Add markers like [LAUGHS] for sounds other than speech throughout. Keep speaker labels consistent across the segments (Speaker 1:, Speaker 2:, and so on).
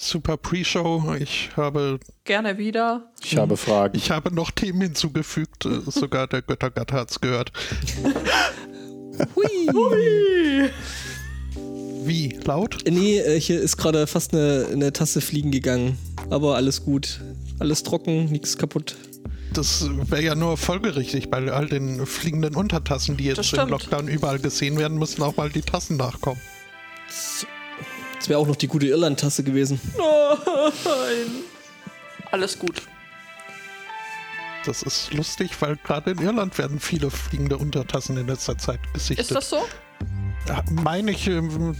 Speaker 1: super Pre-Show. Ich habe.
Speaker 2: Gerne wieder.
Speaker 3: Ich habe Fragen.
Speaker 1: Hm. Ich habe noch Themen hinzugegabt. Sogar der Göttergatter hat's gehört.
Speaker 4: Hui.
Speaker 2: Hui.
Speaker 1: Wie? Laut?
Speaker 4: Nee, äh, hier ist gerade fast eine, eine Tasse fliegen gegangen. Aber alles gut. Alles trocken, nichts kaputt.
Speaker 1: Das wäre ja nur folgerichtig, bei all den fliegenden Untertassen, die
Speaker 2: Das
Speaker 1: jetzt
Speaker 2: stimmt.
Speaker 1: im Lockdown überall gesehen werden, müssen auch mal die Tassen nachkommen.
Speaker 4: Das wäre auch noch die gute Irland-Tasse gewesen.
Speaker 2: Nein. Alles gut.
Speaker 1: Das ist lustig, weil gerade in Irland werden viele fliegende Untertassen in letzter Zeit gesichtet.
Speaker 2: Ist das so?
Speaker 1: Da Meine ich, ähm,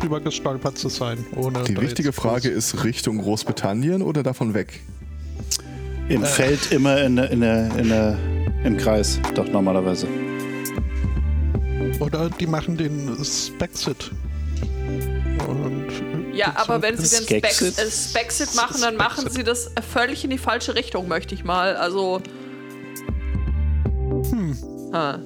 Speaker 1: drüber gestolpert zu sein. Ohne
Speaker 5: Die
Speaker 1: da
Speaker 5: wichtige
Speaker 1: jetzt
Speaker 5: Frage ist Richtung Großbritannien oder davon weg? Äh.
Speaker 3: Im Feld immer in, der- in, der- in, der- im Kreis, doch normalerweise.
Speaker 1: groß- Oder die machen den Spexit. Und äh,
Speaker 2: Ja, aber wenn sie den
Speaker 3: Skexit.
Speaker 2: Spex- äh, Spexit machen, dann machen sie das völlig in die falsche Richtung, möchte ich mal. Also. Hm. Ah.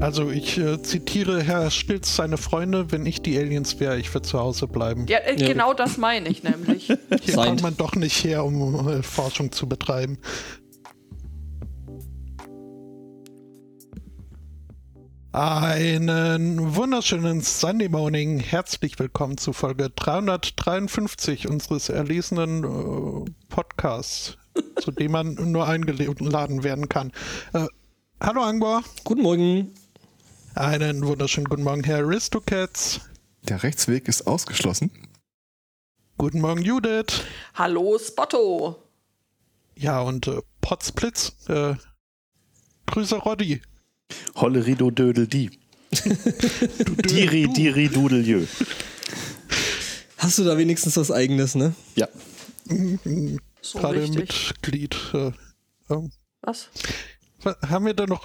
Speaker 1: also ich äh, zitiere Herr Stilz seine Freunde, wenn ich die Aliens wäre, ich würde zu Hause bleiben.
Speaker 2: Ja, äh,
Speaker 4: Ja.
Speaker 2: genau das meine ich [LAUGHS] nämlich.
Speaker 1: Hier
Speaker 4: Sein.
Speaker 1: kommt man doch nicht her, um äh, Forschung zu betreiben. Einen wunderschönen Sunday Morning. Herzlich willkommen zu Folge 353 unseres erlesenen äh, Podcasts, zu dem man nur eingeladen werden kann. Äh, hallo Angor.
Speaker 4: Guten Morgen.
Speaker 1: Einen wunderschönen guten Morgen, Herr Aristocats.
Speaker 5: Der Rechtsweg ist ausgeschlossen.
Speaker 1: Guten Morgen, Judith.
Speaker 2: Hallo Spotto.
Speaker 1: Ja, und äh, Potzblitz, äh, Grüße Roddy.
Speaker 3: Hollerido
Speaker 5: [LAUGHS]
Speaker 3: Dödel die. Diri, Diri, Dudelieu.
Speaker 4: Hast du da wenigstens was eigenes, ne?
Speaker 3: Ja.
Speaker 2: So
Speaker 1: Gerade
Speaker 2: Oh, richtig.
Speaker 1: Mitglied. Äh, ähm,
Speaker 2: Was?
Speaker 1: wa- haben wir da noch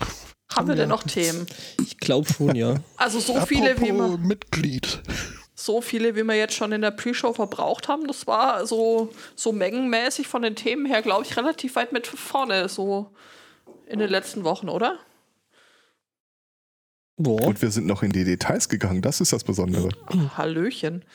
Speaker 2: Haben wir denn noch Themen?
Speaker 4: Ich glaube schon, ja.
Speaker 2: Also so viele, wie
Speaker 1: Apropos
Speaker 2: wir,
Speaker 1: Mitglied?
Speaker 2: so viele, wie wir jetzt schon in der Pre-Show verbraucht haben, das war so, so mengenmäßig von den Themen her, glaube ich, relativ weit mit vorne, so in den letzten Wochen, oder?
Speaker 4: Boah.
Speaker 5: Und wir sind noch in die Details gegangen. Das ist das Besondere.
Speaker 2: Hallöchen.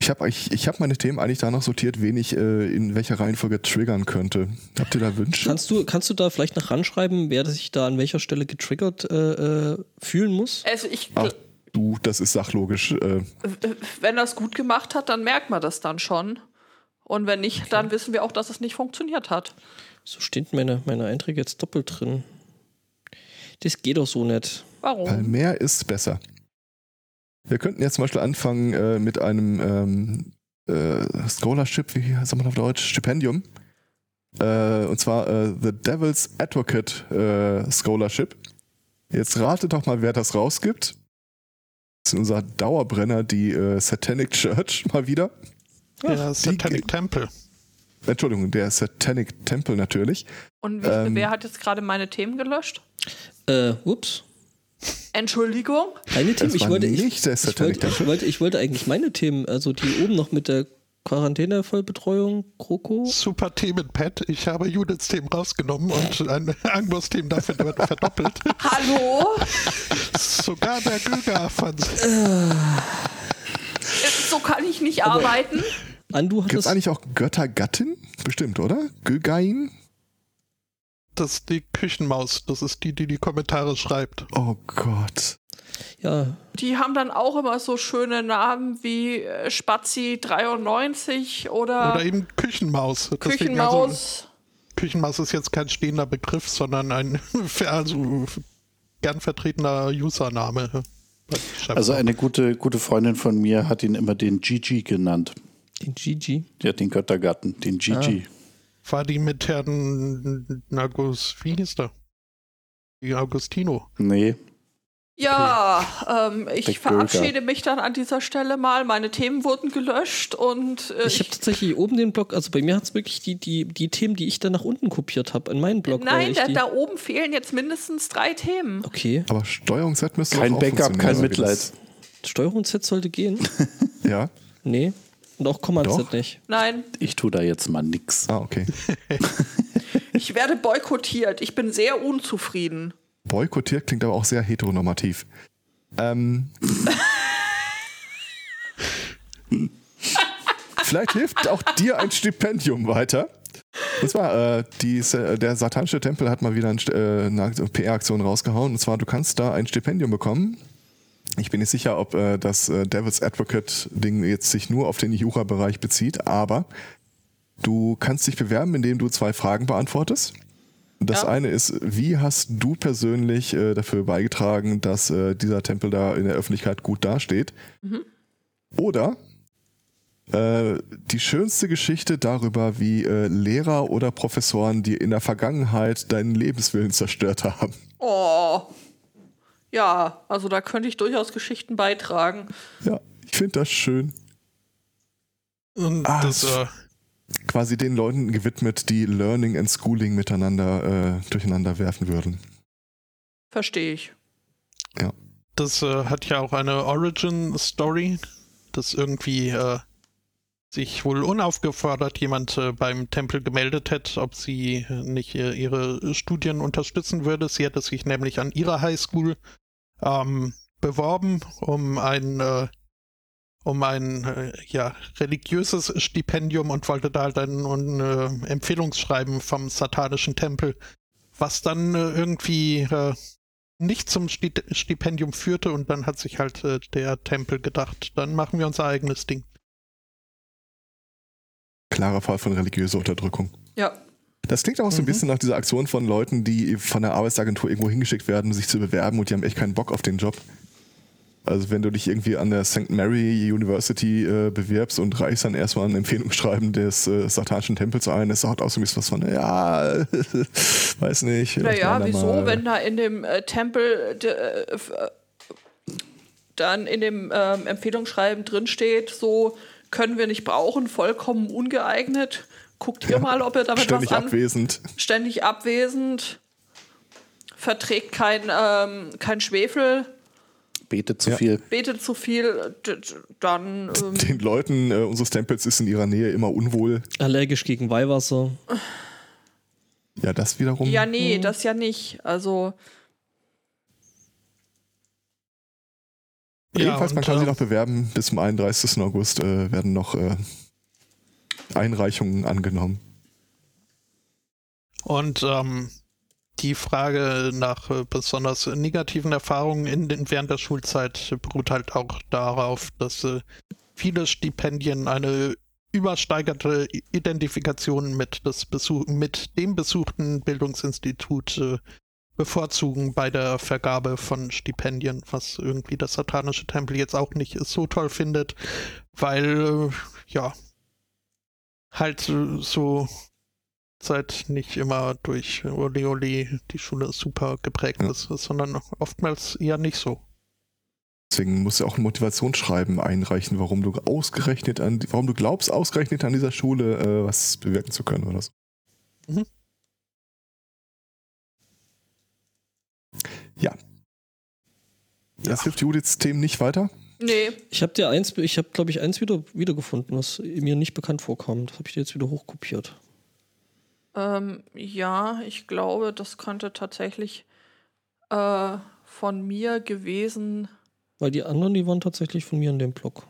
Speaker 5: Ich habe ich hab meine Themen eigentlich danach sortiert, wen ich äh, in welcher Reihenfolge triggern könnte. Habt ihr da Wünsche?
Speaker 4: Kannst du, kannst du da vielleicht noch ranschreiben, wer sich da an welcher Stelle getriggert äh, äh, fühlen muss?
Speaker 2: Also ich,
Speaker 5: Ach du, das ist sachlogisch. Äh,
Speaker 2: wenn das gut gemacht hat, dann merkt man das dann schon. Und wenn nicht, dann wissen wir auch, dass es nicht funktioniert hat.
Speaker 4: So stehen meine, meine Einträge jetzt doppelt drin. Das geht doch so nicht.
Speaker 5: weil
Speaker 2: Warum?
Speaker 5: mehr ist besser. Wir könnten jetzt zum Beispiel anfangen äh, mit einem ähm, äh, Scholarship, wie sagt man auf Deutsch? Stipendium. Äh, und zwar äh, The Devil's Advocate äh, Scholarship. Jetzt ratet doch mal, wer das rausgibt. Das ist unser Dauerbrenner, die äh, Satanic Church, [LAUGHS] mal wieder.
Speaker 1: Der
Speaker 5: die
Speaker 1: Satanic
Speaker 5: ge-
Speaker 1: Temple.
Speaker 5: Entschuldigung, der Satanic Temple natürlich.
Speaker 2: Und wie,
Speaker 5: Ähm.
Speaker 2: wer hat jetzt gerade meine Themen gelöscht?
Speaker 4: Äh, ups.
Speaker 2: Entschuldigung?
Speaker 4: Deine Themen?
Speaker 5: Das
Speaker 4: Ich
Speaker 5: war
Speaker 4: wollte, ich,
Speaker 5: nicht der
Speaker 4: ich,
Speaker 5: Satanic
Speaker 4: wollte, ich, wollte, ich wollte eigentlich meine Themen, also die oben noch mit der Quarantäne-Vollbetreuung, Kroko.
Speaker 1: Super Themen, Pat. Ich habe Judiths Themen rausgenommen und ein [LAUGHS] Angus Themen dafür
Speaker 2: [LAUGHS]
Speaker 1: verdoppelt.
Speaker 2: Hallo?
Speaker 1: Sogar der Göger fand
Speaker 2: so kann ich nicht arbeiten.
Speaker 4: Andu hat
Speaker 5: Gibt es
Speaker 4: das.
Speaker 5: eigentlich auch Göttergattin? Bestimmt, oder? Gögain?
Speaker 1: das ist die Küchenmaus. Das ist die, die die Kommentare schreibt.
Speaker 5: Oh Gott.
Speaker 4: Ja,
Speaker 2: Die haben dann auch immer so schöne Namen wie äh, Spatzi93 oder,
Speaker 1: Oder eben Küchenmaus. Deswegen also-
Speaker 2: Ah. Küchenmaus.
Speaker 1: Küchenmaus ist jetzt kein stehender Begriff, sondern ein [LAUGHS] also gern vertretener Username.
Speaker 3: Also eine gute, gute Freundin von mir hat ihn immer den Gigi genannt.
Speaker 4: den Gigi.
Speaker 3: Ja, den Göttergatten, den Gigi.
Speaker 5: Ah.
Speaker 1: war die mit Herrn Nagus, wie hieß der? Die Augustino.
Speaker 3: Nee,
Speaker 2: Ja, ähm, ich
Speaker 3: Der
Speaker 2: verabschiede
Speaker 3: Göger.
Speaker 2: mich dann an dieser Stelle mal. Meine Themen wurden gelöscht und äh,
Speaker 4: Ich habe tatsächlich oben den Blog, also bei mir hat es wirklich die, die, die Themen, die ich dann nach unten kopiert habe, in meinen Blog. weil
Speaker 2: nein,
Speaker 4: ich
Speaker 2: da,
Speaker 4: die,
Speaker 2: da oben fehlen jetzt mindestens drei Themen.
Speaker 4: Okay,
Speaker 5: Aber Steuerung Z müsste
Speaker 3: kein
Speaker 5: doch auch
Speaker 3: Backup,
Speaker 5: funktionieren,
Speaker 3: kein
Speaker 5: so wie das-
Speaker 3: Mitleid.
Speaker 4: Steuerung-Z
Speaker 5: [LAUGHS]
Speaker 4: sollte gehen.
Speaker 5: Ja.
Speaker 4: Nee. Und auch
Speaker 5: Doch.
Speaker 4: Command-Z nicht.
Speaker 2: Nein,
Speaker 3: Ich tue da jetzt mal nix.
Speaker 5: Ah, okay.
Speaker 2: ich werde boykottiert. Ich bin sehr unzufrieden.
Speaker 5: Boykottiert klingt aber auch sehr heteronormativ. Ähm, Vielleicht hilft auch dir ein Stipendium weiter. Und zwar, äh, die, der satanische Tempel hat mal wieder ein, äh, eine PR-Aktion rausgehauen. Und zwar, du kannst da ein Stipendium bekommen. Ich bin nicht sicher, ob äh, das äh, Devil's Advocate-Ding jetzt sich nur auf den Jura-Bereich bezieht, aber du kannst dich bewerben, indem du zwei Fragen beantwortest. Das
Speaker 2: Ja.
Speaker 5: eine ist, wie hast du persönlich äh, dafür beigetragen, dass äh, dieser Tempel da in der Öffentlichkeit gut dasteht? Oder äh, die schönste Geschichte darüber, wie äh, Lehrer oder Professoren dir in der Vergangenheit deinen Lebenswillen zerstört haben. [LAUGHS]
Speaker 2: Oh. Ja, also da könnte ich durchaus Geschichten beitragen.
Speaker 5: Ja, ich finde das schön.
Speaker 1: Und
Speaker 5: Ah,
Speaker 1: das,
Speaker 5: das-
Speaker 1: äh,
Speaker 5: Quasi den Leuten gewidmet, die Learning and Schooling miteinander äh, durcheinander werfen würden.
Speaker 2: Verstehe ich.
Speaker 1: das äh, hat ja auch eine Origin-Story, dass irgendwie äh, sich wohl unaufgefordert jemand äh, beim Tempel gemeldet hätte, ob sie äh, nicht äh, ihre Studien unterstützen würde. Sie hätte sich nämlich an ihrer Highschool ähm, beworben, um ein, äh, um ein äh, ja, religiöses Stipendium und wollte da halt ein, ein äh, Empfehlungsschreiben vom satanischen Tempel, was dann äh, irgendwie äh, nicht zum Sti Stipendium führte und dann hat sich halt äh, der Tempel gedacht, dann machen wir unser eigenes Ding.
Speaker 5: Klarer Fall von religiöser Unterdrückung.
Speaker 2: Ja.
Speaker 5: Das klingt auch so ein
Speaker 1: Mhm.
Speaker 5: bisschen nach dieser Aktion von Leuten, die von der Arbeitsagentur irgendwo hingeschickt werden, um sich zu bewerben und die haben echt keinen Bock auf den Job. Also wenn du dich irgendwie an der St. Mary University äh, bewirbst und reichst dann erstmal ein Empfehlungsschreiben des äh, satanischen Tempels ein, das hat auch so ein bisschen was von, ja, [LAUGHS] weiß nicht. vielleicht ein
Speaker 2: Naja,
Speaker 5: andermal.
Speaker 2: wieso, wenn da in dem äh, Tempel d- äh, f- äh, dann in dem ähm, Empfehlungsschreiben drinsteht, so können wir nicht brauchen, vollkommen ungeeignet. Guckt ihr mal, ob ihr damit
Speaker 5: Ständig
Speaker 2: was an
Speaker 5: abwesend.
Speaker 2: ständig abwesend, verträgt kein, ähm, kein Schwefel,
Speaker 3: Betet zu
Speaker 5: Ja.
Speaker 3: viel.
Speaker 2: betet zu viel, d- d- dann ähm,
Speaker 5: Den Leuten äh, unseres Tempels ist in ihrer Nähe immer unwohl.
Speaker 4: Allergisch gegen Weihwasser.
Speaker 5: Ja, das wiederum.
Speaker 2: ja nee, das ja nicht. Also
Speaker 5: Jedenfalls, man
Speaker 1: und,
Speaker 5: kann sich
Speaker 1: äh,
Speaker 5: noch bewerben. Bis zum 31. August äh, werden noch äh, Einreichungen angenommen.
Speaker 1: Und ähm, die Frage nach äh, besonders negativen Erfahrungen in den, während der Schulzeit beruht halt auch darauf, dass äh, viele Stipendien eine übersteigerte I- Identifikation mit, des Besuch, mit dem besuchten Bildungsinstitut äh, bevorzugen bei der Vergabe von Stipendien, was irgendwie das satanische Tempel jetzt auch nicht so toll findet, weil äh, ja halt äh, so Zeit nicht immer durch Oli Oli die Schule super geprägt
Speaker 5: Ja.
Speaker 1: ist, sondern oftmals eher nicht so.
Speaker 5: Deswegen musst du auch ein Motivationsschreiben einreichen, warum du ausgerechnet an, warum du glaubst, ausgerechnet an dieser Schule äh, was bewirken zu können oder so.
Speaker 1: Mhm.
Speaker 5: Ja. Das hilft Judiths Themen nicht weiter.
Speaker 2: nee,
Speaker 4: Ich habe dir eins, ich habe glaube ich eins wieder wiedergefunden, was mir nicht bekannt vorkam. Das habe ich dir jetzt wieder hochkopiert.
Speaker 2: ähm, ja, ich glaube, das könnte tatsächlich äh, von mir gewesen.
Speaker 4: Weil die anderen, die waren tatsächlich von mir in dem Blog.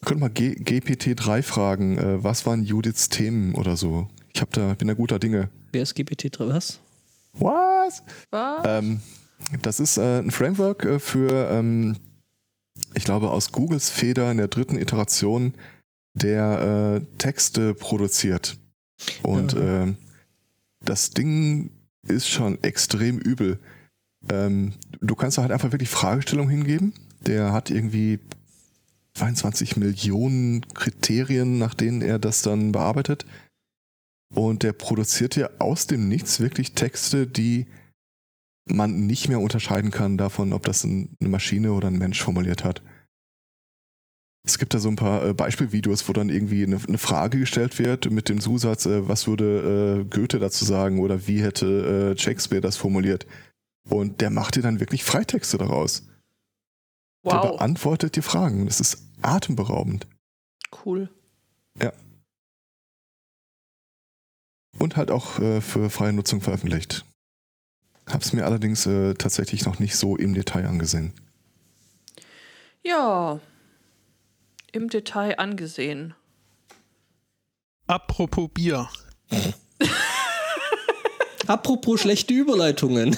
Speaker 5: Wir können mal G GPT 3 fragen, äh, was waren Judiths Themen oder so? Ich hab da, bin da guter Dinge.
Speaker 4: BSGPT 3, was?
Speaker 5: Was?
Speaker 2: Was?
Speaker 5: Ähm, das ist äh, ein Framework äh, für, ähm, ich glaube, aus Googles Feder in der dritten Iteration, der äh, Texte produziert. Und
Speaker 4: Ja.
Speaker 5: ähm, das Ding ist schon extrem übel. Ähm, du kannst da halt einfach wirklich Fragestellungen hingeben. Der hat irgendwie 22 Millionen Kriterien, nach denen er das dann bearbeitet. Und der produziert ja aus dem Nichts wirklich Texte, die man nicht mehr unterscheiden kann davon, ob das ein- eine Maschine oder ein Mensch formuliert hat. Es gibt da so ein paar äh, Beispielvideos, wo dann irgendwie eine, eine Frage gestellt wird mit dem Zusatz, äh, was würde äh, Goethe dazu sagen oder wie hätte äh, Shakespeare das formuliert. Und der macht dir dann wirklich Freitexte daraus. Der
Speaker 2: Wow,
Speaker 5: beantwortet dir Fragen. Das ist atemberaubend.
Speaker 2: cool.
Speaker 5: Und halt auch äh, für freie Nutzung veröffentlicht. Hab's mir allerdings äh, tatsächlich noch nicht so im Detail angesehen.
Speaker 2: Ja, im Detail angesehen.
Speaker 1: Apropos Bier.
Speaker 4: Apropos schlechte Überleitungen.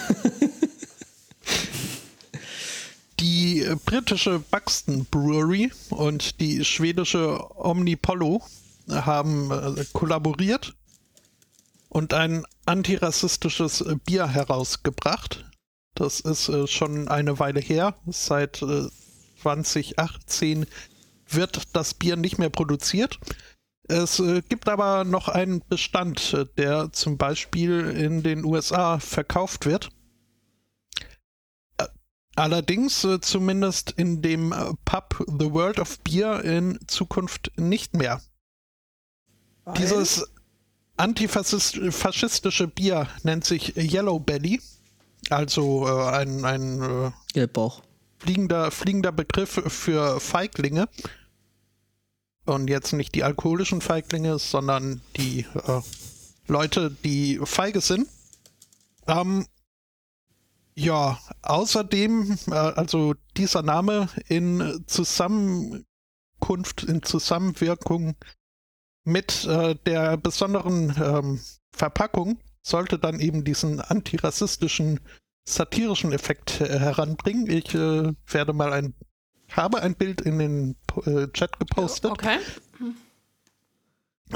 Speaker 1: Die äh, britische Buxton Brewery und die schwedische Omnipollo haben äh, kollaboriert und ein antirassistisches äh, Bier herausgebracht. Das ist äh, schon eine Weile her. Seit äh, 2018 wird das Bier nicht mehr produziert. Es äh, gibt aber noch einen Bestand, äh, der zum Beispiel in den USA verkauft wird. Ä- Allerdings äh, zumindest in dem äh, Pub The World of Beer in Zukunft nicht mehr. Dieses antifaschistische Bier nennt sich Yellow Belly, also äh, ein, ein äh,
Speaker 4: Gelbbauch.
Speaker 1: fliegender, fliegender Begriff für Feiglinge. Und jetzt nicht die alkoholischen Feiglinge, sondern die äh, Leute, die feige sind. Ähm, ja, außerdem, äh, also dieser Name in Zusammenkunft, in Zusammenwirkung mit äh, der besonderen ähm, Verpackung sollte dann eben diesen antirassistischen satirischen Effekt äh, heranbringen. Ich äh, werde mal ein, habe ein Bild in den Po- äh, Chat gepostet.
Speaker 2: Okay.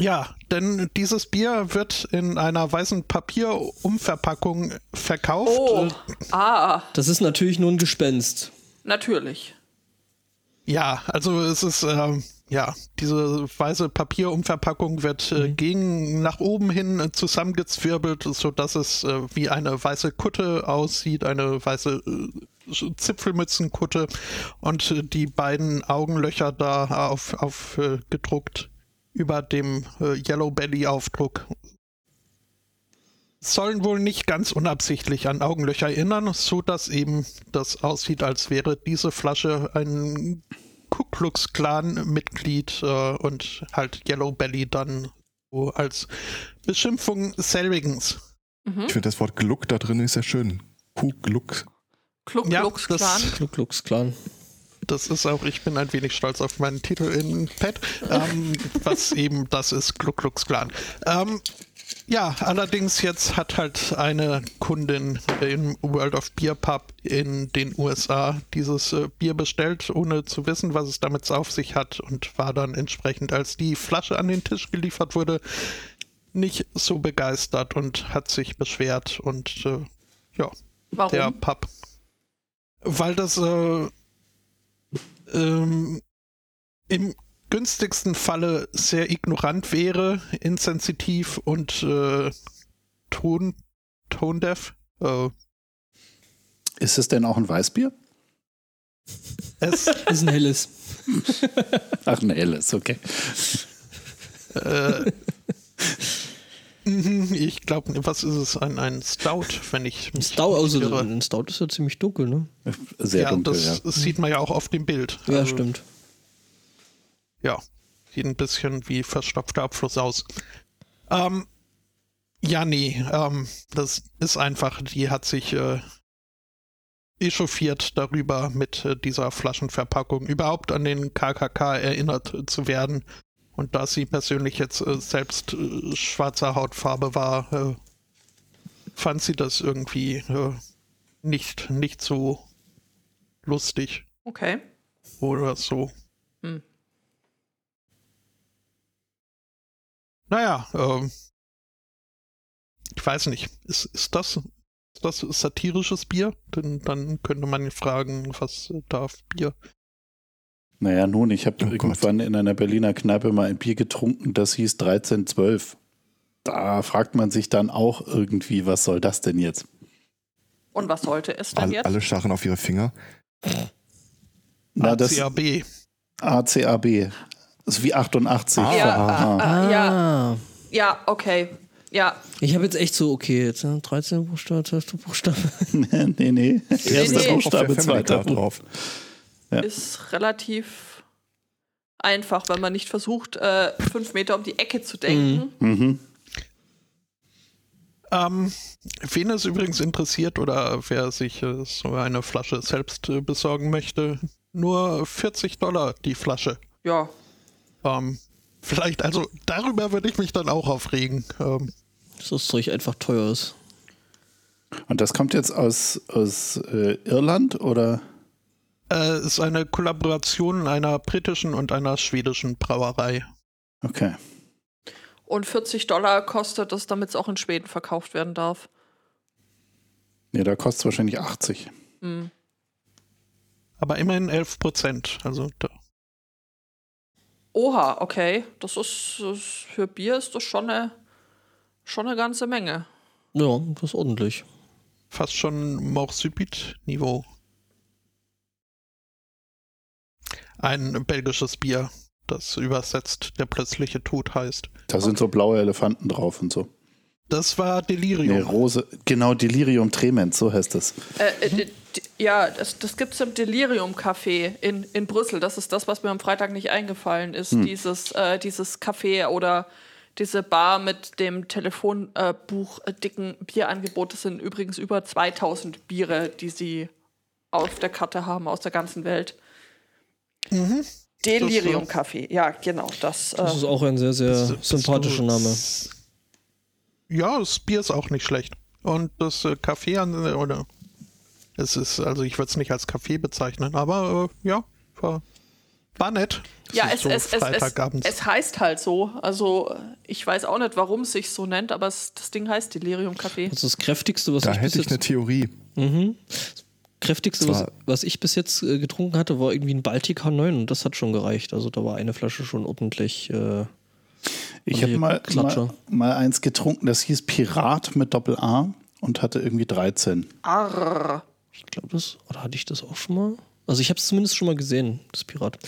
Speaker 1: Ja, denn dieses Bier wird in einer weißen Papierumverpackung verkauft.
Speaker 2: Oh,
Speaker 1: Äh,
Speaker 2: ah,
Speaker 4: Das ist natürlich nur ein Gespenst.
Speaker 2: natürlich.
Speaker 1: Ja, also es ist, ähm, ja, diese weiße Papierumverpackung wird äh, gegen nach oben hin äh, zusammengezwirbelt, sodass es äh, wie eine weiße Kutte aussieht, eine weiße äh, Zipfelmützenkutte und äh, die beiden Augenlöcher da auf, auf äh, gedruckt über dem äh, Yellow Belly Aufdruck. Sollen wohl nicht ganz unabsichtlich an Augenlöcher erinnern, so dass eben das aussieht, als wäre diese Flasche ein Ku Klux Klan Mitglied äh, und halt Yellow Belly dann so als Beschimpfung selbigens.
Speaker 5: Ich finde das Wort Gluck da drin ist ja schön. Kuh-Gluck.
Speaker 2: Kluck,
Speaker 1: Ja,
Speaker 2: Klux
Speaker 1: das-
Speaker 2: Klan.
Speaker 4: Klux Klux Klan.
Speaker 1: Das ist auch, ich bin ein wenig stolz auf meinen Titel in Pad, ähm, was eben das ist, Ku Klux Klan. Ähm, ja, allerdings jetzt hat halt eine Kundin im World of Beer Pub in den USA dieses äh, Bier bestellt, ohne zu wissen, was es damit auf sich hat und war dann entsprechend, als die Flasche an den Tisch geliefert wurde, nicht so begeistert und hat sich beschwert und äh, ja,
Speaker 2: Warum?
Speaker 1: der Pub. Weil das äh, ähm, im günstigsten Falle sehr ignorant wäre, insensitiv und äh, ton, tone-deaf. Äh,
Speaker 3: Ist es denn auch ein Weißbier?
Speaker 1: es,
Speaker 4: Das ist ein helles.
Speaker 3: Ach, ein helles, okay.
Speaker 1: äh, [LAUGHS] mhm, ich glaube, was ist es? Ein, ein Stout, wenn ich
Speaker 4: Ein
Speaker 1: mich
Speaker 4: Stout,
Speaker 1: nicht
Speaker 4: also
Speaker 1: irre.
Speaker 4: ein Stout ist ja ziemlich dunkel, ne?
Speaker 3: Sehr
Speaker 1: ja,
Speaker 3: dunkel,
Speaker 1: das,
Speaker 3: ja.
Speaker 1: das sieht man ja auch auf dem Bild.
Speaker 4: Ja,
Speaker 1: Also,
Speaker 4: stimmt.
Speaker 1: ja, sieht ein bisschen wie verstopfter Abfluss aus. Ähm, ja, nee, ähm, das ist einfach, die hat sich äh, echauffiert darüber, mit äh, dieser Flaschenverpackung überhaupt an den KKK erinnert äh, zu werden. Und da sie persönlich jetzt äh, selbst äh, schwarzer Hautfarbe war, äh, fand sie das irgendwie äh, nicht, nicht so lustig
Speaker 2: Okay.
Speaker 1: oder so.
Speaker 2: Hm.
Speaker 1: Naja, ähm, ich weiß nicht. Ist, ist, das, ist das satirisches Bier? Denn dann könnte man fragen, was darf Bier?
Speaker 3: Naja, nun, ich habe
Speaker 5: Oh Gott.
Speaker 3: irgendwann in einer Berliner Kneipe mal ein Bier getrunken, das hieß 1312. Da fragt man sich dann auch irgendwie, was soll das denn jetzt?
Speaker 2: Und was sollte es denn
Speaker 5: All,
Speaker 2: jetzt?
Speaker 5: alle starren auf ihre Finger.
Speaker 3: Na, das
Speaker 1: CAB.
Speaker 3: ACAB. Das ist wie 88.
Speaker 5: Ah.
Speaker 2: ja,
Speaker 5: Aha.
Speaker 2: ah, ah, ja,
Speaker 4: Ah.
Speaker 2: ja, okay. Ja,
Speaker 4: Ich habe jetzt echt so, okay, jetzt ne, 13 Buchstaben, 12 Buchstaben.
Speaker 3: [LAUGHS] nee, nee. Erster
Speaker 2: nee.
Speaker 3: Buchstabe,
Speaker 5: Auf der Family
Speaker 3: zweiter
Speaker 5: Card
Speaker 3: Buchstabe.
Speaker 5: drauf.
Speaker 2: ist relativ einfach, wenn man nicht versucht, äh, fünf Meter um die Ecke zu denken.
Speaker 3: Mhm.
Speaker 1: Ähm, wen es übrigens interessiert oder wer sich äh, so eine Flasche selbst äh, besorgen möchte, nur 40 Dollar die Flasche.
Speaker 2: Ja,
Speaker 1: Ähm, Vielleicht, also darüber würde ich mich dann auch aufregen. Ähm,
Speaker 4: Dass [LAUGHS] das Zeug einfach teuer ist.
Speaker 3: Und das kommt jetzt aus, aus äh, Irland oder?
Speaker 1: äh, ist eine Kollaboration einer britischen und einer schwedischen Brauerei.
Speaker 3: Okay.
Speaker 2: Und 40 Dollar kostet es, damit es auch in Schweden verkauft werden darf.
Speaker 3: Nee, da kostet es wahrscheinlich 80.
Speaker 2: Hm.
Speaker 1: Aber immerhin 11 Prozent. Also da,
Speaker 2: Oha, okay. Das ist, das ist- für Bier ist das schon eine, schon eine ganze Menge.
Speaker 4: Ja, das ist ordentlich.
Speaker 1: fast schon Morsubit-Niveau. Ein belgisches Bier, das übersetzt der plötzliche Tod heißt.
Speaker 3: Da sind so blaue Elefanten drauf und so.
Speaker 1: Das war
Speaker 3: Nee,
Speaker 1: Delirium.
Speaker 3: Rose, genau, Delirium Tremens, so heißt das.
Speaker 2: Äh, äh, d- d- ja, das, das gibt es im Delirium-Café in, in Brüssel. Das ist das, was mir am Freitag nicht eingefallen ist.
Speaker 1: Hm.
Speaker 2: Dieses, äh, dieses Café oder diese Bar mit dem Telefonbuch äh, Buch, äh, dicken Bierangebot. Das sind übrigens über 2000 Biere, die sie auf der Karte haben aus der ganzen Welt.
Speaker 1: Mhm.
Speaker 2: Delirium-Café, ja, genau. Das, äh,
Speaker 4: Das ist auch ein sehr, sehr
Speaker 1: Das- das
Speaker 4: sympathischer
Speaker 1: Äh, du-
Speaker 4: Name.
Speaker 1: Ja, das Bier ist auch nicht schlecht. Und das äh, Kaffee an, oder es ist, also ich würde es nicht als Kaffee bezeichnen, aber äh, ja, war, war nett. Das
Speaker 2: ja,
Speaker 1: ist
Speaker 2: es,
Speaker 1: so
Speaker 2: es, es, es,
Speaker 1: Freitagabends.
Speaker 2: es heißt halt so. Also, ich weiß auch nicht, warum es sich so nennt, aber es, das Ding heißt Delirium-Café.
Speaker 4: Das ist das Kräftigste, was
Speaker 5: Da
Speaker 4: ich bis
Speaker 5: hätte ich
Speaker 4: jetzt
Speaker 5: eine Theorie.
Speaker 4: Mhm. Das Kräftigste, was,
Speaker 5: Zwar-
Speaker 4: was ich bis jetzt äh, getrunken hatte, war irgendwie ein Baltica 9 und das hat schon gereicht. Also da war eine Flasche schon ordentlich. Äh,
Speaker 3: Ich
Speaker 4: Und
Speaker 3: habe
Speaker 4: die
Speaker 3: mal,
Speaker 4: Klatsche.
Speaker 3: mal, mal eins getrunken, das hieß Pirat mit Doppel-A und hatte irgendwie 13.
Speaker 2: Arr.
Speaker 4: ich glaube das, oder hatte ich das auch schon mal? Also ich habe es zumindest schon mal gesehen, das Pirat.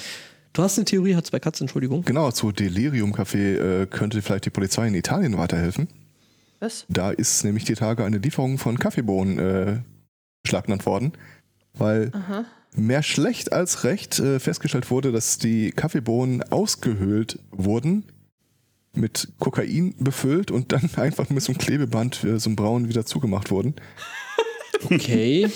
Speaker 4: Du hast eine Theorie, hat zwei Katzen, Entschuldigung.
Speaker 5: Genau, zu Delirium Café äh, könnte vielleicht die Polizei in Italien weiterhelfen.
Speaker 2: Was?
Speaker 5: Da ist nämlich die Tage eine Lieferung von Kaffeebohnen äh, schlagnant worden, weil
Speaker 2: Aha.
Speaker 5: mehr schlecht als recht äh, festgestellt wurde, dass die Kaffeebohnen ausgehöhlt wurden, mit Kokain befüllt und dann [LAUGHS] einfach mit so einem Klebeband, äh, so einem Braun wieder zugemacht wurden.
Speaker 4: Okay.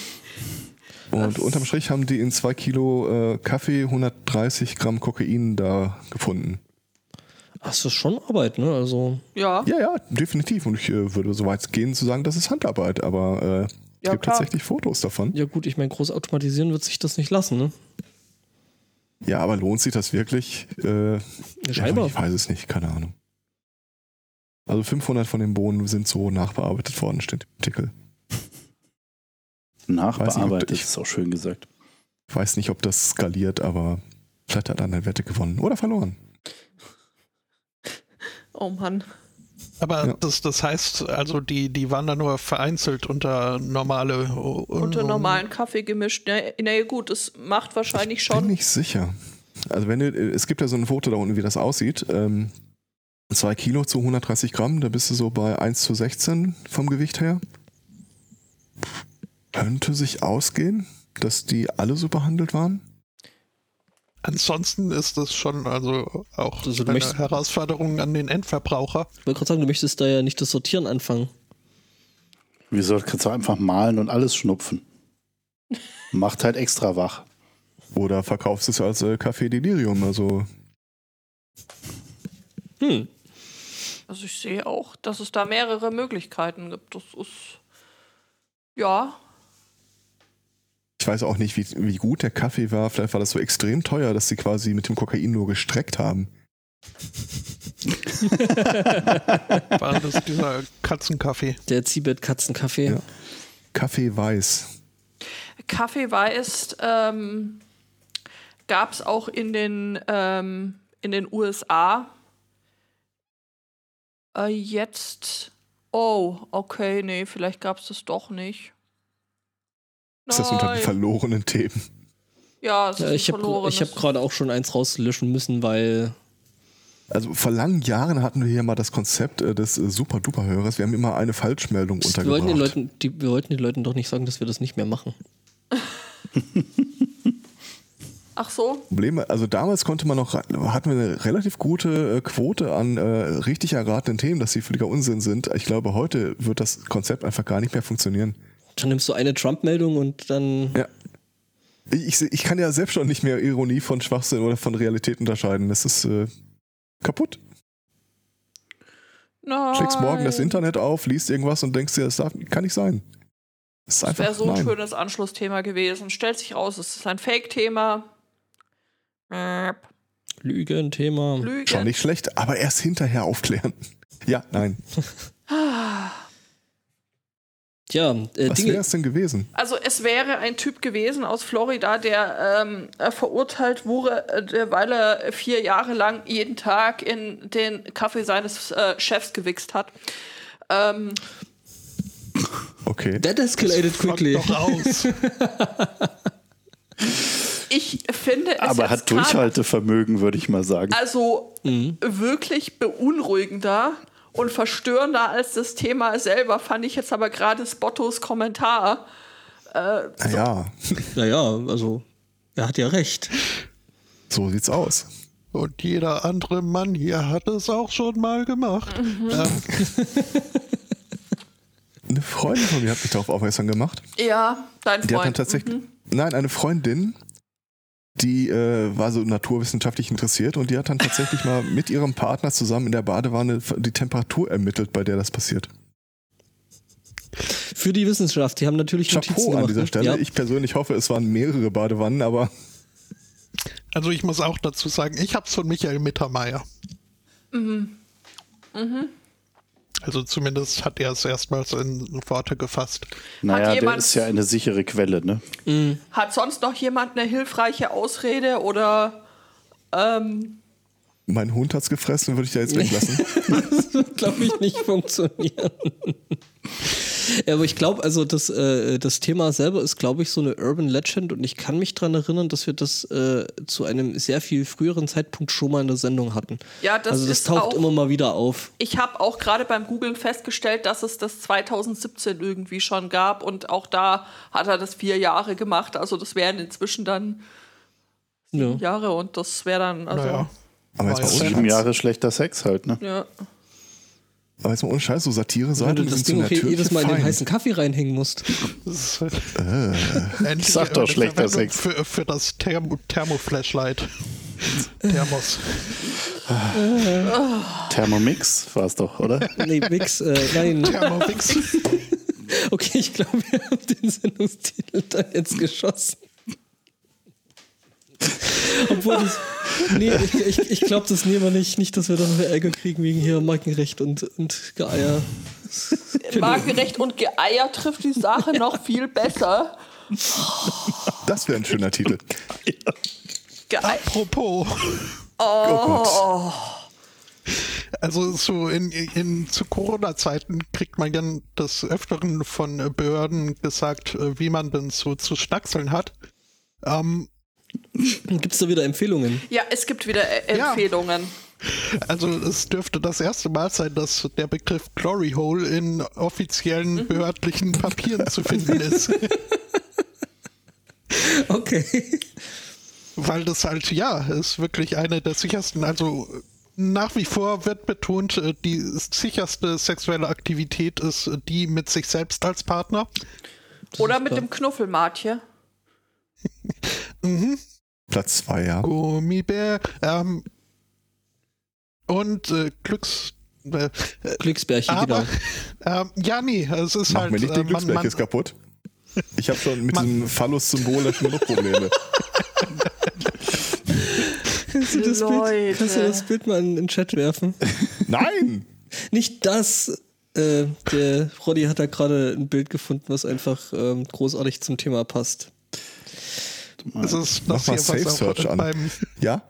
Speaker 5: Und unterm Strich haben die in zwei Kilo äh, Kaffee 130 Gramm Kokain da gefunden.
Speaker 4: [LAUGHS] Ach, das ist schon Arbeit, ne? Also
Speaker 2: Ja.
Speaker 5: Ja, ja, definitiv. Und ich äh, würde so weit gehen zu sagen, das ist Handarbeit, aber äh, es
Speaker 2: Ja,
Speaker 5: gibt
Speaker 2: klar.
Speaker 5: tatsächlich Fotos davon.
Speaker 4: ja gut, ich meine, groß automatisieren wird sich das nicht lassen, ne?
Speaker 5: Ja, aber lohnt sich das wirklich? Äh,
Speaker 4: scheinbar.
Speaker 5: ich weiß es nicht, keine Ahnung. Also 500 von den Bohnen sind so nachbearbeitet worden, steht im Artikel.
Speaker 3: Nachbearbeitet,
Speaker 5: ich-
Speaker 3: ist auch schön gesagt.
Speaker 5: Ich weiß nicht, ob das skaliert, aber vielleicht hat er eine Wette gewonnen oder verloren.
Speaker 2: Oh Mann.
Speaker 1: aber
Speaker 5: ja.
Speaker 1: das, das heißt, also die, die waren da nur vereinzelt unter normale. äh,
Speaker 2: Unter normalen Kaffee gemischt. Na, na gut, es macht wahrscheinlich
Speaker 5: Bin
Speaker 2: schon.
Speaker 5: nicht sicher. Also wenn du, es gibt ja so ein Foto da unten, wie das aussieht. Ähm, zwei Kilo zu 130 Gramm, da bist du so bei 1 zu 16 vom Gewicht her. Könnte sich ausgehen, dass die alle so behandelt waren?
Speaker 1: Ansonsten ist das schon also auch
Speaker 4: Also du
Speaker 1: eine
Speaker 4: möchtest-
Speaker 1: Herausforderung an den Endverbraucher.
Speaker 4: Ich wollte gerade sagen, du möchtest da ja nicht das Sortieren anfangen.
Speaker 3: Wieso kannst du einfach malen und
Speaker 5: [LAUGHS]
Speaker 3: alles schnupfen? Macht halt extra wach.
Speaker 5: Oder verkaufst es als äh, Café Delirium? Also
Speaker 4: Hm.
Speaker 2: Also ich sehe auch, dass es da mehrere Möglichkeiten gibt. Das ist. Ja.
Speaker 5: ich weiß auch nicht, wie, wie gut der Kaffee war. Vielleicht war das so extrem teuer, dass sie quasi mit dem Kokain nur gestreckt haben.
Speaker 1: War das
Speaker 4: [LAUGHS]
Speaker 1: dieser Katzenkaffee?
Speaker 4: Der Zibet-Katzenkaffee.
Speaker 5: Ja. Kaffee weiß.
Speaker 2: Kaffee weiß, ähm, gab es auch in den, ähm, in den USA. Äh, jetzt. Oh, okay, nee, vielleicht gab es das doch nicht.
Speaker 5: Ist das unter den
Speaker 2: Nein.
Speaker 5: verlorenen Themen?
Speaker 2: Ja, es ist
Speaker 4: Ja,
Speaker 2: ein
Speaker 4: Äh, ich habe
Speaker 2: verlorenes.
Speaker 4: hab gerade auch schon eins rauslöschen müssen, weil
Speaker 5: Also vor langen Jahren hatten wir hier mal das Konzept äh, des äh, Super-Duper-Hörers. Wir haben immer eine Falschmeldung
Speaker 4: Psst, wir wollten, den
Speaker 5: untergebracht.
Speaker 4: Leuten, die, wir wollten den Leuten doch nicht sagen, dass wir das nicht mehr machen.
Speaker 2: Ach so,
Speaker 5: Problem, also damals konnte man noch, hatten wir eine relativ gute äh, Quote an äh, richtig erratenen Themen, dass sie völliger Unsinn sind. Ich glaube, heute wird das Konzept einfach gar nicht mehr funktionieren.
Speaker 4: Dann nimmst du eine Trump-Meldung und dann.
Speaker 5: Ja. Ich, ich, ich kann ja selbst schon nicht mehr Ironie von Schwachsinn oder von Realität unterscheiden. Das ist, äh, kaputt.
Speaker 2: Nein.
Speaker 5: Schlägst morgen das Internet auf, liest irgendwas und denkst dir, das darf, kann nicht sein. Das ist
Speaker 2: Das
Speaker 5: einfach
Speaker 2: wäre so ein
Speaker 5: nein.
Speaker 2: schönes Anschlussthema gewesen. Stellt sich raus, es ist ein Fake-Thema. Äh,
Speaker 4: Lügenthema.
Speaker 2: Lüge.
Speaker 5: Schon nicht schlecht, aber erst hinterher aufklären. [LAUGHS] Ja, nein.
Speaker 4: Tja, äh,
Speaker 5: Was
Speaker 4: Dinge.
Speaker 5: wäre es denn gewesen?
Speaker 2: Also es wäre ein Typ gewesen aus Florida, der ähm, äh, verurteilt wurde, äh, der- weil er vier Jahre lang jeden Tag in den Kaffee seines äh, Chefs gewichst hat. Ähm,
Speaker 5: Okay.
Speaker 4: That escalated quickly.
Speaker 1: Fuck doch aus.
Speaker 2: ich finde es
Speaker 3: Aber
Speaker 2: jetzt
Speaker 3: hat
Speaker 2: gerade-
Speaker 3: Durchhaltevermögen, würde ich mal sagen.
Speaker 2: also
Speaker 5: Mhm.
Speaker 2: wirklich beunruhigender und verstörender als das Thema selber fand ich jetzt aber gerade Spottos Kommentar. Äh,
Speaker 5: Naja,
Speaker 4: Naja, also, er hat ja recht.
Speaker 5: so sieht's aus.
Speaker 1: Und jeder andere Mann hier hat es auch schon mal gemacht. Ähm,
Speaker 5: Eine Freundin von mir hat mich darauf aufmerksam gemacht.
Speaker 2: Ja, dein
Speaker 5: Die hat dann
Speaker 2: Freund. Mhm.
Speaker 5: tatsächlich.
Speaker 4: mhm.
Speaker 5: Nein, eine Freundin, die äh, war so naturwissenschaftlich interessiert und die hat dann tatsächlich mal mit ihrem Partner zusammen in der Badewanne die Temperatur ermittelt, bei der das passiert.
Speaker 4: Für die Wissenschaft, die haben natürlich Notizen
Speaker 5: Chapeau
Speaker 4: gemacht.
Speaker 5: an dieser
Speaker 4: ne?
Speaker 5: Stelle.
Speaker 4: Ja.
Speaker 5: Ich persönlich hoffe, es waren mehrere Badewannen, aber
Speaker 1: also ich muss auch dazu sagen, ich hab's von Michael Mittermeier.
Speaker 3: Mhm.
Speaker 1: Also zumindest hat er es erstmals in Worte gefasst.
Speaker 3: Naja, der
Speaker 2: jemand-
Speaker 3: ist ja eine sichere Quelle, ne?
Speaker 2: Hat sonst noch jemand eine hilfreiche Ausrede oder ähm,
Speaker 5: mein Hund hat's gefressen, würde ich da jetzt weglassen.
Speaker 4: das wird, glaube ich, nicht funktionieren. Ja, aber ich glaube, also das, äh, das Thema selber ist, glaube ich, so eine Urban Legend und ich kann mich daran erinnern, dass wir das äh, zu einem sehr viel früheren Zeitpunkt schon mal in der Sendung hatten.
Speaker 2: Ja, das
Speaker 4: also das
Speaker 2: ist
Speaker 4: taucht
Speaker 2: auch-
Speaker 4: immer mal wieder auf.
Speaker 2: ich habe auch gerade beim Googlen festgestellt, dass es das 2017 irgendwie schon gab und auch da hat er das vier Jahre gemacht. Also das wären inzwischen dann
Speaker 4: Ja.
Speaker 2: Jahre und das wäre dann also
Speaker 1: Naja.
Speaker 5: Aber jetzt mal
Speaker 1: Weiß.
Speaker 5: ohne
Speaker 3: Sieben
Speaker 5: Scheiß.
Speaker 3: Jahre schlechter Sex halt, ne?
Speaker 2: ja.
Speaker 5: Aber jetzt mal ohne Scheiß, so
Speaker 4: Wenn du
Speaker 5: Satire-Seiten
Speaker 4: das
Speaker 5: sind so
Speaker 4: Ding auch hier
Speaker 5: natürlich
Speaker 4: jedes Mal in den
Speaker 5: fein.
Speaker 4: heißen Kaffee reinhängen musst.
Speaker 1: Das ist endlich
Speaker 3: Äh. Sag doch
Speaker 1: eine
Speaker 3: schlechter
Speaker 1: Verwendung
Speaker 3: Sex.
Speaker 1: Für, für das Thermo Thermoflashlight. Thermos.
Speaker 3: Thermomix war es
Speaker 2: [LAUGHS]
Speaker 3: doch, oder?
Speaker 4: Nee, nix. Äh, [LAUGHS] nein.
Speaker 1: Thermofix.
Speaker 4: Okay, ich glaube, wir haben den Sendungstitel da jetzt geschossen. Obwohl das, Nee, ich, ich, ich glaube, das nehmen wir nicht. Nicht, dass wir dann wieder Ärger kriegen wegen hier Markenrecht und, und Geier.
Speaker 2: Markenrecht und Geeier trifft die Sache noch viel besser.
Speaker 5: Das wäre ein schöner Titel.
Speaker 2: Geeier.
Speaker 1: Ah. Apropos.
Speaker 5: Oh, Gott.
Speaker 1: Also so in, in zu Corona-Zeiten kriegt man gern des Öfteren von äh, Behörden gesagt, äh, wie man denn so zu schnackseln hat. Ähm,
Speaker 4: Gibt es da wieder Empfehlungen?
Speaker 2: Ja, es gibt wieder äh,
Speaker 1: Ja.
Speaker 2: Empfehlungen.
Speaker 1: also es dürfte das erste Mal sein, dass der Begriff Glory Hole in offiziellen behördlichen Papieren zu finden ist.
Speaker 4: Okay.
Speaker 1: Weil das halt, ja, ist wirklich eine der sichersten, also nach wie vor wird betont, äh, die sicherste sexuelle Aktivität ist äh, die mit sich selbst als Partner.
Speaker 2: Oder mit dem Knuffelmatje.
Speaker 5: Platz zwei, ja.
Speaker 1: Gummibär. Ähm, und äh, Glücks. Äh,
Speaker 4: Glücksbärchen,
Speaker 1: aber,
Speaker 4: genau.
Speaker 1: ähm, ja, nee, es ist
Speaker 5: Mach
Speaker 1: halt.
Speaker 5: mir nicht
Speaker 1: äh,
Speaker 5: den
Speaker 1: man,
Speaker 5: Glücksberg
Speaker 1: man,
Speaker 5: jetzt kaputt. Ich habe schon mit
Speaker 1: Man-
Speaker 5: diesem Phallus-Symbol da schon noch Probleme.
Speaker 4: Kannst du, das Bild,
Speaker 2: Leute.
Speaker 4: kannst du das Bild mal in den Chat werfen?
Speaker 5: Nein!
Speaker 4: Nicht das. Äh, der Roddy hat da gerade ein Bild gefunden, was einfach ähm, großartig zum Thema passt.
Speaker 1: es ist das
Speaker 5: Mach mal
Speaker 1: hier,
Speaker 5: Safe
Speaker 1: was
Speaker 5: Search
Speaker 1: auch
Speaker 5: an.
Speaker 1: beim,
Speaker 5: Ja?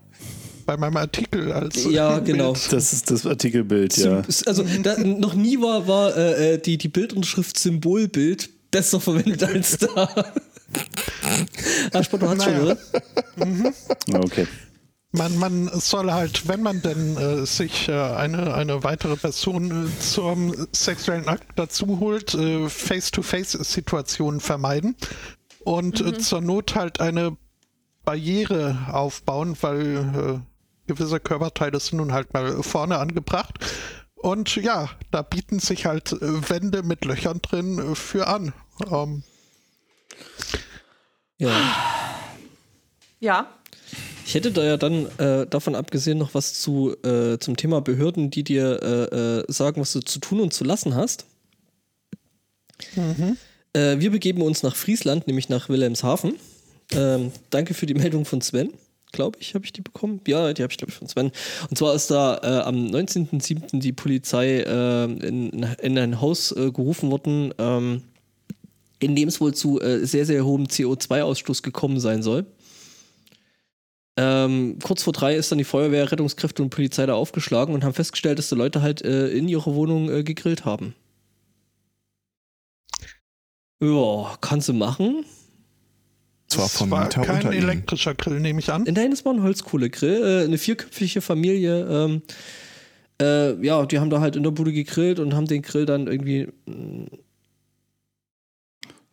Speaker 1: bei meinem Artikel als.
Speaker 4: Ja, genau.
Speaker 3: Das ist das Artikelbild, ja.
Speaker 4: Sym- Also da, noch nie war, war äh, äh, die, die Bildunterschrift Symbolbild besser verwendet als da. ah, Spotto hat schon,
Speaker 1: Naja.
Speaker 4: oder?
Speaker 3: Ah, Okay.
Speaker 1: Man, man soll halt, wenn man denn äh, sich äh, eine, eine weitere Person äh, zum sexuellen Akt dazu holt, äh, Face-to-Face-Situationen vermeiden und
Speaker 4: Mhm.
Speaker 1: äh, zur Not halt eine Barriere aufbauen, weil äh, gewisse Körperteile sind nun halt mal vorne angebracht. Und ja, da bieten sich halt äh, Wände mit Löchern drin äh, für an. Ähm,
Speaker 4: Ja.
Speaker 2: Ja.
Speaker 4: Ich hätte da ja dann äh, davon abgesehen noch was zu, äh, zum Thema Behörden, die dir äh, äh, sagen, was du zu tun und zu lassen hast. Äh, wir begeben uns nach Friesland, nämlich nach Wilhelmshaven. Ähm, danke für die Meldung von Sven. Glaube ich, habe ich die bekommen? Ja, die habe ich, glaube ich, von Sven. Und zwar ist da äh, am 19.07. die Polizei äh, in, in ein Haus äh, gerufen worden, ähm, in dem es wohl zu äh, sehr, sehr hohem CO2-Ausstoß gekommen sein soll. Ähm, kurz vor drei ist dann die Feuerwehr, Rettungskräfte und Polizei da aufgeschlagen und haben festgestellt, dass die Leute halt äh, in ihrer Wohnung äh, gegrillt haben. Ja, kannst du machen.
Speaker 5: Zwar
Speaker 1: Das
Speaker 5: vom
Speaker 1: war
Speaker 5: Mieter
Speaker 1: kein
Speaker 5: unter ihnen.
Speaker 1: elektrischer Grill, nehme ich an.
Speaker 4: Nein, das war ein Holzkohlegrill. Äh, eine vierköpfige Familie. Ähm, äh, ja, die haben da halt in der Bude gegrillt und haben den Grill dann irgendwie.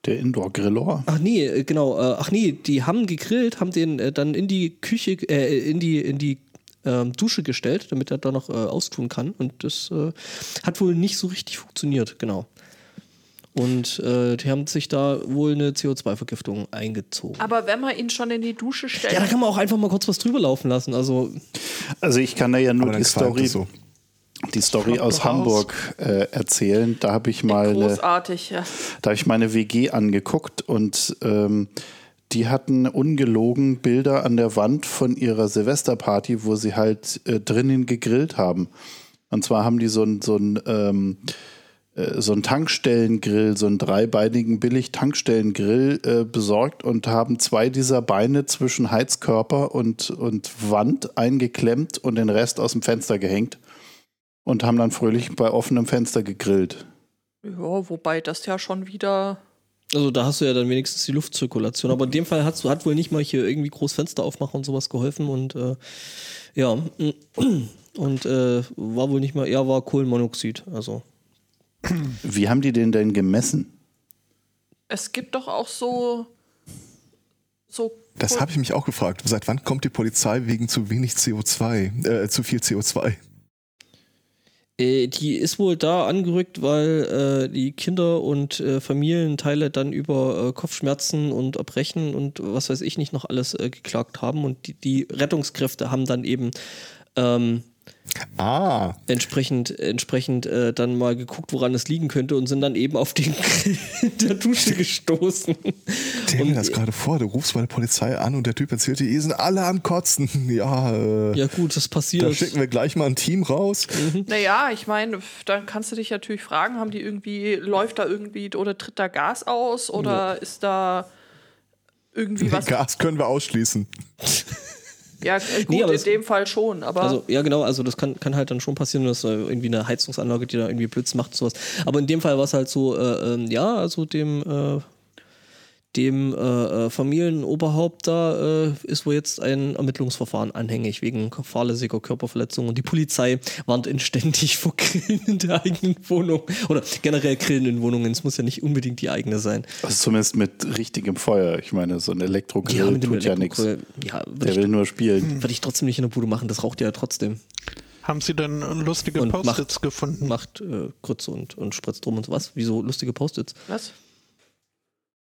Speaker 3: Der Indoor-Grillor.
Speaker 4: Ach nee, äh, genau. Äh, ach nee, die haben gegrillt, haben den äh, dann in die Küche, äh, in die, in die ähm, Dusche gestellt, damit er da noch äh, austun kann. Und das äh, hat wohl nicht so richtig funktioniert, genau. Und äh, die haben sich da wohl eine CO2-Vergiftung eingezogen.
Speaker 2: Aber wenn man ihn schon in die Dusche stellt,
Speaker 4: Ja, da kann man auch einfach mal kurz was drüber laufen lassen. Also
Speaker 3: Also ich kann da ja nur
Speaker 5: Aber dann
Speaker 3: die
Speaker 5: qualmt
Speaker 3: Story,
Speaker 5: es so.
Speaker 3: die Story aus
Speaker 1: doch raus.
Speaker 3: Hamburg äh, erzählen. Da habe ich mal eine,
Speaker 2: großartig. Ja.
Speaker 3: da habe ich meine WG angeguckt und ähm, die hatten ungelogen Bilder an der Wand von ihrer Silvesterparty, wo sie halt äh, drinnen gegrillt haben. Und zwar haben die so ein so ein ähm, äh, so einen Tankstellengrill, so einen dreibeinigen Billig-Tankstellengrill äh, besorgt und haben zwei dieser Beine zwischen Heizkörper und, und Wand eingeklemmt und den Rest aus dem Fenster gehängt und haben dann fröhlich bei offenem Fenster gegrillt.
Speaker 2: ja, wobei das ja schon wieder.
Speaker 4: Also da hast du ja dann wenigstens die Luftzirkulation. Aber in dem Fall hat's, hat wohl nicht mal hier irgendwie groß Fenster aufmachen und sowas geholfen. Und äh, ja, [CLEARS THROAT] und äh, war wohl nicht mal, ja, war Kohlenmonoxid. Also
Speaker 3: Wie haben die den denn gemessen?
Speaker 2: Es gibt doch auch so. so
Speaker 5: Das habe ich mich auch gefragt. Seit wann kommt die Polizei wegen zu wenig CO2, äh, zu viel CO2?
Speaker 4: äh, die ist wohl da angerückt, weil äh, die Kinder und äh, Familienteile dann über äh, Kopfschmerzen und Erbrechen und was weiß ich nicht noch alles äh, geklagt haben. Und die, die Rettungskräfte haben dann eben ähm,
Speaker 5: Ah,
Speaker 4: entsprechend, entsprechend äh, dann mal geguckt, woran es liegen könnte und sind dann eben auf den [LAUGHS] Grill in der Dusche gestoßen.
Speaker 5: stell mir
Speaker 4: Und,
Speaker 1: äh,
Speaker 5: das gerade vor. Du rufst bei der Polizei an und der Typ erzählt dir, die sind alle am Kotzen. [LAUGHS] Ja, äh,
Speaker 4: ja gut, das Mhm.
Speaker 5: da
Speaker 4: passiert.
Speaker 5: schicken wir gleich mal ein Team raus.
Speaker 2: Naja, ich meine, pf, dann kannst du dich natürlich fragen, haben die irgendwie, läuft da irgendwie oder tritt da Gas aus oder ist da
Speaker 4: [LAUGHS]
Speaker 2: irgendwie was?
Speaker 5: [LAUGHS] Gas können wir ausschließen.
Speaker 2: Ja, gut,
Speaker 4: Nee, aber
Speaker 2: in
Speaker 4: das-
Speaker 2: dem Fall schon, aber
Speaker 4: Also, ja, genau, also das kann, kann halt dann schon passieren, dass äh, irgendwie eine Heizungsanlage, die da irgendwie Blitz macht, sowas. Aber in dem Fall war es halt so, äh, ähm, ja, also dem, äh, dem äh, äh, Familienoberhaupt da äh, ist wohl jetzt ein Ermittlungsverfahren anhängig wegen fahrlässiger Körperverletzung und die Polizei warnt inständig [LAUGHS] vor Grillen in der eigenen Wohnung oder generell Grillen in Wohnungen. Es muss ja nicht unbedingt die eigene sein.
Speaker 3: Also zumindest mit richtigem Feuer. Ich meine, so ein Elektrogrill
Speaker 4: mit dem
Speaker 3: tut ja nichts.
Speaker 4: Elektrogrill, Hm. Ja,
Speaker 3: Der
Speaker 4: würde
Speaker 3: will
Speaker 4: ich,
Speaker 3: nur spielen.
Speaker 4: würd ich trotzdem nicht in der Bude machen, das raucht ja trotzdem.
Speaker 1: Haben Sie denn lustige
Speaker 4: Und macht-
Speaker 1: Post-its gefunden?
Speaker 4: macht äh, Grütze und, und spritzt rum und was. Wieso lustige Post-its?
Speaker 2: was?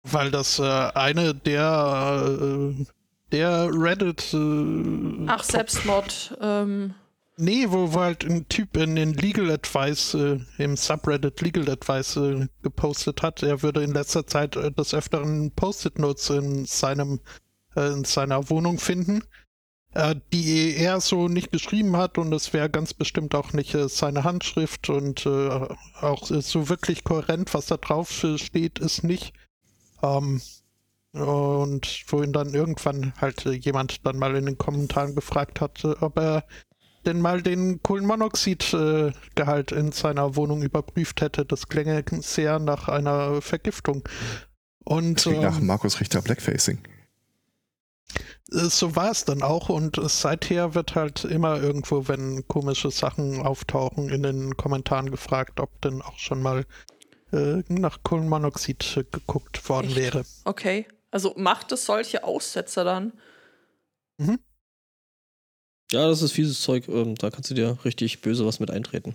Speaker 1: Weil das äh, eine der, äh, der Reddit. Äh,
Speaker 2: Ach, Selbstmord. Ähm,
Speaker 1: nee, wo, wo halt ein Typ in den Legal Advice, äh, im Subreddit Legal Advice äh, gepostet hat, er würde in letzter Zeit äh, des Öfteren Post-it-Notes in, seinem, äh, in seiner Wohnung finden. äh, die er so nicht geschrieben hat und es wäre ganz bestimmt auch nicht äh, seine Handschrift und äh, auch äh, so wirklich kohärent, was da drauf äh, steht, ist nicht. Ähm, und wohin dann irgendwann halt äh, jemand dann mal in den Kommentaren gefragt hat, äh, ob er denn mal den Kohlenmonoxidgehalt in seiner Wohnung überprüft hätte. Das klänge sehr nach einer Vergiftung. Und
Speaker 5: Das klingt nach
Speaker 1: ähm,
Speaker 5: Markus Richter Blackfacing.
Speaker 1: äh, so war es dann auch und äh, seither wird halt immer irgendwo, wenn komische Sachen auftauchen, in den Kommentaren gefragt, ob denn auch schon mal äh, nach Kohlenmonoxid äh, geguckt worden
Speaker 2: Echt?
Speaker 1: wäre.
Speaker 2: Okay. Also macht es solche Aussetzer dann?
Speaker 4: Ja, das ist fieses Zeug. Ähm, da kannst du dir richtig böse was mit eintreten.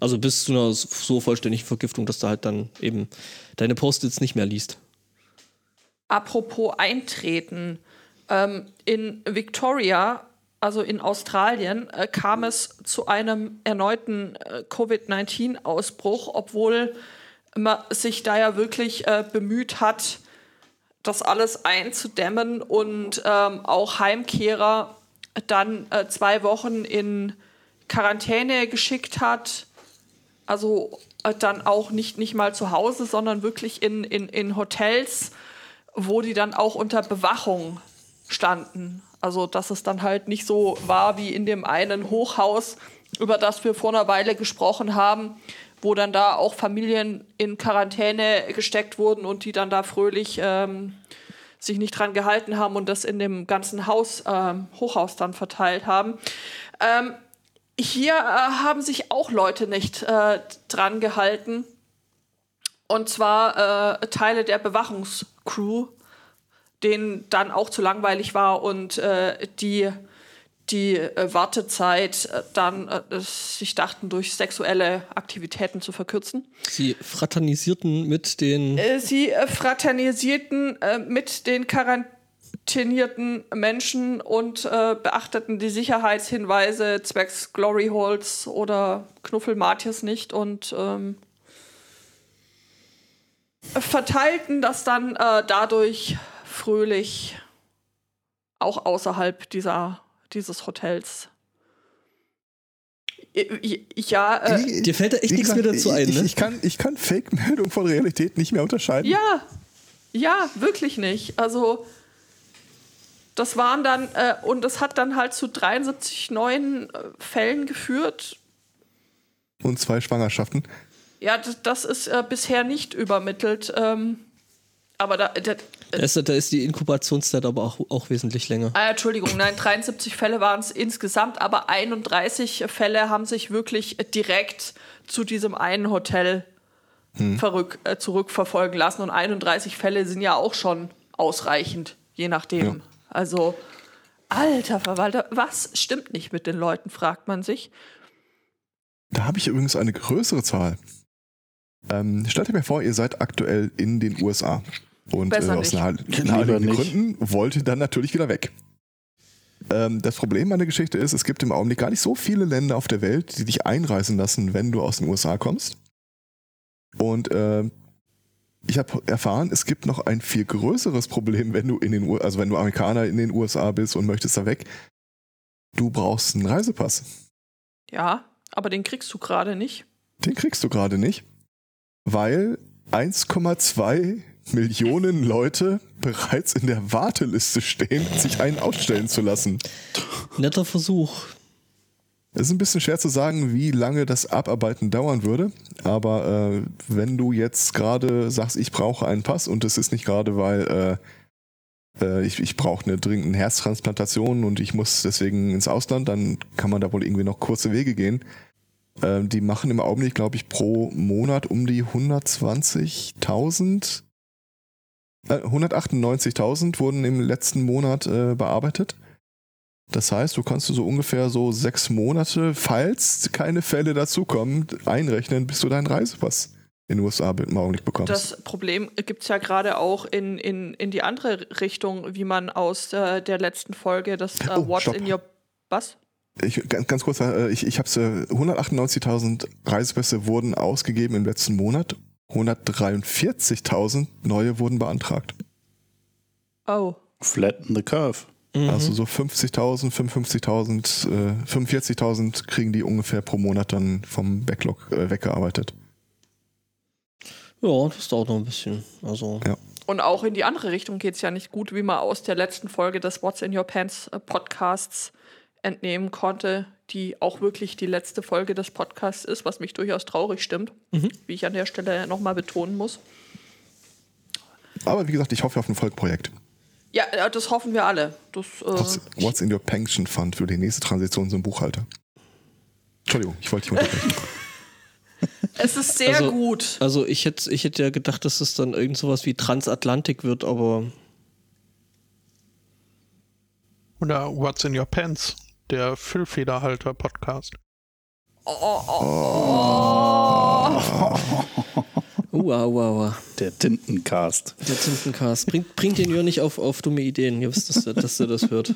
Speaker 4: Also bis zu einer s- so vollständigen Vergiftung, dass du halt dann eben deine Post-its nicht mehr liest.
Speaker 2: Apropos eintreten. Ähm, in Victoria, also in Australien, äh, kam es zu einem erneuten äh, Covid-19-Ausbruch, obwohl man sich da ja wirklich äh, bemüht hat, das alles einzudämmen und ähm, auch Heimkehrer dann äh, zwei Wochen in Quarantäne geschickt hat. Also äh, dann auch nicht, nicht mal zu Hause, sondern wirklich in, in, in Hotels, wo die dann auch unter Bewachung standen. Also dass es dann halt nicht so war wie in dem einen Hochhaus, über das wir vor einer Weile gesprochen haben, wo dann da auch Familien in Quarantäne gesteckt wurden und die dann da fröhlich ähm, sich nicht dran gehalten haben und das in dem ganzen Haus, ähm, Hochhaus dann verteilt haben. Ähm, hier äh, haben sich auch Leute nicht äh, dran gehalten. Und zwar äh, Teile der Bewachungscrew, denen dann auch zu langweilig war und äh, die die äh, Wartezeit äh, dann äh, sich dachten, durch sexuelle Aktivitäten zu verkürzen.
Speaker 4: Sie fraternisierten mit den.
Speaker 2: Äh, sie äh, fraternisierten äh, mit den quarantinierten Menschen und äh, beachteten die Sicherheitshinweise zwecks Glory Holes oder Knuffel Martius nicht und ähm, verteilten das dann äh, dadurch fröhlich auch außerhalb dieser, dieses Hotels. I- i- Ja, äh,
Speaker 5: Wie-
Speaker 4: dir fällt da echt
Speaker 5: wie
Speaker 4: nichts mehr dazu
Speaker 5: ich-
Speaker 4: ein,
Speaker 5: Ich,
Speaker 4: ne?
Speaker 5: ich kann, ich kann Fake-Meldung von Realität nicht mehr unterscheiden.
Speaker 2: Ja, ja, wirklich nicht. Also das waren dann, äh, und das hat dann halt zu 73 neuen äh, Fällen geführt.
Speaker 5: Und zwei Schwangerschaften.
Speaker 2: Ja, d- das ist äh, bisher nicht übermittelt. Ähm, aber da, da,
Speaker 4: Da ist, da ist die Inkubationszeit aber auch, auch wesentlich länger.
Speaker 2: Ah, Entschuldigung, nein, 73 Fälle waren es insgesamt, aber 31 Fälle haben sich wirklich direkt zu diesem einen Hotel
Speaker 5: Hm.
Speaker 2: verrück, äh, zurückverfolgen lassen. Und 31 Fälle sind ja auch schon ausreichend, je nachdem.
Speaker 5: Ja.
Speaker 2: Also, alter Verwalter, was stimmt nicht mit den Leuten, fragt man sich.
Speaker 5: Da habe ich übrigens eine größere Zahl. Ähm, stellt euch mal vor, ihr seid aktuell in den USA. Und äh,
Speaker 2: Besser
Speaker 5: aus
Speaker 2: nicht.
Speaker 5: nahe-
Speaker 3: Genau, Lieber
Speaker 5: naheliegenden
Speaker 3: nicht.
Speaker 5: Gründen wollt ihr dann natürlich wieder weg. Ähm, das Problem an der Geschichte ist, es gibt im Augenblick gar nicht so viele Länder auf der Welt, die dich einreisen lassen, wenn du aus den USA kommst. Und ähm, ich habe erfahren, es gibt noch ein viel größeres Problem, wenn du in den U also wenn du Amerikaner in den USA bist und möchtest da weg. Du brauchst einen Reisepass.
Speaker 2: Ja, aber den kriegst du gerade nicht.
Speaker 5: Den kriegst du gerade nicht, weil 1,2 Millionen Leute bereits in der Warteliste stehen, sich einen ausstellen zu lassen.
Speaker 4: Netter Versuch.
Speaker 5: Es ist ein bisschen schwer zu sagen, wie lange das Abarbeiten dauern würde, aber äh, wenn du jetzt gerade sagst, ich brauche einen Pass und es ist nicht gerade, weil äh, äh, ich, ich brauche eine dringende Herztransplantation und ich muss deswegen ins Ausland, dann kann man da wohl irgendwie noch kurze Wege gehen. Ähm, die machen im Augenblick, glaube ich, pro Monat um die 120.000. Äh, 198.000 wurden im letzten Monat äh, bearbeitet. Das heißt, du kannst so ungefähr so sechs Monate, falls keine Fälle dazukommen, einrechnen, bis du deinen Reisepass in den USA im Augenblick bekommst.
Speaker 2: Das Problem gibt es ja gerade auch in, in, in die andere Richtung, wie man aus äh, der letzten Folge das äh,
Speaker 5: Oh,
Speaker 2: What's
Speaker 5: stopp.
Speaker 2: in Your... Was?
Speaker 5: Ich, ganz, ganz kurz, äh, ich, ich habe es, 198.000 Reisepässe wurden ausgegeben im letzten Monat, 143.000 neue wurden beantragt.
Speaker 2: Oh.
Speaker 3: Flatten the curve.
Speaker 5: Also so 50.000, 55.000, äh, 45.000 kriegen die ungefähr pro Monat dann vom Backlog äh, weggearbeitet.
Speaker 4: Ja, das dauert noch ein bisschen. Also,
Speaker 2: Und auch in die andere Richtung geht es ja nicht gut, wie man aus der letzten Folge des What's in Your Pants äh, Podcasts entnehmen konnte, die auch wirklich die letzte Folge des Podcasts ist, was mich durchaus traurig stimmt, wie ich an der Stelle nochmal betonen muss.
Speaker 5: Aber wie gesagt, ich hoffe auf ein Volkprojekt.
Speaker 2: Ja, äh, das hoffen wir alle. Das,
Speaker 5: What's,
Speaker 2: äh,
Speaker 5: what's in your pension fund für die nächste Transition zum Buchhalter? Entschuldigung, ich wollte dich unterbrechen.
Speaker 2: es ist sehr
Speaker 4: Also-
Speaker 2: gut.
Speaker 4: also ich hätte ich hätt ja gedacht, dass es dann irgend sowas wie Transatlantik wird, aber
Speaker 1: Oder What's in Your Pants, der Füllfederhalter-Podcast.
Speaker 2: Oh, oh, oh.
Speaker 4: Uah, uah, uah.
Speaker 3: Der Tintencast.
Speaker 4: Der Zintencast. Bringt, bringt den Jörn nicht auf, auf dumme Ideen. Ihr wisst, dass, er- dass er das hört.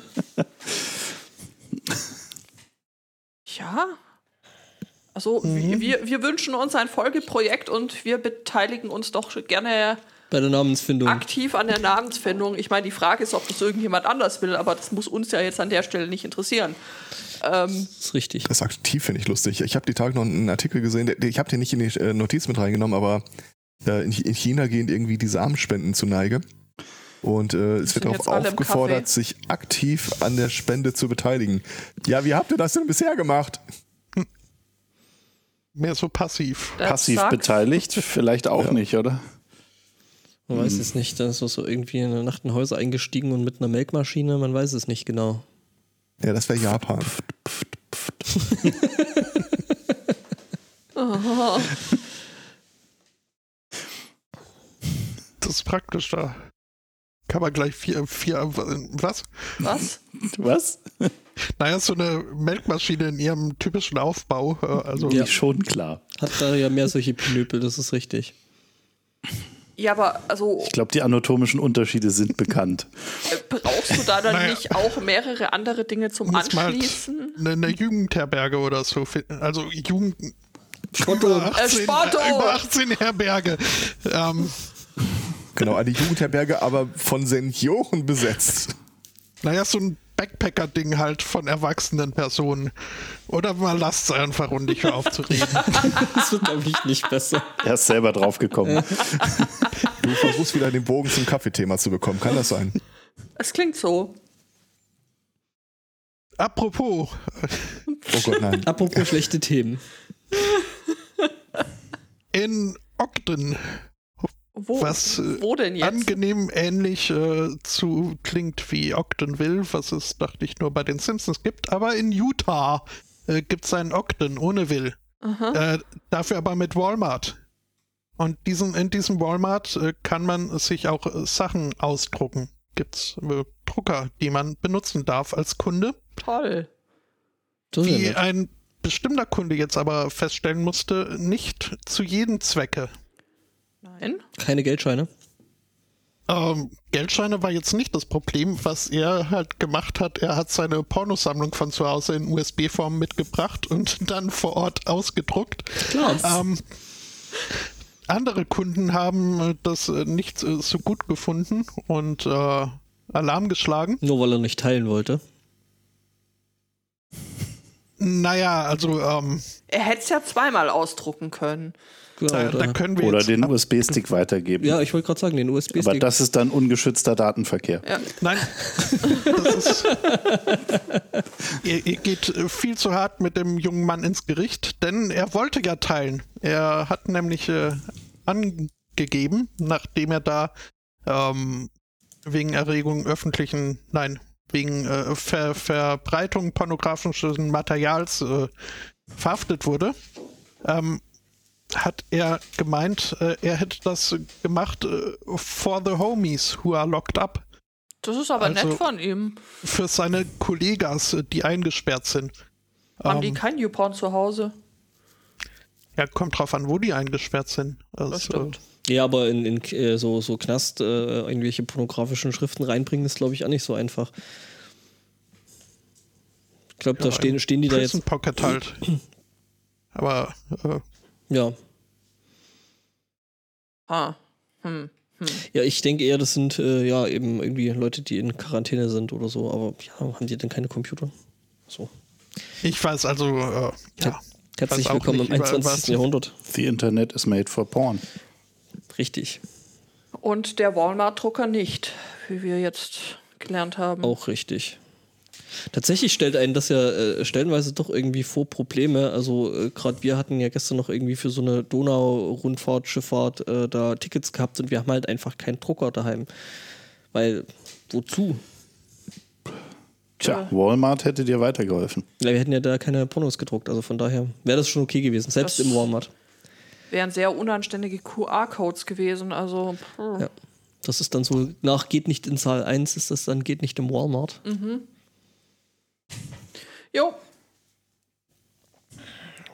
Speaker 2: Ja. Also wir, wir, wir wünschen uns ein Folgeprojekt und wir beteiligen uns doch gerne
Speaker 4: Bei der Namensfindung.
Speaker 2: aktiv an der Namensfindung. Ich meine, die Frage ist, ob das irgendjemand anders will, aber das muss uns ja jetzt an der Stelle nicht interessieren. Ähm,
Speaker 4: Das ist richtig.
Speaker 5: Das aktiv finde ich lustig. Ich habe die Tage noch einen Artikel gesehen, der, der, ich habe den nicht in die äh, Notiz mit reingenommen, aber äh, in, Chi- in China gehen irgendwie die Samenspenden zu Neige. Und äh, es
Speaker 2: sind
Speaker 5: wird
Speaker 2: jetzt
Speaker 5: darauf
Speaker 2: alle im
Speaker 5: aufgefordert,
Speaker 2: Kaffee.
Speaker 5: sich aktiv an der Spende zu beteiligen. Ja, wie habt ihr das denn bisher gemacht?
Speaker 1: Mehr so passiv.
Speaker 2: das
Speaker 3: Passiv
Speaker 2: sagt-
Speaker 3: beteiligt? Vielleicht auch nicht, oder?
Speaker 4: Man weiß es nicht. Da ist was so irgendwie in der Nacht in Häuser eingestiegen und mit einer Melkmaschine. Man weiß es nicht genau.
Speaker 5: Ja, das wäre Japan.
Speaker 2: Aha.
Speaker 1: Das ist praktisch da. Kann man gleich vier, vier, was?
Speaker 2: [LAUGHS] was?
Speaker 3: Was?
Speaker 1: Naja, so eine Melkmaschine in ihrem typischen Aufbau. äh, Also
Speaker 4: Ja.
Speaker 3: Ist Schon klar.
Speaker 4: Hat da ja mehr solche Pinöpel, das ist richtig.
Speaker 2: Ja, aber also
Speaker 3: Ich glaube, die anatomischen Unterschiede sind bekannt.
Speaker 2: äh, brauchst du da dann
Speaker 1: Naja.
Speaker 2: nicht auch mehrere andere Dinge zum
Speaker 1: muss man halt
Speaker 2: Anschließen?
Speaker 1: eine, eine Jugendherberge oder so. finden. Also Jugend.
Speaker 4: Spotto.
Speaker 1: Über 18,
Speaker 2: Spotto.
Speaker 1: äh, über 18 Herberge. Ähm,
Speaker 5: Genau, eine Jugendherberge, aber von Senioren besetzt.
Speaker 1: naja, so ein Backpacker-Ding halt von erwachsenen Personen. Oder man lasst es einfach und ich höre auf zu reden.
Speaker 4: Das wird, glaube ich, nicht besser.
Speaker 3: Er ist
Speaker 4: [LAUGHS]
Speaker 3: selber draufgekommen.
Speaker 5: Du versuchst wieder den Bogen zum Kaffeethema zu bekommen. Kann das sein?
Speaker 2: Es klingt so.
Speaker 1: Apropos,
Speaker 5: Oh Gott, nein.
Speaker 4: Apropos schlechte Themen.
Speaker 1: in Ogden,
Speaker 2: Wo,
Speaker 1: was äh,
Speaker 2: wo denn jetzt?
Speaker 1: angenehm ähnlich äh, zu klingt wie Ogdenville, was es dachte ich nur bei den Simpsons gibt, aber in Utah äh, gibt es einen Ogden ohne Will. Äh, dafür aber mit Walmart. Und diesen, in diesem Walmart äh, kann man sich auch äh, Sachen ausdrucken. Gibt's äh, Drucker, die man benutzen darf als Kunde.
Speaker 2: Toll.
Speaker 4: Das ist ja
Speaker 1: Wie
Speaker 4: nett.
Speaker 1: ein bestimmter Kunde jetzt aber feststellen musste, nicht zu jedem Zwecke.
Speaker 2: Nein.
Speaker 4: Keine Geldscheine.
Speaker 1: Ähm, Geldscheine war jetzt nicht das Problem, was er halt gemacht hat. Er hat seine Pornosammlung von zu Hause in USB-Form mitgebracht und [LAUGHS] dann vor Ort ausgedruckt.
Speaker 4: Klar.
Speaker 1: Ähm, andere Kunden haben äh, das äh, nicht äh, so gut gefunden und äh, Alarm geschlagen.
Speaker 4: Nur weil er nicht teilen wollte.
Speaker 1: Naja, also ähm,
Speaker 2: Er hätte es ja zweimal ausdrucken können.
Speaker 4: Genau,
Speaker 1: da, da
Speaker 4: da-
Speaker 1: können wir
Speaker 3: Oder
Speaker 1: jetzt
Speaker 3: den USB-Stick weitergeben.
Speaker 4: ja, ich wollte gerade sagen, den
Speaker 3: Aber
Speaker 4: USB-Stick.
Speaker 3: das ist dann ungeschützter Datenverkehr.
Speaker 2: Ja.
Speaker 1: Nein, das ist. ihr, ihr geht äh, viel zu hart mit dem jungen Mann ins Gericht, denn er wollte ja teilen. Er hat nämlich äh, angegeben, nachdem er da ähm, wegen Erregung öffentlichen, nein, wegen äh, Ver Verbreitung pornografischen Materials äh, verhaftet wurde, ähm, hat er gemeint, äh, er hätte das gemacht äh, for the homies who are locked up
Speaker 2: Das ist aber
Speaker 1: Also-
Speaker 2: nett von ihm.
Speaker 1: für seine Kollegas, äh, die eingesperrt sind.
Speaker 2: Haben die
Speaker 1: Ähm,
Speaker 2: kein YouPorn zu Hause?
Speaker 1: ja, kommt drauf an, wo die eingesperrt sind. Also,
Speaker 2: stimmt.
Speaker 4: ja, aber in, in äh, so, so Knast äh, irgendwelche pornografischen Schriften reinbringen, ist, glaube ich, auch nicht so einfach. Ich glaube, da stehen, stehen die da jetzt.
Speaker 1: Prison Pocket halt. Aber äh,
Speaker 4: Ja.
Speaker 2: Ah. Hm.
Speaker 4: ja, ich denke eher, das sind äh, ja eben irgendwie Leute, die in Quarantäne sind oder so. Aber ja, haben die denn keine Computer? So.
Speaker 1: ich weiß also, äh, ja.
Speaker 4: Herzlich
Speaker 1: Weiß auch
Speaker 4: willkommen
Speaker 1: nicht,
Speaker 4: im
Speaker 1: über
Speaker 4: 21.
Speaker 1: was-
Speaker 4: Jahrhundert.
Speaker 3: The Internet is made for porn.
Speaker 4: Richtig.
Speaker 2: Und der Walmart-Drucker nicht, wie wir jetzt gelernt haben.
Speaker 5: Oh.
Speaker 4: Auch richtig. Tatsächlich stellt einen das ja äh, stellenweise doch irgendwie vor Probleme. Also äh, gerade wir hatten ja gestern noch irgendwie für so eine Donau-Rundfahrt, Schifffahrt äh, da Tickets gehabt und wir haben halt einfach keinen Drucker daheim. Weil, wozu?
Speaker 3: Tja, Walmart hätte dir weitergeholfen.
Speaker 4: Ja, wir hätten ja da keine Pornos gedruckt, also von daher wäre das schon okay gewesen, selbst
Speaker 2: Das-
Speaker 4: im Walmart.
Speaker 2: Wären sehr unanständige QR-Codes gewesen. Also, hm.
Speaker 4: Ja. Das ist dann so, nach geht nicht in Saal 1, ist das dann geht nicht im Walmart.
Speaker 2: jo,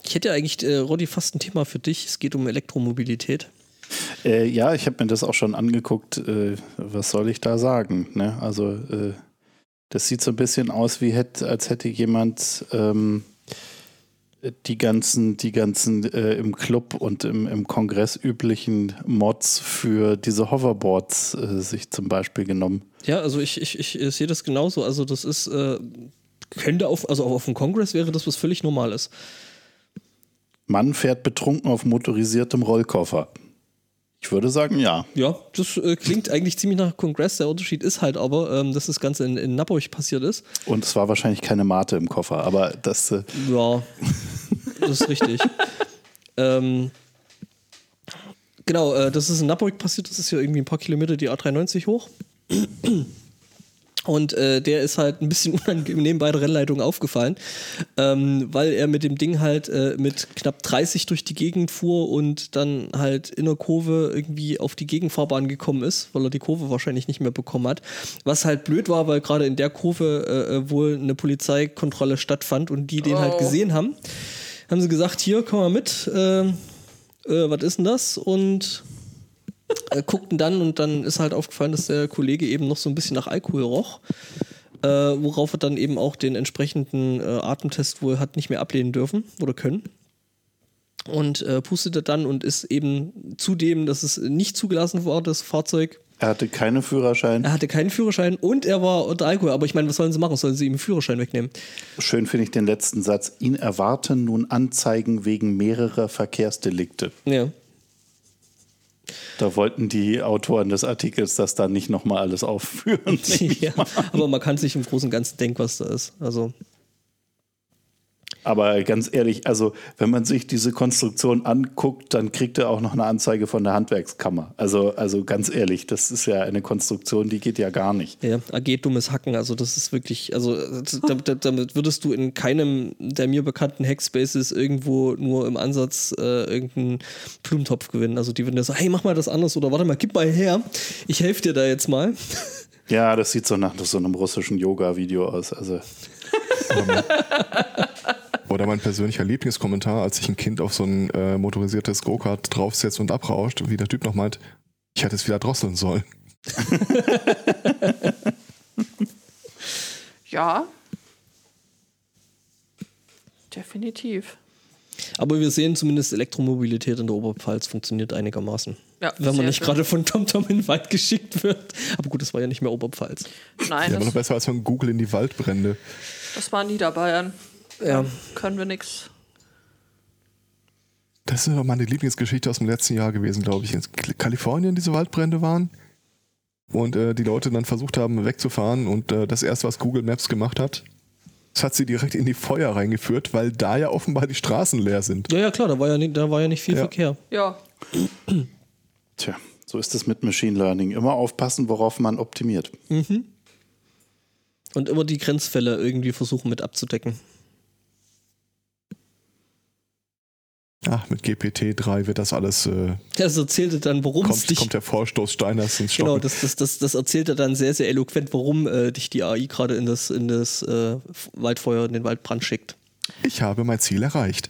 Speaker 4: Ich hätte eigentlich, äh, Roddy, fast ein Thema für dich. Es geht um Elektromobilität.
Speaker 3: Äh, ja, ich habe mir das auch schon angeguckt. Äh, was soll ich da sagen? Ne? Also, äh, das sieht so ein bisschen aus, wie hätte, als hätte jemand ähm, die ganzen, die ganzen äh, im Club und im, im Kongress üblichen Mods für diese Hoverboards äh, sich zum Beispiel genommen.
Speaker 4: Ja, also ich, ich, ich äh, sehe das genauso. Also das ist, äh, könnte auf, also auf dem Kongress wäre das was völlig Normales.
Speaker 3: Mann fährt betrunken auf motorisiertem Rollkoffer. Ich würde sagen, ja.
Speaker 4: Ja, das äh, klingt eigentlich ziemlich nach Kongress. Der Unterschied ist halt aber, ähm, dass das Ganze in, in Napburg passiert ist.
Speaker 3: Und es war wahrscheinlich keine Mate im Koffer, aber das. Äh,
Speaker 4: Ja, [LAUGHS] das ist richtig. ähm, genau, äh, das ist in Napolk passiert, das ist ja irgendwie ein paar Kilometer die A93 hoch. Und äh, der ist halt ein bisschen [LAUGHS] unangenehm bei der Rennleitung aufgefallen, ähm, weil er mit dem Ding halt äh, mit knapp 30 durch die Gegend fuhr und dann halt in der Kurve irgendwie auf die Gegenfahrbahn gekommen ist, weil er die Kurve wahrscheinlich nicht mehr bekommen hat. Was halt blöd war, weil gerade in der Kurve äh, äh, wohl eine Polizeikontrolle stattfand und die den halt
Speaker 2: Oh.
Speaker 4: gesehen haben. Haben sie gesagt, hier, komm mal mit, äh, äh, was ist denn das? Und äh, guckten dann und dann ist halt aufgefallen, dass der Kollege eben noch so ein bisschen nach Alkohol roch. Äh, worauf er dann eben auch den entsprechenden äh, Atemtest wohl hat nicht mehr ablehnen dürfen oder können. Und äh, pustete dann und ist eben zudem, dass es nicht zugelassen war, das Fahrzeug.
Speaker 3: er hatte keinen Führerschein.
Speaker 4: Er hatte keinen Führerschein und er war unter Alkohol. Aber ich meine, was sollen sie machen? Sollen sie ihm den Führerschein wegnehmen?
Speaker 3: Schön finde ich den letzten Satz. Ihn erwarten nun Anzeigen wegen mehrerer Verkehrsdelikte.
Speaker 4: Ja.
Speaker 3: Da wollten die Autoren des Artikels das dann nicht nochmal alles aufführen.
Speaker 4: [LAUGHS]
Speaker 3: [LAUGHS]
Speaker 4: ja. Aber man kann sich im Großen und Ganzen denken, was da ist. Also,
Speaker 3: Aber ganz ehrlich, also wenn man sich diese Konstruktion anguckt, dann kriegt er auch noch eine Anzeige von der Handwerkskammer. Also, also ganz ehrlich, das ist ja eine Konstruktion, die geht ja gar nicht.
Speaker 4: Ja, AG dummes Hacken, also das ist wirklich, also äh, da- da- damit würdest du in keinem der mir bekannten Hackspaces irgendwo nur im Ansatz äh, irgendeinen Blumentopf gewinnen. Also die würden ja sagen, hey, mach mal das anders oder warte mal, gib mal her, ich helfe dir da jetzt mal.
Speaker 3: Ja, das sieht so nach so einem russischen Yoga-Video aus. Also
Speaker 5: Oder mein persönlicher Lieblingskommentar, als sich ein Kind auf so ein äh, motorisiertes Go-Kart draufsetzt und abrauscht, wie der Typ noch meint, ich hätte es wieder drosseln sollen.
Speaker 2: Ja. Definitiv.
Speaker 4: Aber wir sehen zumindest Elektromobilität in der Oberpfalz funktioniert einigermaßen.
Speaker 2: Ja,
Speaker 4: Wenn man
Speaker 2: sehr
Speaker 4: nicht
Speaker 2: schön.
Speaker 4: gerade von TomTom in den Wald geschickt wird. Aber gut, das war ja nicht mehr Oberpfalz.
Speaker 2: Nein,
Speaker 5: Ja, aber noch
Speaker 2: das,
Speaker 5: besser als wenn Google in die Waldbrände.
Speaker 2: das war Niederbayern.
Speaker 4: Ja.
Speaker 2: Können wir nichts.
Speaker 5: Das ist doch meine Lieblingsgeschichte aus dem letzten Jahr gewesen, glaube ich. In K- Kalifornien diese Waldbrände waren. Und äh, die Leute dann versucht haben, wegzufahren. Und äh, das erste, was Google Maps gemacht hat, das hat sie direkt in die Feuer reingeführt, weil da ja offenbar die Straßen leer sind.
Speaker 4: Ja, ja, klar, da war ja, ni- da war ja nicht viel
Speaker 5: Ja.
Speaker 4: Verkehr.
Speaker 2: Ja,
Speaker 3: Tja, so ist es mit Machine Learning. Immer aufpassen, worauf man optimiert.
Speaker 4: Und immer die Grenzfälle irgendwie versuchen mit abzudecken.
Speaker 5: Ach, mit GPT-3 wird das alles, äh,
Speaker 4: Das erzählte dann, worum es
Speaker 5: kommt,
Speaker 4: dich
Speaker 5: kommt der Vorstoß Steiners ins Stocken.
Speaker 4: Um Genau, das, das, das, das erzählt er dann sehr, sehr eloquent, warum äh, dich die AI gerade in das, in das äh, F- Waldfeuer, in den Waldbrand schickt.
Speaker 5: Ich habe mein Ziel erreicht.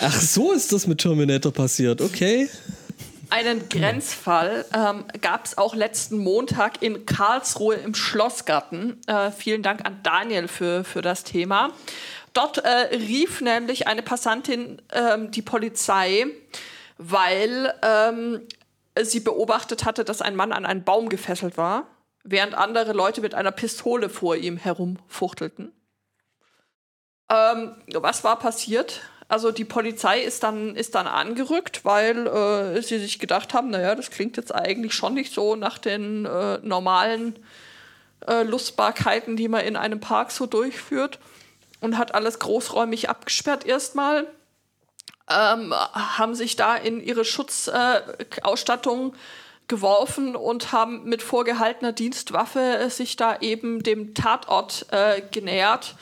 Speaker 4: Ach, so ist das mit Terminator passiert, okay.
Speaker 2: Einen Grenzfall ähm, gab es auch letzten Montag in Karlsruhe im Schlossgarten. Äh, vielen Dank an Daniel für, für das Thema. Dort äh, rief nämlich eine Passantin ähm, die Polizei, weil ähm, sie beobachtet hatte, dass ein Mann an einen Baum gefesselt war, während andere Leute mit einer Pistole vor ihm herumfuchtelten. Ähm, was war passiert? Also die Polizei ist dann, ist dann angerückt, weil äh, sie sich gedacht haben, naja, das klingt jetzt eigentlich schon nicht so nach den äh, normalen äh, Lustbarkeiten, die man in einem Park so durchführt. Und hat alles großräumig abgesperrt erstmal. Ähm, haben sich da in ihre Schutzausstattung äh, Ausstattung geworfen und haben mit vorgehaltener Dienstwaffe äh, sich da eben dem Tatort äh, genähert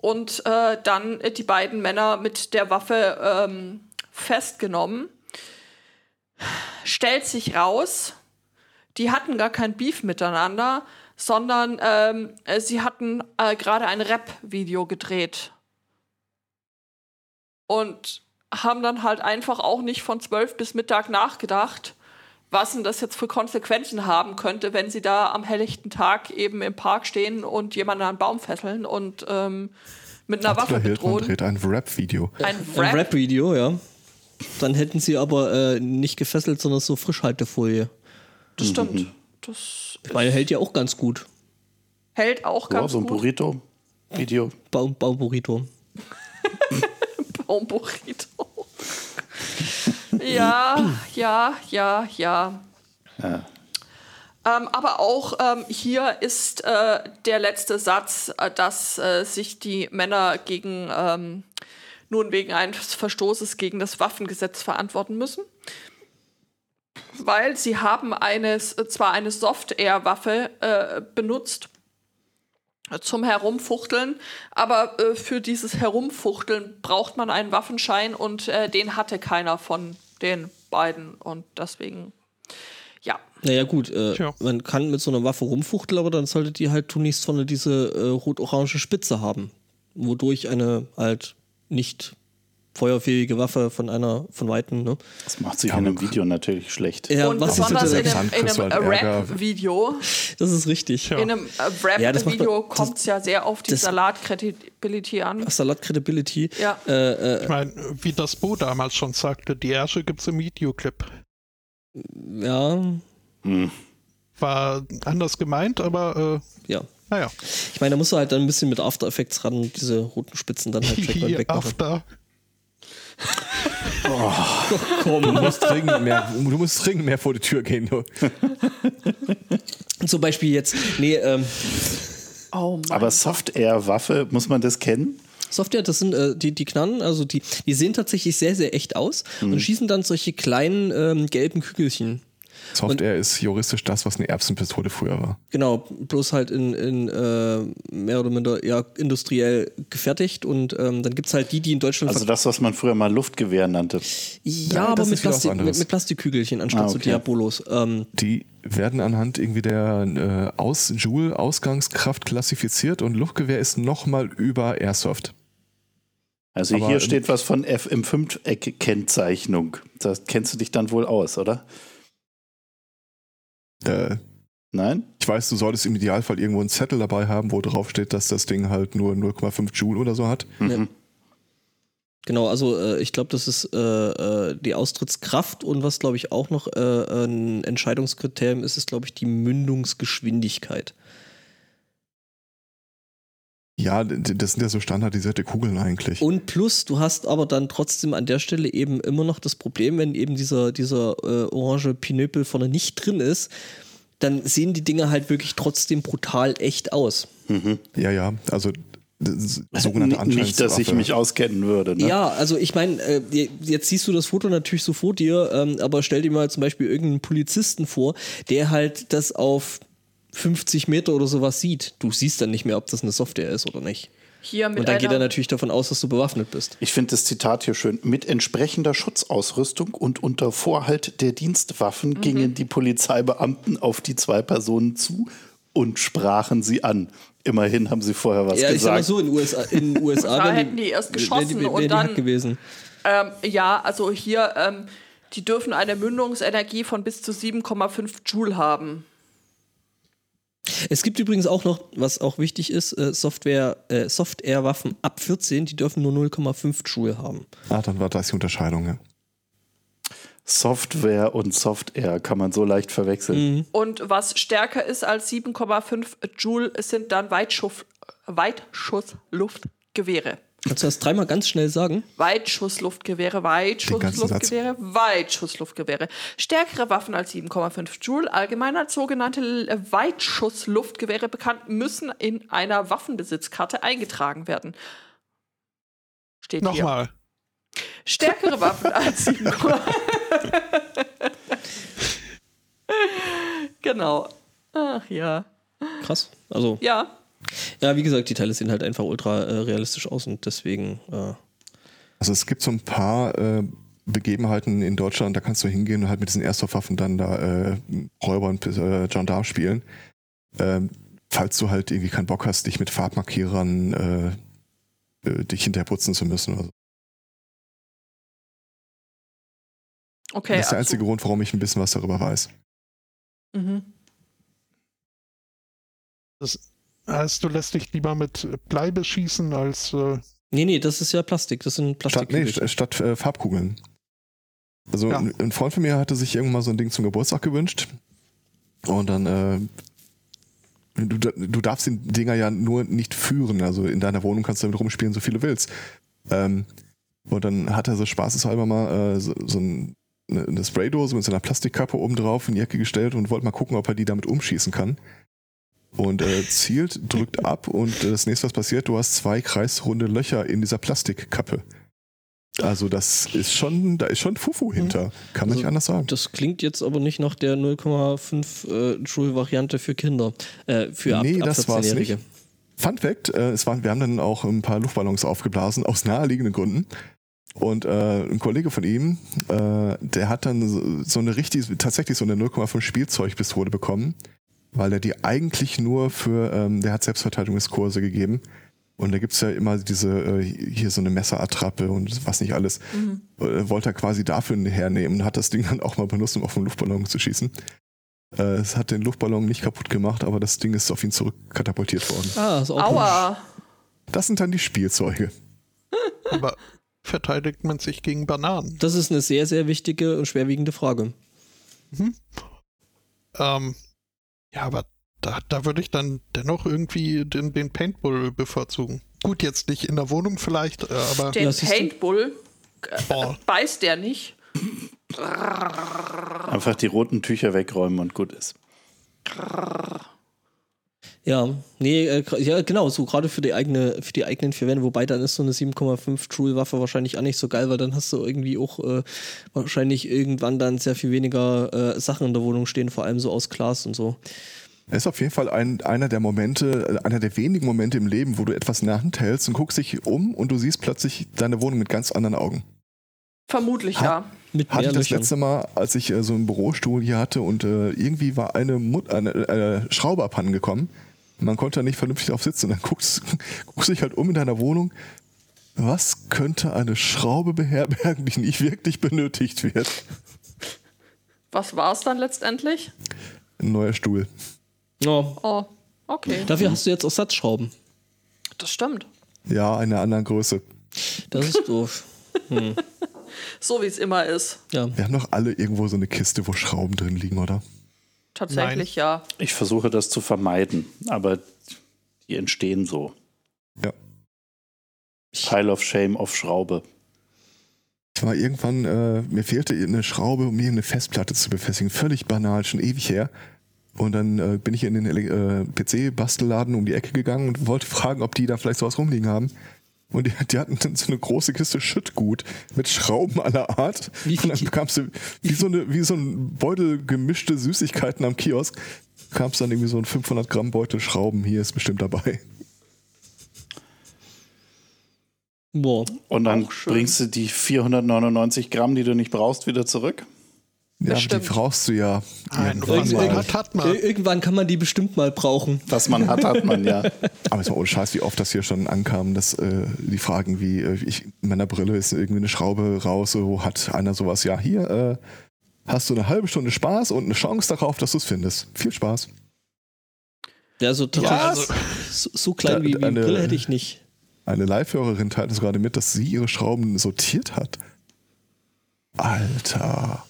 Speaker 2: und äh, dann äh, die beiden Männer mit der Waffe ähm, festgenommen. Stellt sich raus, die hatten gar kein Beef miteinander, sondern ähm, äh, sie hatten äh, gerade ein Rap-Video gedreht. und haben dann halt einfach auch nicht von 12 bis Mittag nachgedacht, was denn das jetzt für Konsequenzen haben könnte, wenn sie da am helllichten Tag eben im Park stehen und jemanden an einen Baum fesseln und ähm, mit einer Waffe
Speaker 5: Attila Hildmann
Speaker 2: bedrohen.
Speaker 5: dreht ein Rap-Video.
Speaker 2: Ein
Speaker 4: Ein
Speaker 2: Rap.
Speaker 4: Rap-Video, ja. Dann hätten sie aber äh, nicht gefesselt, sondern so Frischhaltefolie.
Speaker 2: Das
Speaker 3: Mhm.
Speaker 2: stimmt. Das
Speaker 4: Weil hält ja auch ganz gut.
Speaker 2: hält auch
Speaker 3: Ja,
Speaker 2: ganz
Speaker 3: so ein
Speaker 2: gut.
Speaker 3: Burrito-Video.
Speaker 4: Baum, Baumburrito.
Speaker 2: Oh, Baumburrito. [LAUGHS] ja, ja, ja, ja. Ähm, aber auch ähm, hier ist äh, der letzte Satz, äh, dass äh, sich die Männer gegen ähm, nun wegen eines Verstoßes gegen das Waffengesetz verantworten müssen. Weil sie haben eines, äh, zwar eine Soft-Air-Waffe äh, benutzt, zum Herumfuchteln. Aber äh, für dieses Herumfuchteln braucht man einen Waffenschein und äh, den hatte keiner von den beiden. Und deswegen, ja.
Speaker 4: Naja, gut, äh,
Speaker 1: Tja.
Speaker 4: man kann mit so einer Waffe rumfuchteln, aber dann sollte die halt tunlichst vorne diese äh, rot-orange Spitze haben. Wodurch eine halt nicht feuerfähige Waffe von einer von Weitem, ne?
Speaker 3: Das macht sich in einem Video natürlich schlecht.
Speaker 4: Ja,
Speaker 2: und
Speaker 4: was ist
Speaker 2: besonders
Speaker 5: das
Speaker 2: in
Speaker 4: das?
Speaker 5: jetzt?
Speaker 2: einem, in
Speaker 5: Kriegst du
Speaker 2: einem
Speaker 5: halt Ärger.
Speaker 2: Rap-Video,
Speaker 4: Das ist richtig.
Speaker 1: Ja.
Speaker 2: in einem äh,
Speaker 4: Ja, das macht man-
Speaker 2: Rap-Video
Speaker 4: das-
Speaker 2: kommt es ja sehr auf die
Speaker 4: das- Äh,
Speaker 2: Salat-Credibility an.
Speaker 4: Salat Credibility.
Speaker 2: Ja.
Speaker 4: Äh, äh,
Speaker 1: Ich meine, wie das Bo damals schon sagte, die Ärsche gibt's im Videoclip.
Speaker 4: ja,
Speaker 3: Hm.
Speaker 1: War anders gemeint, aber äh,
Speaker 4: ja.
Speaker 1: naja.
Speaker 4: Ich meine, da musst du halt dann ein bisschen mit After Effects ran und diese roten Spitzen dann halt
Speaker 3: [LAUGHS]
Speaker 4: direkt mal
Speaker 1: Hihi,
Speaker 4: wegmachen.
Speaker 1: After.
Speaker 5: Du musst dringend mehr, du musst dringend mehr vor die Tür gehen. Du.
Speaker 4: Zum Beispiel jetzt, nee, ähm,
Speaker 2: Oh Mann.
Speaker 3: Aber Soft-Air-Waffe, muss man das kennen?
Speaker 4: Software, das sind äh, die, die Knarren, also die, die sehen tatsächlich sehr, sehr echt aus
Speaker 3: Mhm.
Speaker 4: und schießen dann solche kleinen ähm, gelben Kügelchen.
Speaker 5: Software ist juristisch das, was eine Erbsenpistole früher war.
Speaker 4: Genau, bloß halt in, in äh, mehr oder minder ja, industriell gefertigt und ähm, dann gibt es halt die, die in Deutschland
Speaker 3: Also
Speaker 4: verk-
Speaker 3: das, was man früher mal Luftgewehr nannte.
Speaker 4: Ja,
Speaker 5: Ja,
Speaker 4: aber
Speaker 5: das
Speaker 4: mit,
Speaker 5: ist wieder was
Speaker 4: Plastik, mit,
Speaker 5: anderes.
Speaker 4: mit Plastikkügelchen anstatt
Speaker 3: Ah,
Speaker 4: so
Speaker 3: okay.
Speaker 4: Diabolos. Ähm,
Speaker 5: Die werden anhand irgendwie der äh, Aus Joule Ausgangskraft klassifiziert und Luftgewehr ist nochmal über Airsoft.
Speaker 3: Also
Speaker 5: Aber,
Speaker 3: hier
Speaker 5: ähm,
Speaker 3: steht was von FM5-Eck-Kennzeichnung. Da kennst du dich dann wohl aus, oder?
Speaker 5: Äh,
Speaker 3: Nein?
Speaker 5: ich weiß, du solltest im Idealfall irgendwo einen Zettel dabei haben, wo drauf steht, dass das Ding halt nur 0,5 Joule oder so hat.
Speaker 4: ne. Genau, also äh, ich glaube, das ist äh, äh, die Austrittskraft und was, glaube ich, auch noch äh, ein Entscheidungskriterium ist, ist, glaube ich, die Mündungsgeschwindigkeit.
Speaker 5: Ja, d- d- das sind ja so standardisierte Kugeln
Speaker 2: Oh.
Speaker 5: eigentlich.
Speaker 4: Und plus, du hast aber dann trotzdem an der Stelle eben immer noch das Problem, wenn eben dieser, dieser äh, orange Pinöpel vorne nicht drin ist, dann sehen die Dinge halt wirklich trotzdem brutal echt aus.
Speaker 5: Ja, ja, also d- s- sogenannte
Speaker 3: N- Nicht, dass ich
Speaker 5: Anscheinungswaffe.
Speaker 3: mich auskennen würde. Ne?
Speaker 4: Ja, also ich meine, äh, je- jetzt siehst du das Foto natürlich so vor dir, ähm, aber stell dir mal zum Beispiel irgendeinen Polizisten vor, der halt das auf 50 Meter oder sowas sieht. Du siehst dann nicht mehr, ob das eine Software ist oder nicht.
Speaker 2: hier mit
Speaker 4: Und dann geht er
Speaker 2: einer
Speaker 4: natürlich davon aus, dass du bewaffnet bist.
Speaker 3: Ich finde das Zitat hier schön. Mit entsprechender Schutzausrüstung und unter Vorhalt der Dienstwaffen
Speaker 4: Mhm.
Speaker 3: gingen die Polizeibeamten auf die zwei Personen zu und sprachen sie an. Immerhin haben sie vorher was
Speaker 4: ja, ich sag mal
Speaker 3: gesagt.
Speaker 4: so, in USA,
Speaker 2: [LAUGHS]
Speaker 4: in den USA
Speaker 2: Da
Speaker 4: wären
Speaker 2: hätten die erst
Speaker 4: wären
Speaker 2: geschossen
Speaker 4: wären
Speaker 2: und
Speaker 4: die
Speaker 2: dann-
Speaker 4: hack gewesen.
Speaker 2: Ähm, ja, also hier, ähm, die dürfen eine Mündungsenergie von bis zu 7,5 Joule haben.
Speaker 4: Es gibt übrigens auch noch, was auch wichtig ist, äh, Software, äh, Software-Waffen ab 14, die dürfen nur 0,5 Joule haben.
Speaker 5: Ah, dann war das die Unterscheidung. Ja.
Speaker 3: Software und Software kann man so leicht verwechseln.
Speaker 4: Mhm.
Speaker 2: Und was stärker ist als 7,5 Joule sind dann Weitschuff, Weitschussluftgewehre.
Speaker 4: Kannst du das dreimal ganz schnell sagen?
Speaker 2: Weitschussluftgewehre, Weitschussluftgewehre, Weitschussluftgewehre. Stärkere Waffen als 7,5 Joule, allgemein als sogenannte L- Weitschussluftgewehre bekannt, müssen in einer Waffenbesitzkarte eingetragen werden. Steht hier.
Speaker 1: Nochmal.
Speaker 2: Stärkere Waffen als 7,5. genau. Ach ja.
Speaker 4: Krass. Also,
Speaker 2: Ja,
Speaker 4: ja, wie gesagt, die Teile sehen halt einfach ultra äh, realistisch aus und deswegen. Äh,
Speaker 5: Also es gibt so ein paar äh, Begebenheiten in Deutschland, da kannst du hingehen und halt mit diesen Airsoft-Waffen dann da äh, Räuber und äh, Gendarm spielen. Ähm, falls du halt irgendwie keinen Bock hast, dich mit Farbmarkierern äh, äh, dich hinterherputzen zu müssen. Oder so.
Speaker 2: Okay.
Speaker 5: das ist der
Speaker 2: ach so.
Speaker 5: einzige Grund, warum ich ein bisschen was darüber weiß.
Speaker 2: Mhm.
Speaker 1: Heißt, du lässt dich lieber mit Blei beschießen als äh,
Speaker 4: Nee, nee, das ist ja Plastik. Das sind
Speaker 5: Statt,
Speaker 4: Plastik.
Speaker 5: nee, st- statt äh, Farbkugeln. Also
Speaker 1: Ja.
Speaker 5: ein ein Freund von mir hatte sich irgendwann mal so ein Ding zum Geburtstag gewünscht. Und dann, äh, du, da- du darfst die Dinger ja nur nicht führen. Also in deiner Wohnung kannst du damit rumspielen, so viel du willst. Ähm, und dann hat er so spaßeshalber mal äh, so, so ein, eine, eine Spraydose mit so einer Plastikkappe oben drauf in die Ecke gestellt und wollte mal gucken, ob er die damit umschießen kann. Und äh, zielt, drückt ab und äh, das nächste, was passiert, du hast zwei kreisrunde Löcher in dieser Plastikkappe. Also das ist schon, da ist schon Fufu hinter. Kann man
Speaker 4: Also,
Speaker 5: nicht anders sagen.
Speaker 4: Das klingt jetzt aber nicht nach der 0,5 äh, Joule-Variante für Kinder. Äh, für ab,
Speaker 5: Nee,
Speaker 4: ab
Speaker 5: das war's
Speaker 4: 14-Jährige.
Speaker 5: Fun Fact, äh, es waren, wir haben dann auch ein paar Luftballons aufgeblasen, aus naheliegenden Gründen. Und äh, ein Kollege von ihm, äh, der hat dann so- so eine richtig, tatsächlich so eine 0,5 Spielzeugpistole bekommen, weil er die eigentlich nur für, ähm, der hat Selbstverteidigungskurse gegeben. Und da gibt's ja immer diese, äh, hier so eine Messerattrappe und was nicht alles. Äh, wollte er quasi dafür hernehmen und hat das Ding dann auch mal benutzt, um auf einen Luftballon zu schießen. Äh, es hat den Luftballon nicht kaputt gemacht, aber das Ding ist auf ihn zurückkatapultiert worden.
Speaker 4: Ah, ist auch
Speaker 2: Aua.
Speaker 5: Das sind dann die Spielzeuge.
Speaker 1: aber verteidigt man sich gegen Bananen.
Speaker 4: Das ist eine sehr, sehr wichtige und schwerwiegende Frage.
Speaker 1: Ähm, ja, aber da, da würde ich dann dennoch irgendwie den, den Paintball bevorzugen. Gut, jetzt nicht in der Wohnung vielleicht, äh, aber
Speaker 2: Den
Speaker 4: Ja, siehst du?
Speaker 2: Paintbull äh,
Speaker 1: Boah.
Speaker 2: beißt der nicht.
Speaker 3: Einfach die roten Tücher wegräumen und gut ist.
Speaker 4: Ja, nee, äh, gra- ja, genau, so gerade für die eigene, für die eigenen vier Wände, wobei dann ist so eine 7,5 Joule-Waffe wahrscheinlich auch nicht so geil, weil dann hast du irgendwie auch äh, wahrscheinlich irgendwann dann sehr viel weniger äh, Sachen in der Wohnung stehen, vor allem so aus Glas und so.
Speaker 5: Es ist auf jeden Fall ein, einer der Momente, äh, einer der wenigen Momente im Leben, wo du etwas in der Hand hältst und guckst dich um und du siehst plötzlich deine Wohnung mit ganz anderen Augen.
Speaker 2: Vermutlich,
Speaker 5: Ha.
Speaker 2: ja.
Speaker 4: Mit
Speaker 5: Hatte
Speaker 4: mehr
Speaker 5: ich das
Speaker 4: Löchern.
Speaker 5: letzte Mal, als ich äh, so einen Bürostuhl hier hatte und äh, irgendwie war eine, Mut, eine, eine Schraube abhanden gekommen. Man konnte da nicht vernünftig drauf sitzen. Und dann guckst, [LAUGHS] guckst du dich halt um in deiner Wohnung. Was könnte eine Schraube beherbergen, die nicht wirklich benötigt wird?
Speaker 2: Was war es dann letztendlich?
Speaker 5: Ein neuer Stuhl.
Speaker 4: Ja.
Speaker 2: Oh, okay.
Speaker 4: Dafür hast du jetzt auch Satzschrauben.
Speaker 2: Das stimmt.
Speaker 5: Ja, in einer anderen Größe.
Speaker 4: Das ist doof.
Speaker 2: So wie es immer ist.
Speaker 4: Ja.
Speaker 5: Wir haben doch alle irgendwo so eine Kiste, wo Schrauben drin liegen, oder?
Speaker 2: Tatsächlich, ja.
Speaker 3: Ich versuche das zu vermeiden, aber die entstehen so.
Speaker 5: Ja.
Speaker 3: Pile of Shame auf Schraube.
Speaker 5: Ich war irgendwann, äh, mir fehlte eine Schraube, um mir eine Festplatte zu befestigen. Völlig banal, schon ewig her. Und dann äh, bin ich in den Ele- äh, PC-Bastelladen um die Ecke gegangen und wollte fragen, ob die da vielleicht sowas rumliegen haben. Und die, die hatten dann so eine große Kiste Schüttgut mit Schrauben aller Art.
Speaker 4: Wie viel
Speaker 5: und dann
Speaker 4: Ki-
Speaker 5: bekamst du wie so, eine, wie so ein Beutel gemischte Süßigkeiten am Kiosk. Kamst dann irgendwie so ein 500 Gramm Beutel Schrauben. Hier ist bestimmt dabei.
Speaker 4: Boah.
Speaker 3: Und dann bringst du die 499 Gramm, die du nicht brauchst, wieder zurück.
Speaker 5: Ja, aber die
Speaker 2: Stimmt.
Speaker 5: brauchst du ja.
Speaker 1: Nein,
Speaker 5: irgendwann
Speaker 1: was
Speaker 5: mal.
Speaker 1: man hat, hat
Speaker 4: Ir-
Speaker 1: man.
Speaker 4: Irgendwann kann man die bestimmt mal brauchen.
Speaker 3: Was man hat, hat
Speaker 5: [LAUGHS]
Speaker 3: man ja.
Speaker 5: Aber jetzt mal ohne Scheiß, wie oft das hier schon ankam, dass äh, die Fragen wie, äh, ich, in meiner Brille ist irgendwie eine Schraube raus, so hat einer sowas, ja, hier äh, hast du eine halbe Stunde Spaß und eine Chance darauf, dass du es findest. Viel Spaß.
Speaker 4: Ja, also
Speaker 1: Ja,
Speaker 4: tatsächlich
Speaker 1: also,
Speaker 4: so, so
Speaker 5: Da-
Speaker 4: klein wie, wie eine
Speaker 5: eine-
Speaker 4: Brille hätte ich nicht.
Speaker 5: Eine Live-Hörerin teilt uns gerade mit, dass sie ihre Schrauben sortiert hat. Alter.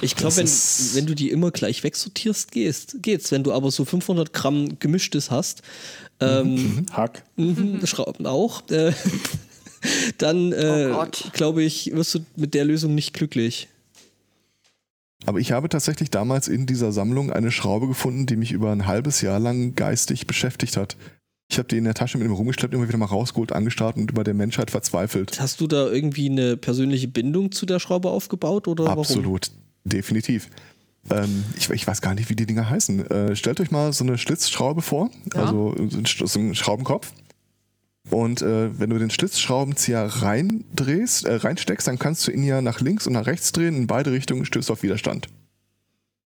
Speaker 4: Ich glaube,
Speaker 5: Das
Speaker 4: wenn,
Speaker 5: ist-
Speaker 4: wenn du die immer gleich wegsortierst, gehst, geht's. Wenn du aber so 500 Gramm gemischtes hast, ähm,
Speaker 3: Hack.
Speaker 4: mhm, Schrauben auch, äh, [LAUGHS] dann äh,
Speaker 2: Oh Gott.
Speaker 4: glaube ich, wirst du mit der Lösung nicht glücklich.
Speaker 5: Aber ich habe tatsächlich damals in dieser Sammlung eine Schraube gefunden, die mich über ein halbes Jahr lang geistig beschäftigt hat. Ich habe die in der Tasche mit mir rumgeschleppt, immer wieder mal rausgeholt, angestarrt und über der Menschheit verzweifelt.
Speaker 4: Hast du da irgendwie eine persönliche Bindung zu der Schraube aufgebaut oder warum?
Speaker 5: Absolut, definitiv. Ähm, ich, ich weiß gar nicht, wie die Dinger heißen. Äh, stellt euch mal so eine Schlitzschraube vor,
Speaker 2: Ja.
Speaker 5: also so ein Sch- so einen Schraubenkopf. Und äh, wenn du den Schlitzschraubenzieher reindrehst, äh, reinsteckst, dann kannst du ihn ja nach links und nach rechts drehen. In beide Richtungen stößt du auf Widerstand.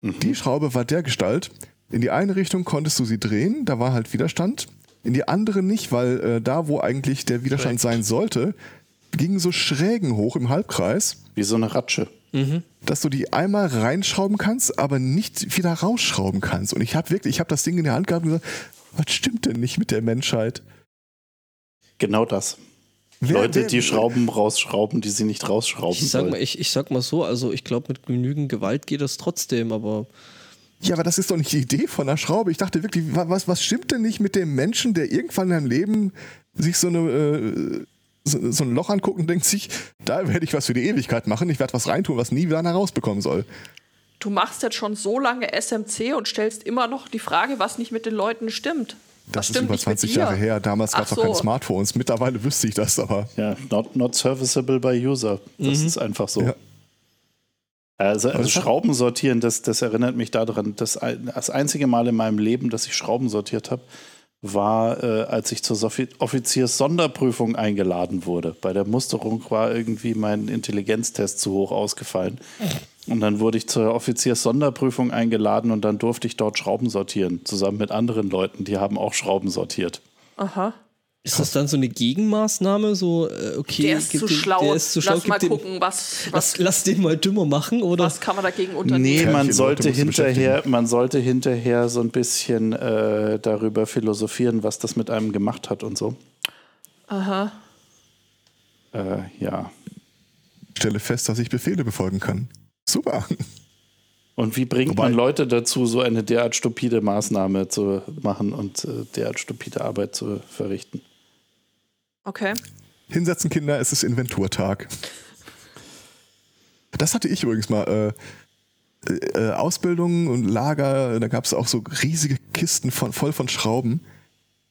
Speaker 5: Die Schraube war der Gestalt. In die eine Richtung konntest du sie drehen, da war halt Widerstand. In die andere nicht, weil äh, da, wo eigentlich der Widerstand sein sollte, ging so Schrägen hoch im Halbkreis.
Speaker 3: Wie so eine Ratsche.
Speaker 4: Mhm.
Speaker 5: dass du die einmal reinschrauben kannst, aber nicht wieder rausschrauben kannst. Und ich habe wirklich, ich habe das Ding in der Hand gehabt und gesagt, was stimmt denn nicht mit der Menschheit?
Speaker 3: Genau das.
Speaker 5: Wer-
Speaker 3: Leute,
Speaker 5: wer-
Speaker 3: die Schrauben rausschrauben, die sie nicht rausschrauben
Speaker 4: Ich sag, mal,
Speaker 3: sollen.
Speaker 4: ich, ich sag mal so, also ich glaube, mit genügend Gewalt geht das trotzdem, aber
Speaker 5: Ja, aber das ist doch nicht die Idee von einer Schraube. Ich dachte wirklich, wa- was, was stimmt denn nicht mit dem Menschen, der irgendwann in seinem Leben sich so, eine, äh, so, so ein Loch anguckt und denkt sich, da werde ich was für die Ewigkeit machen, ich werde was reintun, was nie wieder einer rausbekommen soll.
Speaker 2: Du machst jetzt schon so lange SMC und stellst immer noch die Frage, was nicht mit den Leuten stimmt. was
Speaker 5: Das ist
Speaker 2: stimmt
Speaker 5: über
Speaker 2: nicht mit
Speaker 5: 20
Speaker 2: dir?
Speaker 5: Jahre her, damals
Speaker 2: Ach
Speaker 5: gab es
Speaker 2: so.
Speaker 5: doch keine Smartphones. Mittlerweile wüsste ich das aber.
Speaker 3: Ja, not, not serviceable by user. Das ist einfach so.
Speaker 5: Ja.
Speaker 3: Also,
Speaker 5: das
Speaker 3: also
Speaker 5: hat-
Speaker 3: Schrauben sortieren, das, das erinnert mich daran, dass ein- das einzige Mal in meinem Leben, dass ich Schrauben sortiert habe, war, äh, als ich zur Sophi- Offiziers-Sonderprüfung eingeladen wurde. Bei der Musterung war irgendwie mein Intelligenztest zu hoch ausgefallen. Und dann wurde ich zur Offiziers-Sonderprüfung eingeladen und dann durfte ich dort Schrauben sortieren, zusammen mit anderen Leuten, die haben auch Schrauben sortiert.
Speaker 2: Aha.
Speaker 4: ist das dann so eine Gegenmaßnahme? So, äh, okay,
Speaker 2: Der ist
Speaker 4: gib
Speaker 2: zu
Speaker 4: dem-
Speaker 2: schlau.
Speaker 4: Der ist zu schlau.
Speaker 2: Lass
Speaker 4: gib
Speaker 2: mal
Speaker 4: dem-
Speaker 2: gucken, was, was,
Speaker 4: Lass, lass den mal dümmer machen, oder?
Speaker 2: was kann man dagegen unternehmen.
Speaker 3: Nee,
Speaker 5: Kerlchen,
Speaker 3: man
Speaker 5: Leute,
Speaker 3: sollte,
Speaker 5: musst du
Speaker 3: hinterher, man sollte hinterher so ein bisschen äh, darüber philosophieren, was das mit einem gemacht hat und so.
Speaker 2: Aha.
Speaker 3: Äh, ja.
Speaker 5: Ich stelle fest, dass ich Befehle befolgen kann. Super.
Speaker 3: Und wie bringt
Speaker 5: Wobei-
Speaker 3: man Leute dazu, so eine derart stupide Maßnahme zu machen und äh, derart stupide Arbeit zu verrichten?
Speaker 2: Okay.
Speaker 5: Hinsetzen, Kinder, es ist Inventurtag. Das hatte ich übrigens mal. Äh, äh, Ausbildung und Lager, da gab es auch so riesige Kisten von, voll von Schrauben.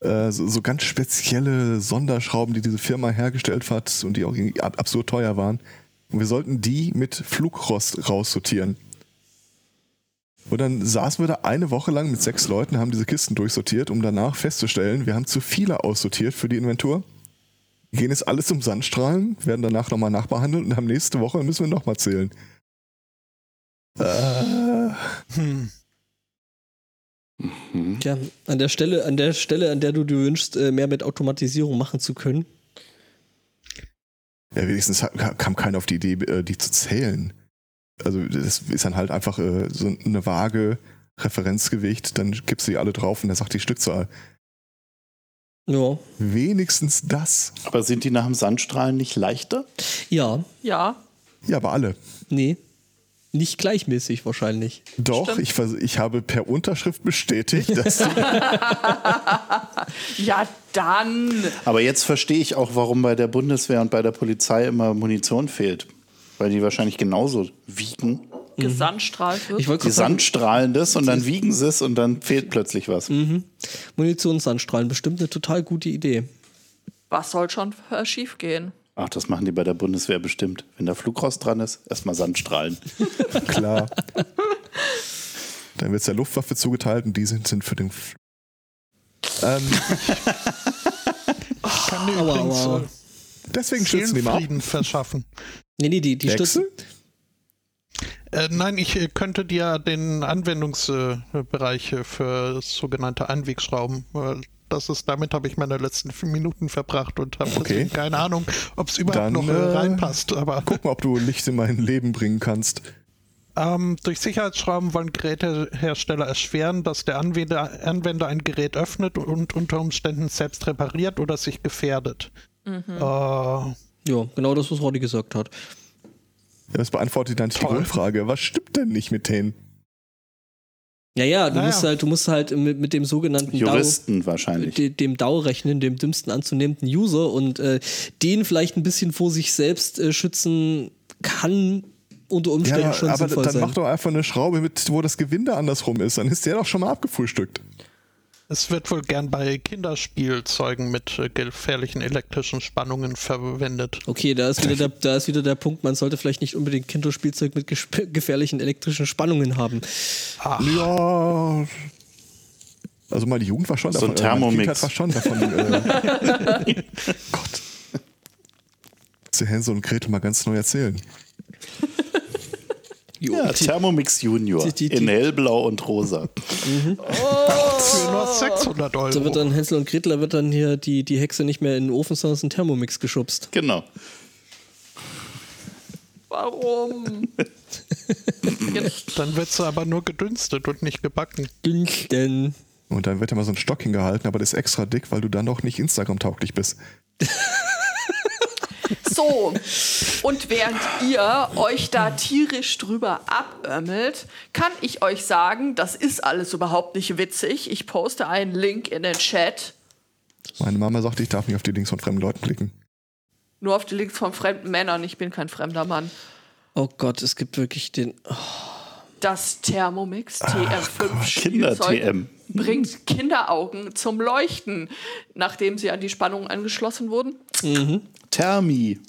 Speaker 5: Äh, so, so ganz spezielle Sonderschrauben, die diese Firma hergestellt hat und die auch irgendwie ab, absurd teuer waren. Und wir sollten die mit Flugrost raussortieren. Und dann saßen wir da eine Woche lang mit sechs Leuten, haben diese Kisten durchsortiert, um danach festzustellen, wir haben zu viele aussortiert für die Inventur gehen jetzt alles zum Sandstrahlen, werden danach nochmal nachbehandelt und haben nächste Woche müssen wir nochmal zählen. Äh,
Speaker 1: Hm.
Speaker 3: Mhm.
Speaker 4: Tja, an der Stelle, an der Stelle, an der du dir wünschst, äh, mehr mit Automatisierung machen zu können.
Speaker 5: ja, wenigstens hat, ka- kam keiner auf die Idee, äh, die zu zählen. Also das ist dann halt einfach äh, so eine vage Referenzgewicht, dann gibst du die alle drauf und er sagt die Stückzahl.
Speaker 4: Ja.
Speaker 5: Wenigstens das.
Speaker 3: Aber sind die nach dem Sandstrahlen nicht leichter?
Speaker 4: Ja,
Speaker 2: Ja.
Speaker 5: Ja, aber alle.
Speaker 4: nee. Nicht gleichmäßig wahrscheinlich.
Speaker 5: Doch,
Speaker 2: Stimmt.
Speaker 5: ich, vers- ich habe per Unterschrift [LAUGHS] bestätigt, dass du
Speaker 2: Ja, dann.
Speaker 4: Mhm.
Speaker 3: Aber jetzt verstehe ich auch, warum bei der Bundeswehr und bei der Polizei immer Munition fehlt. Weil die wahrscheinlich genauso wiegen.
Speaker 2: Gesandtstrahl wird.
Speaker 4: Ich wollte
Speaker 5: [LAUGHS]
Speaker 3: Die
Speaker 4: gerade sagen,
Speaker 3: Sandstrahlen das und dann wiegen sie es und dann fehlt plötzlich was.
Speaker 4: Munitionsanstrahlen, bestimmt eine total gute Idee.
Speaker 2: Was soll schon äh, schief gehen?
Speaker 3: Ach, das machen die bei der Bundeswehr bestimmt. Wenn da Flugrost dran ist,
Speaker 4: [LAUGHS]
Speaker 3: erstmal Sandstrahlen.
Speaker 5: klar. Dann wird es der Luftwaffe zugeteilt und die sind, sind für den. F ähm,
Speaker 1: Kann dir
Speaker 4: Aua,
Speaker 1: übrigens
Speaker 4: aua.
Speaker 1: äh,
Speaker 5: Deswegen schützen die mal ab.
Speaker 1: Seelenfrieden verschaffen.
Speaker 4: Nee, nee, die, die Stützen.
Speaker 1: Äh, nein, ich äh, könnte dir den Anwendungsbereich äh, für sogenannte Einwegschrauben, weil das ist, damit habe ich meine letzten fünf Minuten verbracht und habe deswegen keine Ahnung, ob es überhaupt
Speaker 5: Dann,
Speaker 1: noch äh,
Speaker 5: äh,
Speaker 1: reinpasst. Aber
Speaker 5: Guck mal, ob du Licht in mein Leben bringen kannst.
Speaker 1: ähm, durch Sicherheitsschrauben wollen Gerätehersteller erschweren, dass der Anwender, Anwender ein Gerät öffnet und unter Umständen selbst repariert oder sich gefährdet. Äh,
Speaker 4: Ja, genau das, was Roddy gesagt hat.
Speaker 5: Ja, Das beantwortet dann die
Speaker 1: Toll.
Speaker 5: Grundfrage. Was stimmt denn nicht mit denen?
Speaker 4: Ja, ja, du
Speaker 1: Naja.
Speaker 4: musst halt, du musst halt mit, mit dem sogenannten DAO,
Speaker 3: Juristen wahrscheinlich.
Speaker 4: de- dem DAO rechnen, dem dümmsten anzunehmenden User und äh, den vielleicht ein bisschen vor sich selbst äh, schützen kann unter Umständen
Speaker 5: Ja,
Speaker 4: schon
Speaker 5: aber
Speaker 4: sinnvoll
Speaker 5: dann
Speaker 4: sein.
Speaker 5: mach doch einfach eine Schraube mit, wo das Gewinde andersrum ist. Dann ist der doch schon mal abgefrühstückt.
Speaker 1: Es wird wohl gern bei Kinderspielzeugen mit äh, gefährlichen elektrischen Spannungen verwendet.
Speaker 4: Okay, da ist, wieder der, da ist wieder der Punkt, man sollte vielleicht nicht unbedingt Kinderspielzeug mit gesp- [LAUGHS] gefährlichen elektrischen Spannungen haben.
Speaker 1: Ach,
Speaker 5: Ja. Also meine Jugend war schon
Speaker 3: So ein
Speaker 5: davon. äh, meine Kindheit
Speaker 3: Thermomix.
Speaker 5: war schon davon. Äh,
Speaker 3: [LAUGHS]
Speaker 5: Gott. Zu Hänsel und Gretel mal ganz neu erzählen.
Speaker 4: Jo,
Speaker 3: Ja,
Speaker 4: die-
Speaker 3: Thermomix Junior
Speaker 4: die- die- die-
Speaker 3: in hellblau und rosa. [LAUGHS]
Speaker 1: für nur 600
Speaker 4: da wird
Speaker 1: Euro.
Speaker 4: dann Hänsel und Gretel, da wird dann hier die, die Hexe nicht mehr in den Ofen, sondern in den Thermomix geschubst.
Speaker 3: Genau.
Speaker 2: Warum? Jetzt
Speaker 1: Dann wird sie aber nur gedünstet und nicht gebacken.
Speaker 4: Dünsten.
Speaker 5: Und dann wird immer so ein Stock hingehalten, aber das ist extra dick, weil du dann noch nicht Instagram-tauglich bist.
Speaker 2: [LAUGHS] So, und während ihr euch da tierisch drüber abömmelt, kann ich euch sagen, das ist alles überhaupt nicht witzig. Ich poste einen Link in den Chat.
Speaker 5: Meine Mama sagt, ich darf nicht auf die Links von fremden Leuten klicken.
Speaker 2: Nur auf die Links von fremden Männern. Ich bin kein fremder Mann.
Speaker 4: Oh Gott, es gibt wirklich den.
Speaker 2: Das Thermomix TM5
Speaker 3: Kinder-TM.
Speaker 2: Spielzeug bringt Kinderaugen zum Leuchten, nachdem sie an die Spannung angeschlossen wurden.
Speaker 3: Thermi.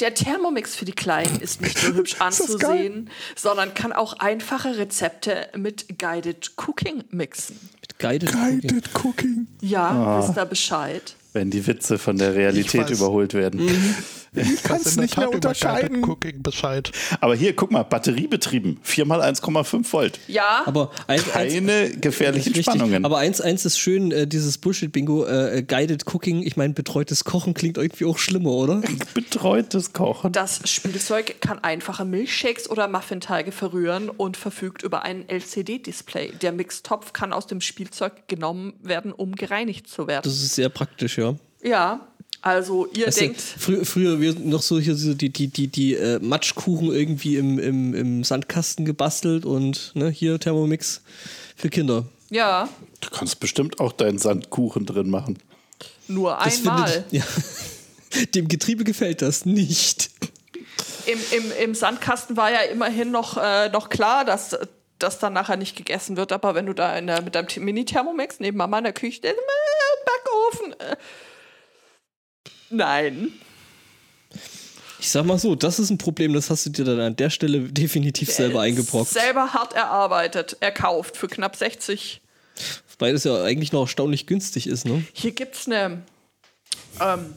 Speaker 2: Der Thermomix für die Kleinen ist nicht nur
Speaker 4: [LAUGHS]
Speaker 2: hübsch anzusehen, sondern kann auch einfache Rezepte mit Guided Cooking mixen.
Speaker 4: Mit Guided.
Speaker 5: Guided Cooking.
Speaker 2: Ja, wisst ihr Bescheid?
Speaker 3: Wenn die Witze von der Realität
Speaker 1: Ich weiß.
Speaker 3: überholt werden.
Speaker 4: Mhm.
Speaker 5: Ich kann
Speaker 1: Weiß in
Speaker 5: es
Speaker 1: der
Speaker 5: nicht
Speaker 1: Tat
Speaker 5: mehr
Speaker 1: über Guided
Speaker 5: unterscheiden.
Speaker 1: Cooking Bescheid.
Speaker 3: [LAUGHS] Aber hier, guck mal, batteriebetrieben. 4 mal 1,5 Volt.
Speaker 2: Ja,
Speaker 4: Aber eins, eins,
Speaker 3: Keine gefährlichen
Speaker 4: äh, richtig,
Speaker 3: Spannungen.
Speaker 4: aber eins, eins ist schön, äh, dieses Bullshit-Bingo, äh, äh, Guided Cooking, ich meine, betreutes Kochen klingt irgendwie auch schlimmer, oder?
Speaker 3: Betreutes Kochen.
Speaker 2: das Spielzeug kann einfache Milchshakes oder Muffinteige verrühren und verfügt über ein LCD-Display. Der Mixtopf kann aus dem Spielzeug genommen werden, um gereinigt zu werden.
Speaker 4: Das ist sehr praktisch, ja.
Speaker 2: Ja, also ihr
Speaker 4: Weißt du,
Speaker 2: denkt,
Speaker 4: frü früher wir noch so hier so die, die, die, die äh, Matschkuchen irgendwie im, im, im Sandkasten gebastelt und ne, hier Thermomix für Kinder.
Speaker 2: ja,
Speaker 3: Du kannst bestimmt auch deinen Sandkuchen drin machen.
Speaker 2: nur
Speaker 4: Das
Speaker 2: einmal.
Speaker 4: findet- [LAUGHS] ja, dem Getriebe gefällt das nicht.
Speaker 2: Im, im, Im Sandkasten war ja immerhin noch, äh, noch klar, dass das dann nachher nicht gegessen wird. Aber wenn du da in der, mit deinem T- Mini-Thermomix neben Mama in der Küche stehst, äh, Backofen. Äh. Nein.
Speaker 4: Ich sag mal so, das ist ein Problem, das hast du dir dann an der Stelle definitiv selber eingebrockt.
Speaker 2: Selber hart erarbeitet, erkauft für knapp 60.
Speaker 4: Weil es ja eigentlich noch erstaunlich günstig ist, ne?
Speaker 2: Hier gibt's eine ähm,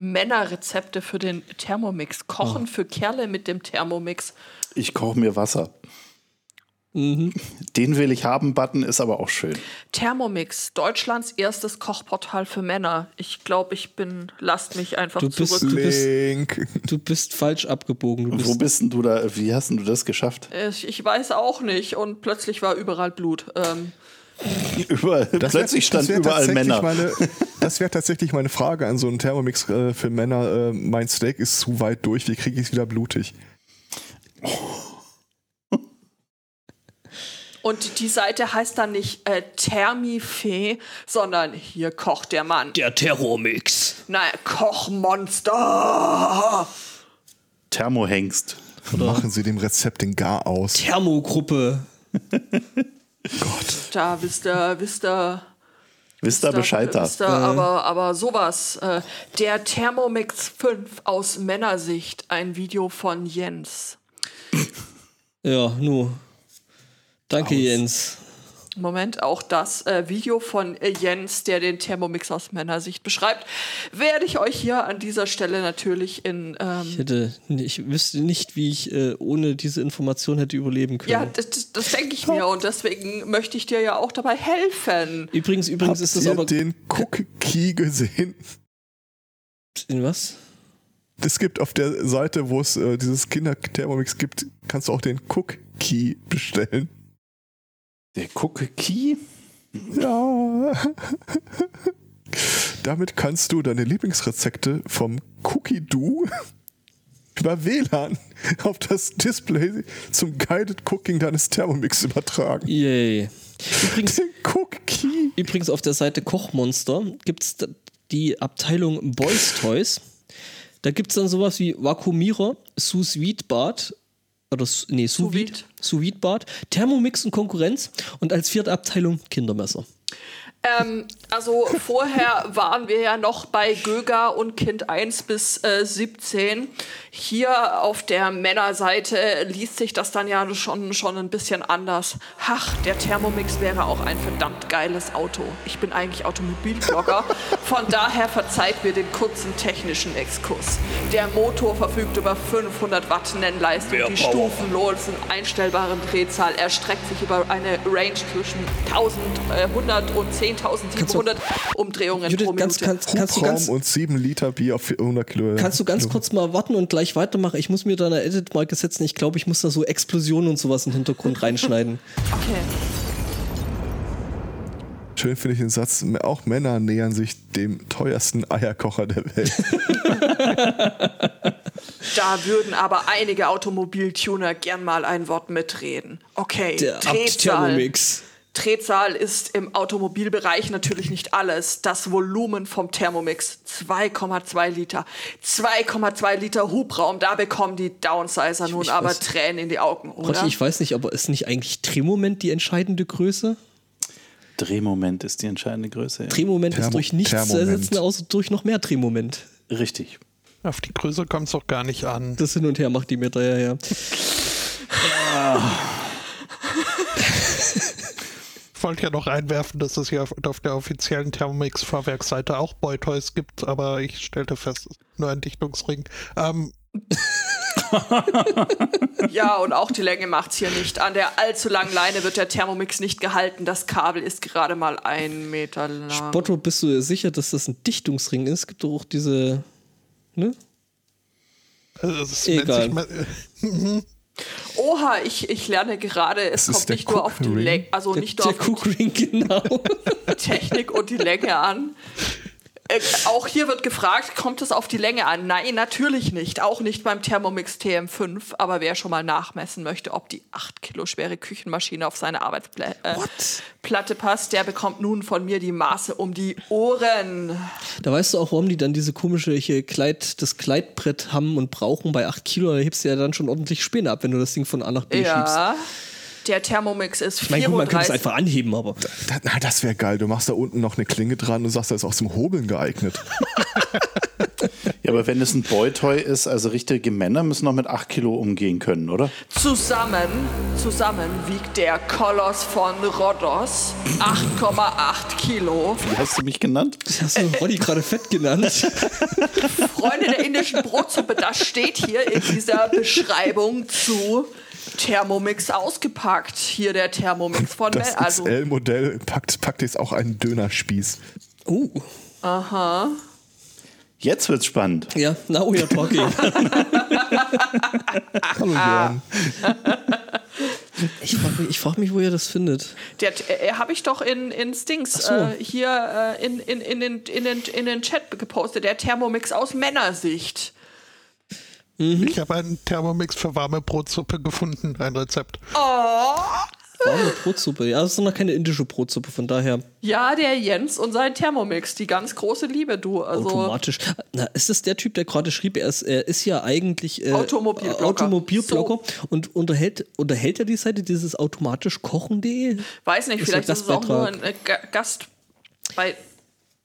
Speaker 2: Männerrezepte für den Thermomix.
Speaker 4: Ah.
Speaker 2: Kochen für Kerle mit dem Thermomix.
Speaker 3: Ich koche mir Wasser.
Speaker 4: Mhm.
Speaker 3: Den will ich haben, Button ist aber auch schön.
Speaker 2: Thermomix, Deutschlands erstes Kochportal für Männer. Ich glaube, ich bin, lasst mich einfach
Speaker 4: Du bist-
Speaker 2: zurück.
Speaker 4: du bist-
Speaker 5: Link.
Speaker 4: Du bist falsch abgebogen. Du
Speaker 3: Wo
Speaker 4: bist,
Speaker 3: bist denn du da? Wie hast denn du das geschafft?
Speaker 2: Ich, ich weiß auch nicht. Und plötzlich war überall Blut. Ähm,
Speaker 3: [LAUGHS] Überall,
Speaker 5: Äh, Das wär-
Speaker 3: plötzlich
Speaker 5: das
Speaker 3: standen
Speaker 5: wär
Speaker 3: überall
Speaker 5: tatsächlich
Speaker 4: [LAUGHS]
Speaker 3: Männer.
Speaker 5: Meine, das wäre tatsächlich meine Frage an so einen Thermomix äh, für Männer. Äh, mein Steak ist zu weit durch, wie kriege ich es wieder blutig?
Speaker 2: und die Seite heißt dann nicht äh, Thermifee, sondern hier kocht der Mann.
Speaker 4: der Terrormix.
Speaker 2: Nein, Kochmonster.
Speaker 3: Thermohengst.
Speaker 5: Machen Sie dem Rezept den Gar aus.
Speaker 4: Thermogruppe.
Speaker 2: Da wisst ihr, wisst ihr.
Speaker 3: Wisst ihr Bescheid da? Mhm.
Speaker 2: Wisst ihr, aber, aber sowas. Äh, der Thermomix 5 aus Männersicht. Ein Video von Jens.
Speaker 4: Ja, nu. Danke, Jens.
Speaker 2: Moment, auch das äh, Video von äh, Jens, der den Thermomix aus Männersicht beschreibt, werde ich euch hier an dieser Stelle natürlich in.
Speaker 4: Ich
Speaker 2: Ähm,
Speaker 4: hätte, ich wüsste nicht, wie ich äh, ohne diese Information hätte überleben können.
Speaker 2: ja, das, das- das denke ich mir und deswegen möchte ich dir ja auch dabei helfen.
Speaker 4: übrigens, übrigens ist das
Speaker 5: Habt ihr
Speaker 4: aber.
Speaker 5: den Cookie gesehen?
Speaker 4: in was?
Speaker 5: Es gibt auf der Seite, wo es äh, dieses Kinder-Thermomix gibt, kannst du auch den Cookie bestellen.
Speaker 3: Der Cookie?
Speaker 5: Ja. [LAUGHS] Damit kannst du deine Lieblingsrezepte vom Cookie Do über WLAN auf das Display zum Guided Cooking deines Thermomix übertragen.
Speaker 4: Yay. Übrigens,
Speaker 5: Den Cookie.
Speaker 4: Übrigens auf der Seite Kochmonster gibt es die Abteilung Boys Toys. Da gibt es dann sowas wie Vakuumierer, sous vide bad oder s- nee, sous vide
Speaker 2: Sous-Vide.
Speaker 4: sous vide bad Thermomix und Konkurrenz und als vierte Abteilung Kindermesser.
Speaker 2: Ähm, also vorher [LAUGHS] waren wir ja noch bei Göger und Kind 1 bis äh, 17. Hier auf der Männerseite liest sich das dann ja schon, schon ein bisschen anders. Ach, der Thermomix wäre auch ein verdammt geiles Auto. Ich bin eigentlich Automobilblogger, von daher verzeiht mir den kurzen technischen Exkurs. Der Motor verfügt über 500 Watt Nennleistung, die stufenlos in einstellbaren Drehzahl erstreckt sich über eine Range zwischen 1000, äh, 100 und 10.700 Umdrehungen
Speaker 4: Judith,
Speaker 2: pro
Speaker 4: ganz,
Speaker 2: Minute.
Speaker 4: kannst, kannst, du
Speaker 5: Hubraum
Speaker 4: ganz,
Speaker 5: und 7 Liter Bier auf 100 Kilo.
Speaker 4: kannst du ganz
Speaker 5: Kilo.
Speaker 4: kurz mal warten und gleich weitermachen? Ich muss mir da eine Edit-Marke setzen. Ich glaube, ich muss da so Explosionen und sowas im Hintergrund [LAUGHS] reinschneiden.
Speaker 2: okay.
Speaker 5: Schön finde ich den Satz, auch Männer nähern sich dem teuersten Eierkocher der Welt.
Speaker 2: Da würden aber einige Automobiltuner gern mal ein Wort mitreden. Okay,
Speaker 4: Der Abt
Speaker 2: Drehzahl.
Speaker 4: Thermomix.
Speaker 2: Drehzahl ist im Automobilbereich natürlich nicht alles. Das Volumen vom Thermomix 2,2 Liter. 2,2 Liter Hubraum, da bekommen die Downsizer nun
Speaker 4: ich
Speaker 2: aber
Speaker 4: weiß-
Speaker 2: Tränen in die Augen, oder?
Speaker 4: Rotti, ich weiß nicht, aber ist nicht eigentlich Drehmoment die entscheidende Größe?
Speaker 3: Drehmoment ist die entscheidende Größe. ja.
Speaker 4: Drehmoment
Speaker 5: Thermo-
Speaker 4: ist durch nichts zu
Speaker 5: Thermoment.
Speaker 4: ersetzen, außer durch noch mehr Drehmoment.
Speaker 3: Richtig.
Speaker 1: Auf die Größe kommt es doch gar nicht an.
Speaker 4: Das hin und her macht die mir da ja her.
Speaker 1: Ich wollte ja noch einwerfen, dass es ja auf, auf der offiziellen Thermomix-Fahrwerksseite auch Boy-Toys gibt, aber ich stellte fest, es ist nur ein Dichtungsring. Ähm,
Speaker 2: Ja, und auch die Länge macht's hier nicht. An der allzu langen Leine wird der Thermomix nicht gehalten. Das Kabel ist gerade mal ein Meter lang.
Speaker 4: Botto, bist du dir sicher, dass das ein Dichtungsring ist? Gibt doch auch diese. Ne?
Speaker 1: also es
Speaker 4: Egal.
Speaker 1: nennt sich ma-
Speaker 2: Oha, ich, ich lerne gerade, es
Speaker 5: Das ist
Speaker 2: kommt
Speaker 5: der
Speaker 2: nicht nur auf die
Speaker 5: Cook Ring.
Speaker 2: Länge, also
Speaker 4: Der,
Speaker 2: nicht nur
Speaker 4: der
Speaker 2: auf die
Speaker 4: Cookring, [LAUGHS] genau.
Speaker 2: Technik und die Länge an. Äh, auch hier wird gefragt, kommt es auf die Länge an? Nein, natürlich nicht. Auch nicht beim Thermomix TM5. Aber wer schon mal nachmessen möchte, ob die 8 Kilo schwere Küchenmaschine auf seine Arbeitsplatte äh, Platte passt, der bekommt nun von mir die Maße um die Ohren.
Speaker 4: da weißt du auch, warum die dann diese komische hier Kleid, das Kleidbrett haben und brauchen bei 8 Kilo. Da hebst du ja dann schon ordentlich Späne ab, wenn du das Ding von A nach B schiebst.
Speaker 2: Ja. Der Thermomix ist
Speaker 4: Ich meine, gut, man könnte es
Speaker 2: 34.
Speaker 4: einfach anheben, aber.
Speaker 5: Das, na, das wäre geil. Du machst da unten noch eine Klinge dran und sagst, das ist auch zum Hobeln geeignet.
Speaker 3: Ja, aber wenn es ein Boy-Toy ist, also richtige Männer müssen noch mit 8 Kilo umgehen können, oder?
Speaker 2: Zusammen, zusammen wiegt der Koloss von Rhodos 8,8 Kilo.
Speaker 3: Wie hast du mich genannt?
Speaker 4: Hast du Roddy gerade fett genannt?
Speaker 2: Freunde der indischen Brotsuppe, das steht hier in dieser Beschreibung zu Thermomix ausgepackt. Hier der Thermomix von
Speaker 5: Das
Speaker 2: Mel. Also,
Speaker 5: XL-Modell packt, packt jetzt auch einen Dönerspieß.
Speaker 4: Oh.
Speaker 2: aha.
Speaker 3: Jetzt wird's spannend.
Speaker 4: Ja, now we are talking.
Speaker 2: [LAUGHS]
Speaker 5: Hallo Jörn.
Speaker 4: Ich frage mich, ich frag mich, wo ihr das findet.
Speaker 2: Der äh, habe ich doch in, in Stings
Speaker 4: so.
Speaker 2: äh, hier äh, in, in, in, den, in, den, in den Chat gepostet. Der Thermomix aus Männersicht.
Speaker 1: Ich habe einen Thermomix für warme Brotsuppe gefunden, ein Rezept.
Speaker 2: Oh.
Speaker 4: Warme Brotsuppe. Ja, das ist doch noch keine indische Brotsuppe, von daher
Speaker 2: Ja, der Jens und sein Thermomix. Die ganz große Liebe, du. Also,
Speaker 4: automatisch. Na, ist das der Typ, der gerade schrieb, er ist, er ist ja eigentlich äh,
Speaker 2: Automobilblogger.
Speaker 4: Automobilblogger und unterhält, unterhält er die Seite dieses automatisch kochen.de?
Speaker 2: weiß nicht,
Speaker 4: Ist
Speaker 2: vielleicht
Speaker 4: ja
Speaker 2: ist es auch nur ein
Speaker 4: Gastbeitrag.
Speaker 2: äh, Ga- Gast. Bei,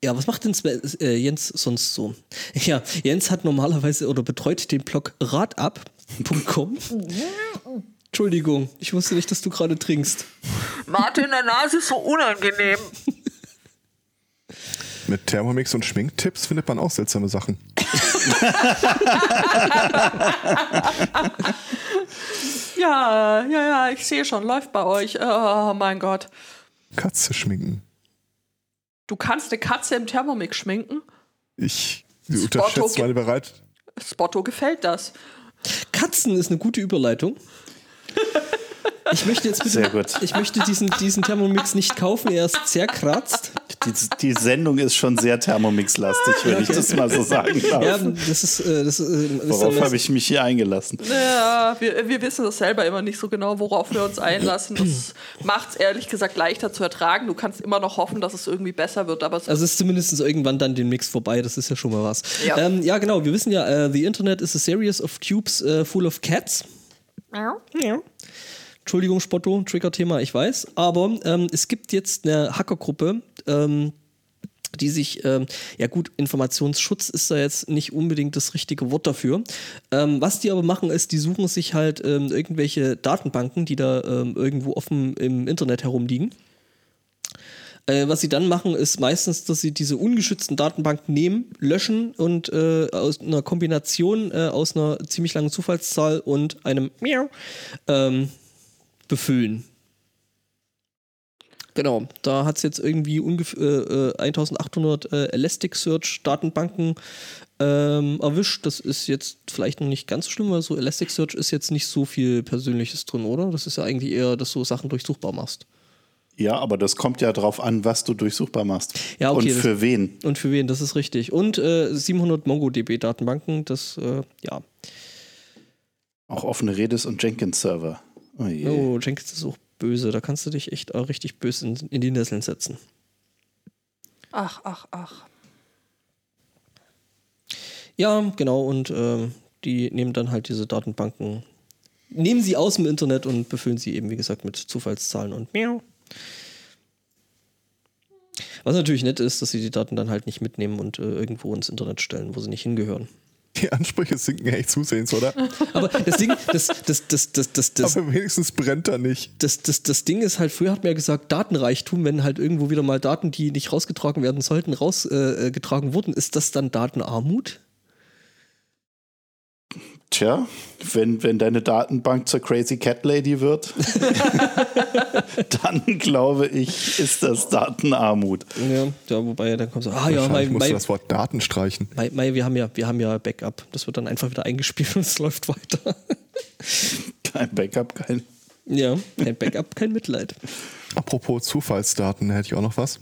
Speaker 4: Ja, was macht denn Sven- äh, Jens sonst so? [LAUGHS] Ja, Jens hat normalerweise oder betreut den Blog
Speaker 2: [LAUGHS]
Speaker 4: radab.com. Entschuldigung, ich wusste nicht, dass du gerade trinkst.
Speaker 2: Martin in der Nase ist so unangenehm.
Speaker 5: Mit Thermomix und Schminktipps findet man auch seltsame Sachen.
Speaker 2: Ja, ja, ja, ich sehe schon, läuft bei euch. Oh mein Gott.
Speaker 5: Katze schminken.
Speaker 2: Du kannst eine Katze im Thermomix schminken?
Speaker 5: Ich du
Speaker 2: Spotto
Speaker 5: unterschätzt
Speaker 2: ge-
Speaker 5: meine Bereit.
Speaker 2: Spotto gefällt das.
Speaker 4: Katzen ist eine gute Überleitung. Ich möchte jetzt bitte,
Speaker 3: Sehr gut.
Speaker 4: ich möchte diesen, diesen Thermomix nicht kaufen, er ist zerkratzt.
Speaker 3: Die, die Sendung ist schon sehr Thermomix-lastig, wenn ich das
Speaker 5: [LAUGHS]
Speaker 3: mal so sagen
Speaker 4: Ja,
Speaker 3: darf.
Speaker 4: das ist, äh, das ist, äh, ist
Speaker 3: Worauf
Speaker 4: dann-
Speaker 3: habe ich mich hier eingelassen?
Speaker 2: Ja, wir, wir wissen das selber immer nicht so genau, worauf wir uns einlassen.
Speaker 4: [CLEARS THROAT]
Speaker 2: Das macht es ehrlich gesagt leichter zu ertragen. Du kannst immer noch hoffen, dass es irgendwie besser wird, aber es
Speaker 4: Also es ist zumindest irgendwann dann den Mix vorbei, das ist ja schon mal was.
Speaker 2: Ja.
Speaker 4: Ja, ähm, ja genau, wir wissen ja, äh, the Internet is a series of tubes äh, full of cats. Ja. Entschuldigung, Spotto, Trigger-Thema, ich weiß. Aber ähm, es gibt jetzt eine Hackergruppe, ähm, die sich, ähm, ja gut, Informationsschutz ist da jetzt nicht unbedingt das richtige Wort dafür. Ähm, was die aber machen, ist, die suchen sich halt ähm, irgendwelche Datenbanken, die da ähm, irgendwo offen im Internet herumliegen. Äh, was sie dann machen, ist meistens, dass sie diese ungeschützten Datenbanken nehmen, löschen und äh, aus einer Kombination äh, aus einer ziemlich langen Zufallszahl und einem Miau ähm, befüllen. Genau, da hat es jetzt irgendwie ungefähr äh, 1800 äh, Elasticsearch-Datenbanken ähm, erwischt. Das ist jetzt vielleicht noch nicht ganz so schlimm, weil so Elasticsearch ist jetzt nicht so viel Persönliches drin, oder? Das ist ja eigentlich eher, dass du Sachen durchsuchbar machst.
Speaker 3: Ja, aber das kommt ja drauf an, was du durchsuchbar machst.
Speaker 4: Ja, okay,
Speaker 3: Und
Speaker 4: das-
Speaker 3: für wen.
Speaker 4: Und für wen, das ist richtig. Und äh, 700 MongoDB-Datenbanken, das, äh, ja.
Speaker 3: Auch offene Redis und Jenkins-Server. Oh je.
Speaker 4: Oh, Jenkins ist auch böse. Da kannst du dich echt äh, richtig böse in, in die Nesseln setzen.
Speaker 2: Ach, ach, ach.
Speaker 4: Ja, genau. Und ähm, die nehmen dann halt diese Datenbanken, nehmen sie aus dem Internet und befüllen sie eben, wie gesagt, mit Zufallszahlen und miau. Was natürlich nett ist, dass sie die Daten dann halt nicht mitnehmen und äh, irgendwo ins Internet stellen, wo sie nicht hingehören.
Speaker 5: Die Ansprüche sinken echt zusehends, oder?
Speaker 4: Aber das Ding, das, das, das, das, das, das,
Speaker 5: Aber wenigstens brennt er nicht.
Speaker 4: das, das, das Ding ist halt, früher hat man ja gesagt, Datenreichtum, wenn halt irgendwo wieder mal Daten, die nicht rausgetragen werden sollten, rausgetragen äh, getragen wurden, ist das dann Datenarmut?
Speaker 3: Tja, wenn, wenn deine Datenbank zur Crazy Cat Lady [LAUGHS] wird, dann glaube ich, ist das Datenarmut.
Speaker 4: Ja, ja wobei dann kommt so, ah ja,
Speaker 5: Wahrscheinlich
Speaker 4: mein,
Speaker 5: musst du
Speaker 4: mein,
Speaker 5: das Wort Daten streichen.
Speaker 4: mein, mein, wir haben ja, wir haben ja Backup. Das wird dann einfach wieder eingespielt [LAUGHS] und es läuft weiter.
Speaker 3: Kein Backup, kein.
Speaker 4: [LAUGHS] ja, kein Backup, kein Mitleid.
Speaker 5: Apropos Zufallsdaten hätte ich auch noch was.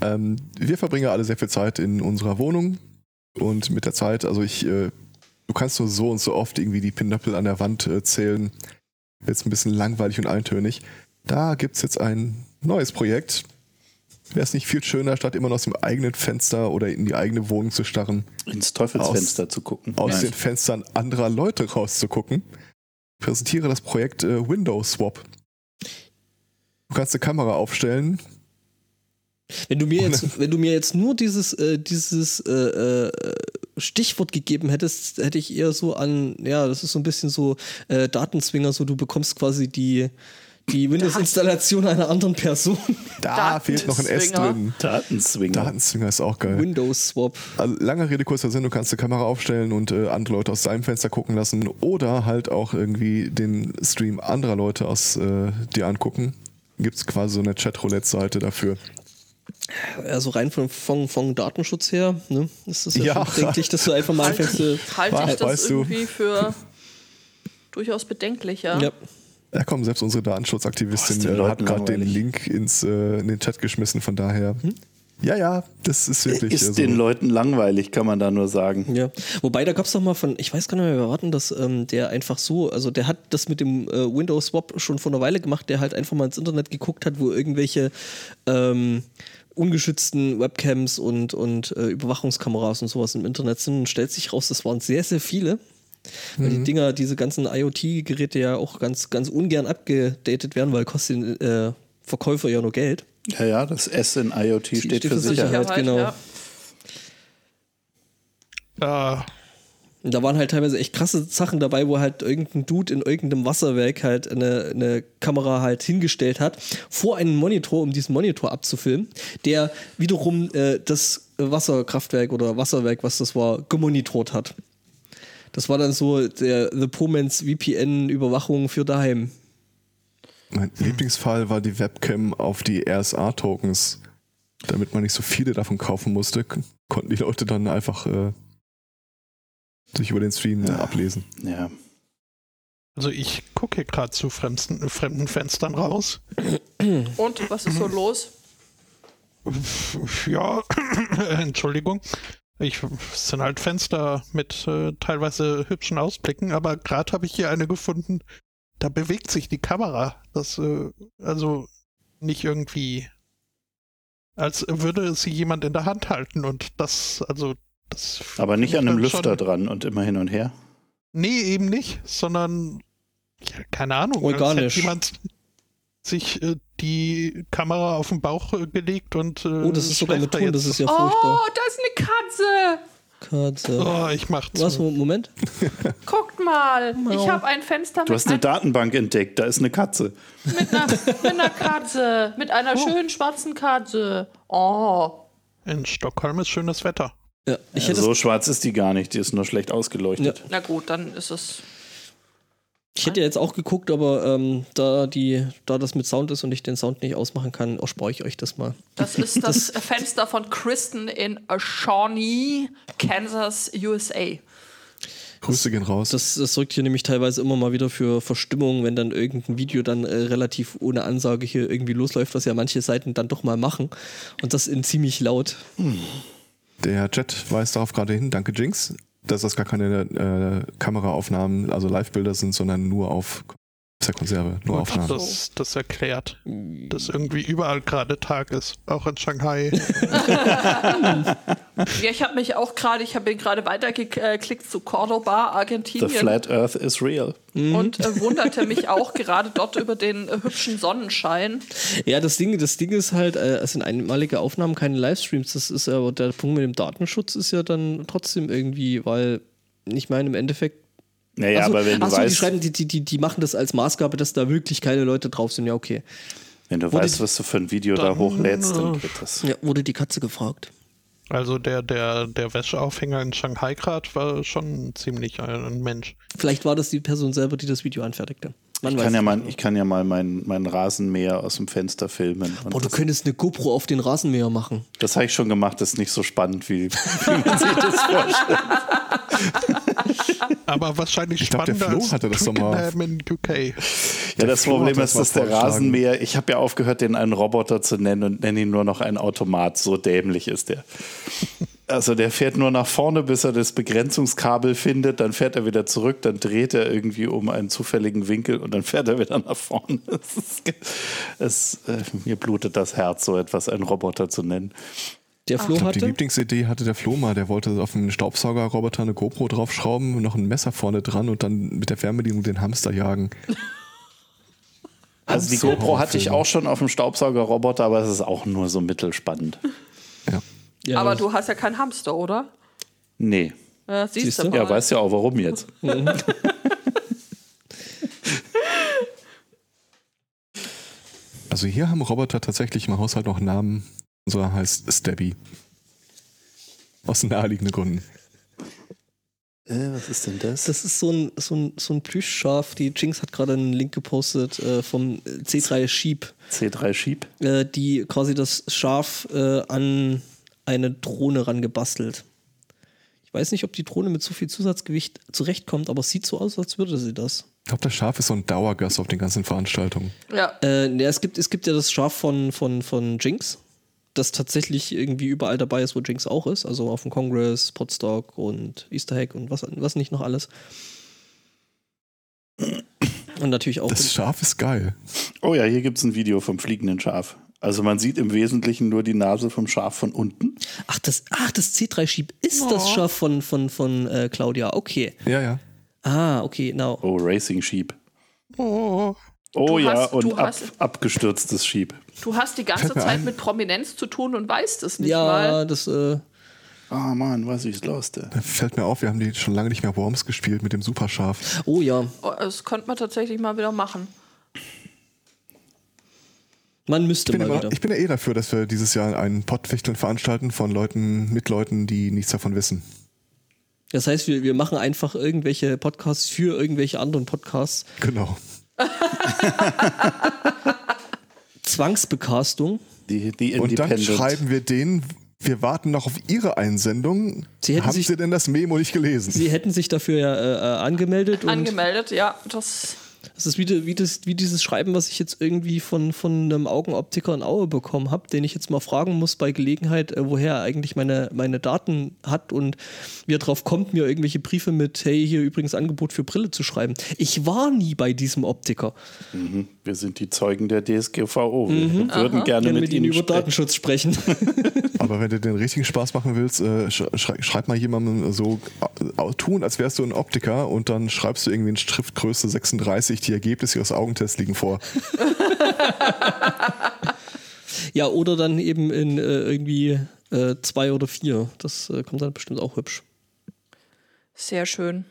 Speaker 5: Ähm, wir verbringen ja alle sehr viel Zeit in unserer Wohnung und mit der Zeit, also ich, äh, du kannst nur so und so oft irgendwie die Pinöppel an der Wand äh, zählen. Jetzt ein bisschen langweilig und eintönig. Da gibt es jetzt ein neues Projekt. Wäre es nicht viel schöner, statt immer nur aus dem eigenen Fenster oder in die eigene Wohnung zu starren,
Speaker 3: Ins Teufelsfenster zu gucken.
Speaker 5: aus
Speaker 3: Nein.
Speaker 5: den Fenstern anderer Leute rauszugucken. Präsentiere das Projekt äh, Windows Swap. Du kannst eine Kamera aufstellen.
Speaker 4: Wenn du
Speaker 5: [LAUGHS]
Speaker 4: mir jetzt, wenn du mir jetzt nur dieses, äh, dieses äh, äh, Stichwort gegeben hättest, hätte ich eher so an, ja, das ist so ein bisschen so äh, Datenzwinger, so du bekommst quasi die, die Windows-Installation einer anderen Person.
Speaker 5: Da fehlt noch ein S
Speaker 2: Datenzwinger.
Speaker 5: drin.
Speaker 3: Datenzwinger.
Speaker 5: Datenzwinger ist auch geil.
Speaker 4: Windows-Swap.
Speaker 5: Also, lange Rede, kurzer Sinn, du kannst die Kamera aufstellen und äh, andere Leute aus deinem Fenster gucken lassen oder halt auch irgendwie den Stream anderer Leute aus äh, dir angucken. Gibt es quasi so eine Chatroulette-Seite dafür.
Speaker 4: Also rein von, von, von Datenschutz her, ne? Ist das ja,
Speaker 5: Ja.
Speaker 4: schon bedenklich, dass du einfach mal
Speaker 2: Halt,
Speaker 4: anfängst. äh,
Speaker 2: Halte
Speaker 5: Ach,
Speaker 2: ich das
Speaker 5: weißt du.
Speaker 2: irgendwie für
Speaker 4: [LAUGHS]
Speaker 2: durchaus bedenklicher.
Speaker 4: Ja.
Speaker 5: Ja komm, selbst unsere
Speaker 3: Boah, ist den
Speaker 5: Datenschutzaktivistin äh,
Speaker 3: Leuten
Speaker 5: hat gerade den
Speaker 3: langweilig.
Speaker 5: Link ins, äh, in den Chat geschmissen, von daher. Hm? Ja, ja, das ist wirklich.
Speaker 3: Ist
Speaker 5: äh, so.
Speaker 3: den Leuten langweilig, kann man da nur sagen.
Speaker 4: Ja, wobei da gab es doch mal von, ich weiß gar nicht mehr, wer war denn das, ähm, der einfach so, also der hat das mit dem äh, Windows Swap schon vor einer Weile gemacht, der halt einfach mal ins Internet geguckt hat, wo irgendwelche ähm, ungeschützten Webcams und, und äh, Überwachungskameras und sowas im Internet sind und stellt sich raus, das waren sehr, sehr viele. Weil die Dinger, diese ganzen IoT-Geräte ja auch ganz, ganz ungern abgedatet werden, weil kostet den äh, Verkäufer ja nur Geld.
Speaker 3: Ja, ja, das S in IoT steht,
Speaker 4: steht
Speaker 3: für
Speaker 4: für
Speaker 3: Sicherheit.
Speaker 4: Sicherheit. genau.
Speaker 2: ja.
Speaker 1: Da
Speaker 4: Und da waren halt teilweise echt krasse Sachen dabei, wo halt irgendein Dude in irgendeinem Wasserwerk halt eine, eine Kamera halt hingestellt hat, vor einen Monitor, um diesen Monitor abzufilmen, der wiederum äh, das Wasserkraftwerk oder Wasserwerk, was das war, gemonitort hat. Das war dann so der The Pomans VPN-Überwachung für daheim.
Speaker 5: Mein
Speaker 4: Mhm.
Speaker 5: Lieblingsfall war die Webcam auf die RSA-Tokens. Damit man nicht so viele davon kaufen musste, k- konnten die Leute dann einfach äh, sich über den Stream äh, ablesen.
Speaker 3: Ja.
Speaker 1: Also ich gucke hier gerade zu fremden, fremden Fenstern raus.
Speaker 2: Und was ist so los?
Speaker 1: Ja, [COUGHS] Entschuldigung. Ich es sind halt Fenster mit äh, teilweise hübschen Ausblicken, aber gerade habe ich hier eine gefunden. Da bewegt sich die Kamera. Das äh, also nicht irgendwie, als würde sie jemand in der Hand halten und das also das.
Speaker 3: Aber nicht an einem
Speaker 1: Dann schon-
Speaker 3: Lüfter dran und immer hin und her.
Speaker 1: Nee, eben nicht, sondern ja, keine Ahnung. als
Speaker 4: Organisch.
Speaker 1: hätte jemand sich äh, die Kamera auf den Bauch äh, gelegt und äh,
Speaker 4: Oh, das ist sogar mit
Speaker 1: schläft da
Speaker 4: Ton,
Speaker 1: jetzt.
Speaker 4: das ist ja
Speaker 2: Oh,
Speaker 4: furchtbar.
Speaker 2: da ist eine Katze.
Speaker 4: Katze.
Speaker 1: Oh, ich mach zu.
Speaker 4: Was, Moment?
Speaker 2: Guckt mal. Ich habe ein Fenster
Speaker 3: Du
Speaker 2: mit,
Speaker 3: hast eine Datenbank entdeckt, da ist eine Katze.
Speaker 2: mit, einer, mit einer Katze. Mit einer schönen schwarzen Katze. Oh.
Speaker 1: In Stockholm ist schönes Wetter.
Speaker 4: Ja, ich
Speaker 3: Ja,
Speaker 4: hätte
Speaker 3: so schwarz ist die gar nicht, die ist nur schlecht ausgeleuchtet.
Speaker 2: Na gut, dann ist es.
Speaker 4: Ich hätte jetzt auch geguckt, aber ähm, da, die, da das mit Sound ist und ich den Sound nicht ausmachen kann, erspare ich euch das mal. [LAUGHS]
Speaker 2: Das ist das Fenster von Kristen in Shawnee, Kansas, USA.
Speaker 5: Grüße gehen raus.
Speaker 4: Das, das sorgt hier nämlich teilweise immer mal wieder für Verstimmung, wenn dann irgendein Video dann äh, relativ ohne Ansage hier irgendwie losläuft, was ja manche Seiten dann doch mal machen. Und das in ziemlich laut.
Speaker 5: Der Chat weist darauf gerade hin, danke Jinx, dass das gar keine äh, Kameraaufnahmen, also Live-Bilder sind, sondern nur auf aus der Konserve, nur
Speaker 1: Gut,
Speaker 5: Aufnahmen.
Speaker 1: das, das erklärt, dass irgendwie überall gerade Tag ist, auch in Shanghai.
Speaker 2: Ja, ich habe mich auch gerade, ich habe gerade weitergeklickt äh, zu Cordoba,
Speaker 3: The
Speaker 2: Argentinien.
Speaker 3: flat earth is real.
Speaker 2: und
Speaker 4: Mhm.
Speaker 2: äh, wunderte mich auch gerade dort über den äh, hübschen Sonnenschein.
Speaker 4: Ja, das Ding, das Ding ist halt, äh, es sind einmalige Aufnahmen, keine Livestreams. Das ist aber der Punkt mit dem Datenschutz ist ja dann trotzdem irgendwie, weil ich meine, im Endeffekt.
Speaker 3: Naja,
Speaker 4: Achso,
Speaker 3: aber wenn du
Speaker 4: achso, die
Speaker 3: weißt,
Speaker 4: schreiben, die, die, die, die machen das als Maßgabe, dass da wirklich keine Leute drauf sind. Ja, okay.
Speaker 3: wenn du
Speaker 4: Wurde
Speaker 3: weißt,
Speaker 4: die-
Speaker 3: was du für ein Video da
Speaker 1: Dann,
Speaker 3: hochlädst, dann
Speaker 1: äh,
Speaker 3: geht das.
Speaker 4: Ja, wurde die Katze gefragt.
Speaker 1: Also der, der, der Wäscheaufhänger in Shanghai gerade war schon ziemlich äh, ein Mensch.
Speaker 4: Vielleicht war das die Person selber, die das Video anfertigte. Man
Speaker 3: Ich
Speaker 4: weiß
Speaker 3: kann, ja
Speaker 4: es
Speaker 3: mal,
Speaker 4: nicht. genau.
Speaker 3: ich kann ja mal meinen meinen Rasenmäher aus dem Fenster filmen. Und
Speaker 4: Boah, du
Speaker 3: das
Speaker 4: könntest eine GoPro auf den Rasenmäher machen.
Speaker 3: das habe ich schon gemacht, das ist nicht so spannend wie.
Speaker 1: Aber wahrscheinlich
Speaker 5: Ich glaub, der
Speaker 1: spannender
Speaker 5: Flo
Speaker 1: als
Speaker 5: hatte das doch mal.
Speaker 1: Twickenham in UK.
Speaker 3: ja, das
Speaker 5: Flo hat
Speaker 3: Problem
Speaker 5: das
Speaker 3: ist,
Speaker 5: mal
Speaker 3: dass der
Speaker 5: vorgeschlagen.
Speaker 3: Rasenmäher, ich habe ja aufgehört, den einen Roboter zu nennen und nenne ihn nur noch einen Automat. So dämlich ist der. Also der fährt nur nach vorne, bis er das Begrenzungskabel findet, dann fährt er wieder zurück, dann dreht er irgendwie um einen zufälligen Winkel und dann fährt er wieder nach vorne. [LAUGHS] Es, ist, ge- es, äh, mir blutet das Herz, so etwas einen Roboter zu nennen.
Speaker 4: Der Flo
Speaker 5: Ich glaube, die
Speaker 4: hatte.
Speaker 5: Lieblingsidee hatte der Flo mal. Der wollte auf einen Staubsaugerroboter eine GoPro draufschrauben und noch ein Messer vorne dran und dann mit der Fernbedienung den Hamster jagen.
Speaker 3: Also die
Speaker 5: so.
Speaker 3: GoPro hatte ich auch schon auf dem Staubsaugerroboter, aber es ist auch nur so mittelspannend.
Speaker 5: Ja.
Speaker 4: Ja,
Speaker 2: Aber du hast ja keinen Hamster, oder?
Speaker 3: Nee.
Speaker 2: Ja, siehst,
Speaker 4: Siehst
Speaker 2: du
Speaker 4: du?
Speaker 2: mal.
Speaker 3: Ja, weißt ja auch warum jetzt.
Speaker 5: Also hier haben Roboter tatsächlich im Haushalt noch Namen. Unser heißt Stabby. Aus naheliegenden Gründen.
Speaker 3: Äh, was ist denn das?
Speaker 4: Das ist so ein, so ein, so ein Plüschschaf. Die Jinx hat gerade einen Link gepostet äh, vom C3 Sheep,
Speaker 3: C3 Schieb.
Speaker 4: äh, die quasi das Schaf äh, an eine Drohne rangebastelt. Ich weiß nicht, ob die Drohne mit so viel Zusatzgewicht zurechtkommt, aber es sieht so aus, als würde sie das.
Speaker 5: Ich glaube, das Schaf ist so ein Dauergast auf den ganzen Veranstaltungen.
Speaker 2: ja.
Speaker 4: Äh, ja, es, gibt, es gibt ja das Schaf von, von, von Jinx, das tatsächlich irgendwie überall dabei ist, wo Jinx auch ist. Also auf dem Congress, Podstock und Easter Hack und was, was nicht noch alles. Und natürlich auch.
Speaker 5: Das Schaf ist geil.
Speaker 3: Oh ja, hier gibt es ein Video vom fliegenden Schaf. Also man sieht im Wesentlichen nur die Nase vom Schaf von unten.
Speaker 4: Ach, das, ach, das C3-Schieb ist
Speaker 2: Oh.
Speaker 4: das Schaf von, von, von äh, Claudia. Okay.
Speaker 5: Ja, ja.
Speaker 4: Ah, okay, genau.
Speaker 3: Oh, Racing Sheep.
Speaker 1: Oh,
Speaker 2: Du
Speaker 3: Oh ja,
Speaker 2: hast- du
Speaker 3: und ab,
Speaker 2: hast-
Speaker 3: abgestürztes Sheep.
Speaker 2: Du hast die ganze
Speaker 5: Fällt mir
Speaker 2: Zeit
Speaker 5: ein.
Speaker 2: mit Prominenz zu tun und weißt es nicht
Speaker 4: Ja,
Speaker 2: mal.
Speaker 4: das, äh,
Speaker 3: Ah Mann, was ich lost. äh.
Speaker 5: Da fällt mir auf, wir haben die schon lange nicht mehr Worms gespielt mit dem Superschaf.
Speaker 4: oh ja.
Speaker 2: Oh, Das könnte man tatsächlich mal wieder machen.
Speaker 4: Man
Speaker 5: Ich
Speaker 4: müsste
Speaker 5: bin,
Speaker 4: mal
Speaker 5: immer,
Speaker 4: wieder.
Speaker 5: ich bin ja eh dafür, dass wir dieses Jahr einen Pottwichteln veranstalten von Leuten, mit Leuten, die nichts davon wissen.
Speaker 4: Das heißt, wir, wir machen einfach irgendwelche Podcasts für irgendwelche anderen Podcasts.
Speaker 5: Genau.
Speaker 4: Zwangsbekastung.
Speaker 3: Die, die
Speaker 5: Und dann
Speaker 3: Independent.
Speaker 5: schreiben wir denen, wir warten noch auf ihre Einsendung.
Speaker 4: Sie hätten
Speaker 5: haben
Speaker 4: sich-
Speaker 5: Sie denn das Memo nicht gelesen?
Speaker 4: Sie hätten sich dafür ja äh, äh, angemeldet und
Speaker 2: Angemeldet, ja. Das,
Speaker 4: das ist wie, die- wie, das, wie dieses Schreiben, was ich jetzt irgendwie von, von einem Augenoptiker in Aue bekommen habe, den ich jetzt mal fragen muss bei Gelegenheit, äh, woher er eigentlich meine, meine Daten hat und wie er drauf kommt, mir irgendwelche Briefe mit, hey, hier übrigens Angebot für Brille zu schreiben. Ich war nie bei diesem Optiker.
Speaker 3: wir sind die Zeugen der DSGVO.
Speaker 2: Mhm.
Speaker 3: Wir würden gerne
Speaker 4: Wenn
Speaker 3: mit,
Speaker 4: wir
Speaker 3: Ihnen
Speaker 4: über
Speaker 3: sprechen.
Speaker 4: Datenschutz sprechen. [LAUGHS]
Speaker 5: Aber wenn du den richtigen Spaß machen willst, äh, sch schrei- schreib mal jemandem so äh, tun, als wärst du ein Optiker und dann schreibst du irgendwie in Schriftgröße 36 die Ergebnisse ihres Augentests liegen vor.
Speaker 4: ja, oder dann eben in äh, irgendwie äh, zwei oder vier. Das äh, kommt dann bestimmt auch hübsch.
Speaker 2: sehr schön.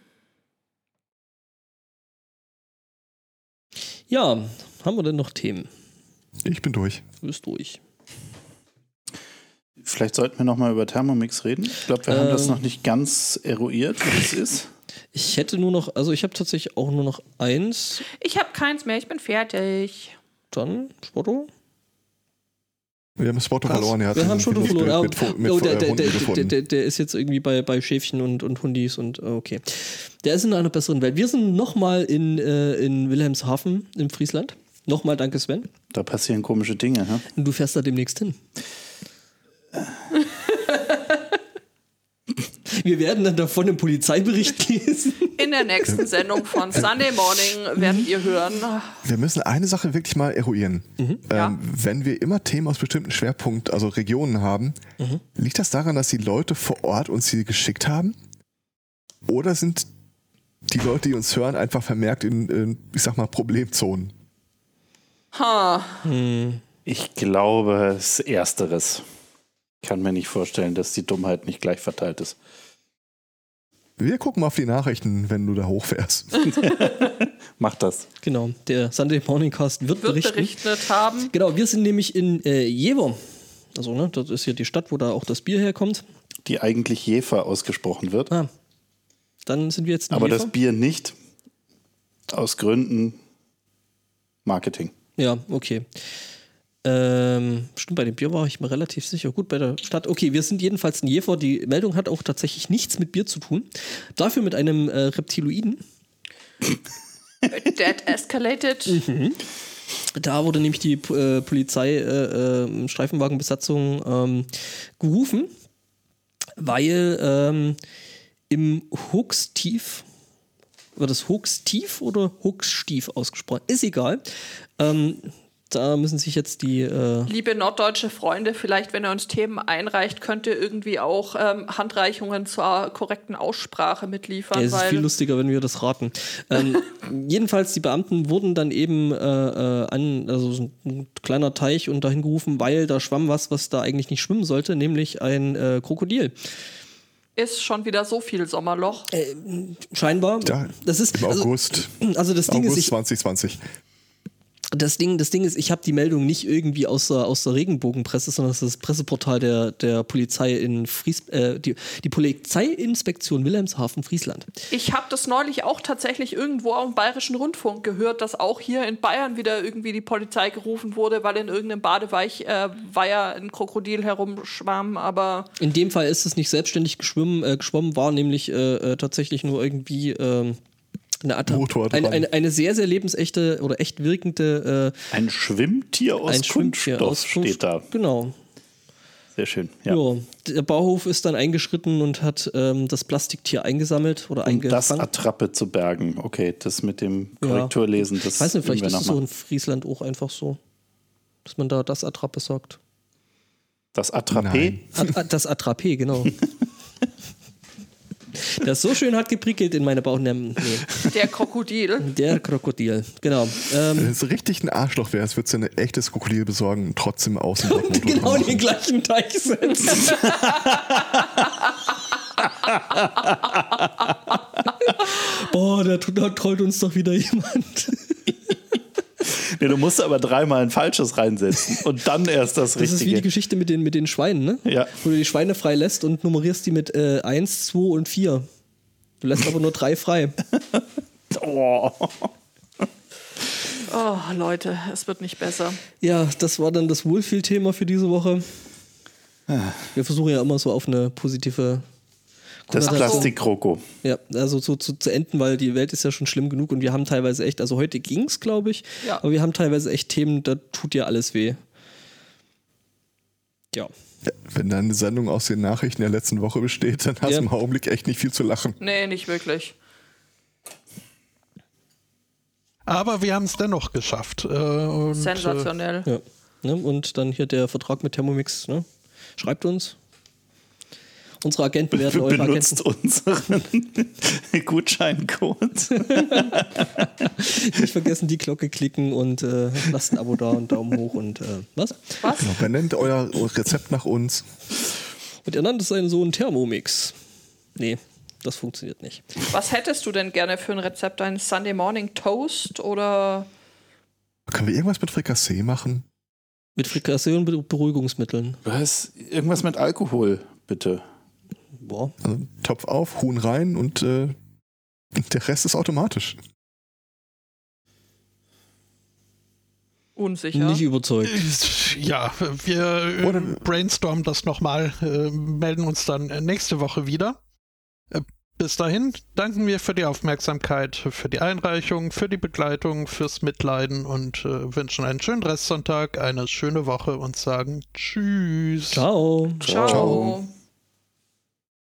Speaker 4: Ja, haben wir denn noch Themen?
Speaker 5: Ich bin durch.
Speaker 4: Du bist durch.
Speaker 3: Vielleicht sollten wir nochmal über Thermomix reden. Ich glaube, wir haben
Speaker 2: Ähm.
Speaker 4: Äh.
Speaker 3: das noch nicht ganz eruiert, wie es ist.
Speaker 4: Ich hätte nur noch, also ich habe tatsächlich auch nur noch eins.
Speaker 2: Ich habe keins mehr, ich bin fertig.
Speaker 4: Dann, Spotto?
Speaker 5: Wir haben Spotto verloren. Er hat
Speaker 4: Wir haben
Speaker 5: einen
Speaker 4: Spotto
Speaker 5: Venusberg
Speaker 4: verloren.
Speaker 5: Mit, Fu- mit
Speaker 4: oh,
Speaker 5: Fu-
Speaker 4: der,
Speaker 5: äh,
Speaker 4: der,
Speaker 5: Hunden
Speaker 4: der, der,
Speaker 5: gefunden.
Speaker 4: der, der ist jetzt irgendwie bei, bei Schäfchen und, und Hundis und äh, okay. Der ist in einer besseren Welt. Wir sind nochmal in, äh, in Wilhelmshaven im Friesland. Nochmal danke, Sven.
Speaker 3: Da passieren komische Dinge. Hä?
Speaker 4: Und du fährst da demnächst hin. Wir werden dann davon im Polizeibericht [LAUGHS] lesen.
Speaker 2: In der nächsten Sendung von Sunday Morning werdet ihr hören.
Speaker 5: Wir müssen eine Sache wirklich mal eruieren.
Speaker 4: Mhm.
Speaker 5: Ähm,
Speaker 2: Ja.
Speaker 5: Wenn wir immer Themen aus bestimmten Schwerpunkt, also Regionen haben,
Speaker 4: Mhm.
Speaker 5: liegt das daran, dass die Leute vor Ort uns sie geschickt haben? Oder sind die Leute, die uns hören, einfach vermerkt in, in ich sag mal, Problemzonen?
Speaker 2: Ha.
Speaker 3: Ich glaube, es ist Ersteres. Ich kann mir nicht vorstellen, dass die Dummheit nicht gleich verteilt ist.
Speaker 5: Wir gucken mal auf die Nachrichten, wenn du da hochfährst.
Speaker 4: [LAUGHS]
Speaker 3: Mach das.
Speaker 4: Genau, der Sunday Morning Cast
Speaker 2: Wird
Speaker 4: wird, berichten.
Speaker 2: berichtet haben.
Speaker 4: Genau, wir sind nämlich in äh, Jever. Also, ne, das ist hier die Stadt, wo da auch das Bier herkommt.
Speaker 3: Die eigentlich Jefer ausgesprochen wird,
Speaker 4: Ah, dann sind wir jetzt in
Speaker 3: aber
Speaker 4: Ah, Jever.
Speaker 3: das Bier nicht. Aus Gründen Marketing.
Speaker 4: Ja, okay. Ähm, stimmt, bei dem Bier war ich mir relativ sicher. Gut, bei der Stadt. Okay, wir sind jedenfalls in Jever. Die Meldung hat auch tatsächlich nichts mit Bier zu tun. Dafür mit einem äh, Reptiloiden.
Speaker 2: That escalated.
Speaker 4: Mhm. Da wurde nämlich die äh, Polizei, äh, äh, Streifenwagenbesatzung ähm, gerufen, weil ähm, im Hochstief, war das Hochstief oder Hochstief ausgesprochen? Ist egal. Ähm, da müssen sich jetzt die. Äh,
Speaker 2: Liebe norddeutsche Freunde, vielleicht, wenn ihr uns Themen einreicht, könnt ihr irgendwie auch ähm, Handreichungen zur korrekten Aussprache mitliefern.
Speaker 4: Ja, es ist
Speaker 2: weil
Speaker 4: viel lustiger, wenn wir das raten. Ähm, jedenfalls, die Beamten wurden dann eben äh, äh, an, also so ein kleiner Teich und dahin gerufen, weil da schwamm was, was da eigentlich nicht schwimmen sollte, nämlich ein äh, Krokodil.
Speaker 2: ist schon wieder so viel Sommerloch.
Speaker 4: Scheinbar.
Speaker 5: Ja,
Speaker 4: das ist,
Speaker 5: Im August.
Speaker 4: Also, also das Ding
Speaker 5: August
Speaker 4: ist, ich,
Speaker 5: 2020.
Speaker 4: das Ding, das Ding ist, ich habe die Meldung nicht irgendwie aus der, aus der Regenbogenpresse, sondern das ist das Presseportal der, der Polizei in Fries, äh, die, die Polizeiinspektion Wilhelmshaven, Friesland.
Speaker 2: Ich habe das neulich auch tatsächlich irgendwo am Bayerischen Rundfunk gehört, dass auch hier in Bayern wieder irgendwie die Polizei gerufen wurde, weil in irgendeinem Badeweich äh, war ja ein Krokodil herumschwamm, aber
Speaker 4: In dem Fall ist es nicht selbstständig geschwommen, äh, geschwommen war nämlich äh, äh, tatsächlich nur irgendwie ähm, eine, Atta
Speaker 5: Motor dran.
Speaker 4: eine, eine, eine sehr, sehr lebensechte oder echt wirkende äh,
Speaker 3: Ein Schwimmtier aus
Speaker 4: ein Schwimmtier
Speaker 3: Kunststoff
Speaker 4: aus
Speaker 3: steht da.
Speaker 4: Genau.
Speaker 3: Sehr schön. Ja.
Speaker 4: Ja. Der Bauhof ist dann eingeschritten und hat ähm, das Plastiktier eingesammelt oder
Speaker 3: Um das
Speaker 4: eingefangen.
Speaker 3: Attrappe zu bergen. Okay, das mit dem
Speaker 4: Ja.
Speaker 3: Korrekturlesen, das
Speaker 4: Ich weiß nicht, vielleicht
Speaker 3: üben
Speaker 4: ist
Speaker 3: wir
Speaker 4: es
Speaker 3: noch
Speaker 4: so
Speaker 3: mal.
Speaker 4: in Friesland auch einfach so, dass man da das Attrappe sagt.
Speaker 3: Das Attrape?
Speaker 5: Nein.
Speaker 4: At- At- Das Attrapé, genau.
Speaker 3: [LAUGHS]
Speaker 4: Das so schön hat geprickelt in meine Bauchnämmen. Nee,
Speaker 2: der Krokodil.
Speaker 4: der Krokodil, genau. Ähm,
Speaker 3: [LAUGHS]
Speaker 5: Wenn es richtig ein Arschloch wäre, würdest du ein echtes Krokodil besorgen und trotzdem
Speaker 4: [LAUGHS]
Speaker 5: außen
Speaker 4: genau in den gleichen Teich
Speaker 3: [LAUGHS]
Speaker 4: setzen. Boah, da, tut- da trollt uns doch wieder jemand.
Speaker 3: Nee, du musst aber dreimal ein falsches reinsetzen und dann erst
Speaker 4: [LAUGHS]
Speaker 3: das
Speaker 4: Das ist wie die
Speaker 3: Richtige.
Speaker 4: Geschichte mit den, mit den Schweinen, ne?
Speaker 3: Ja.
Speaker 4: Wo du die Schweine frei lässt und nummerierst die mit äh, 1, 2 und 4. Du lässt aber nur drei
Speaker 3: [LAUGHS]
Speaker 4: frei.
Speaker 3: oh.
Speaker 2: [LAUGHS] Oh, Leute, es wird nicht besser.
Speaker 4: Ja, das war dann das Wohlfühlthema für diese Woche.
Speaker 3: Ah.
Speaker 4: Wir versuchen ja immer so auf eine positive
Speaker 3: Das
Speaker 4: Konnotation-
Speaker 3: Plastikkroko.
Speaker 4: Ja, also so zu, zu enden, weil die Welt ist ja schon schlimm genug und wir haben teilweise echt, also heute ging's, glaube ich,
Speaker 2: Ja.
Speaker 4: aber wir haben teilweise echt Themen, da tut ja alles weh. Ja.
Speaker 5: Wenn dann eine Sendung aus den Nachrichten der letzten Woche besteht, dann hast
Speaker 4: Ja.
Speaker 5: du im Augenblick echt nicht viel zu lachen.
Speaker 2: Nee, nicht wirklich.
Speaker 1: Aber wir haben es dennoch geschafft. Äh, und, Äh,
Speaker 2: Sensationell.
Speaker 4: ja. Ne? Und dann hier der Vertrag mit Thermomix, ne? Schreibt uns. Unsere
Speaker 3: [LAUGHS]
Speaker 4: Agenten werden eure Agenten.
Speaker 3: Benutzt unseren [LAUGHS] Gutscheincode.
Speaker 4: Nicht vergessen, die Glocke klicken und äh, lasst ein Abo da und Daumen hoch und äh, was?
Speaker 2: Was?
Speaker 5: Genau, benennt euer Rezept nach uns.
Speaker 4: Und er nannte seinen Sohn Thermomix. Nee, das funktioniert nicht.
Speaker 2: Was hättest du denn gerne für ein Rezept? Ein Sunday Morning Toast oder
Speaker 5: Können wir irgendwas mit Frikassee machen?
Speaker 4: Mit Frikassee und mit Beruhigungsmitteln.
Speaker 3: Was? Irgendwas mit Alkohol, bitte.
Speaker 4: Boah.
Speaker 5: Also Topf auf, Huhn rein und äh, Der Rest ist automatisch.
Speaker 2: Unsicher.
Speaker 4: Nicht überzeugt.
Speaker 1: Äh, Ja, wir äh,
Speaker 5: Oder-
Speaker 1: brainstormen das nochmal, äh, melden uns dann äh, nächste Woche wieder. Äh, bis dahin danken wir für die Aufmerksamkeit, für die Einreichung, für die Begleitung, fürs Mitleiden und äh, wünschen einen schönen Restsonntag, eine schöne Woche und sagen Tschüss.
Speaker 4: Ciao.
Speaker 2: Ciao.
Speaker 5: Ciao.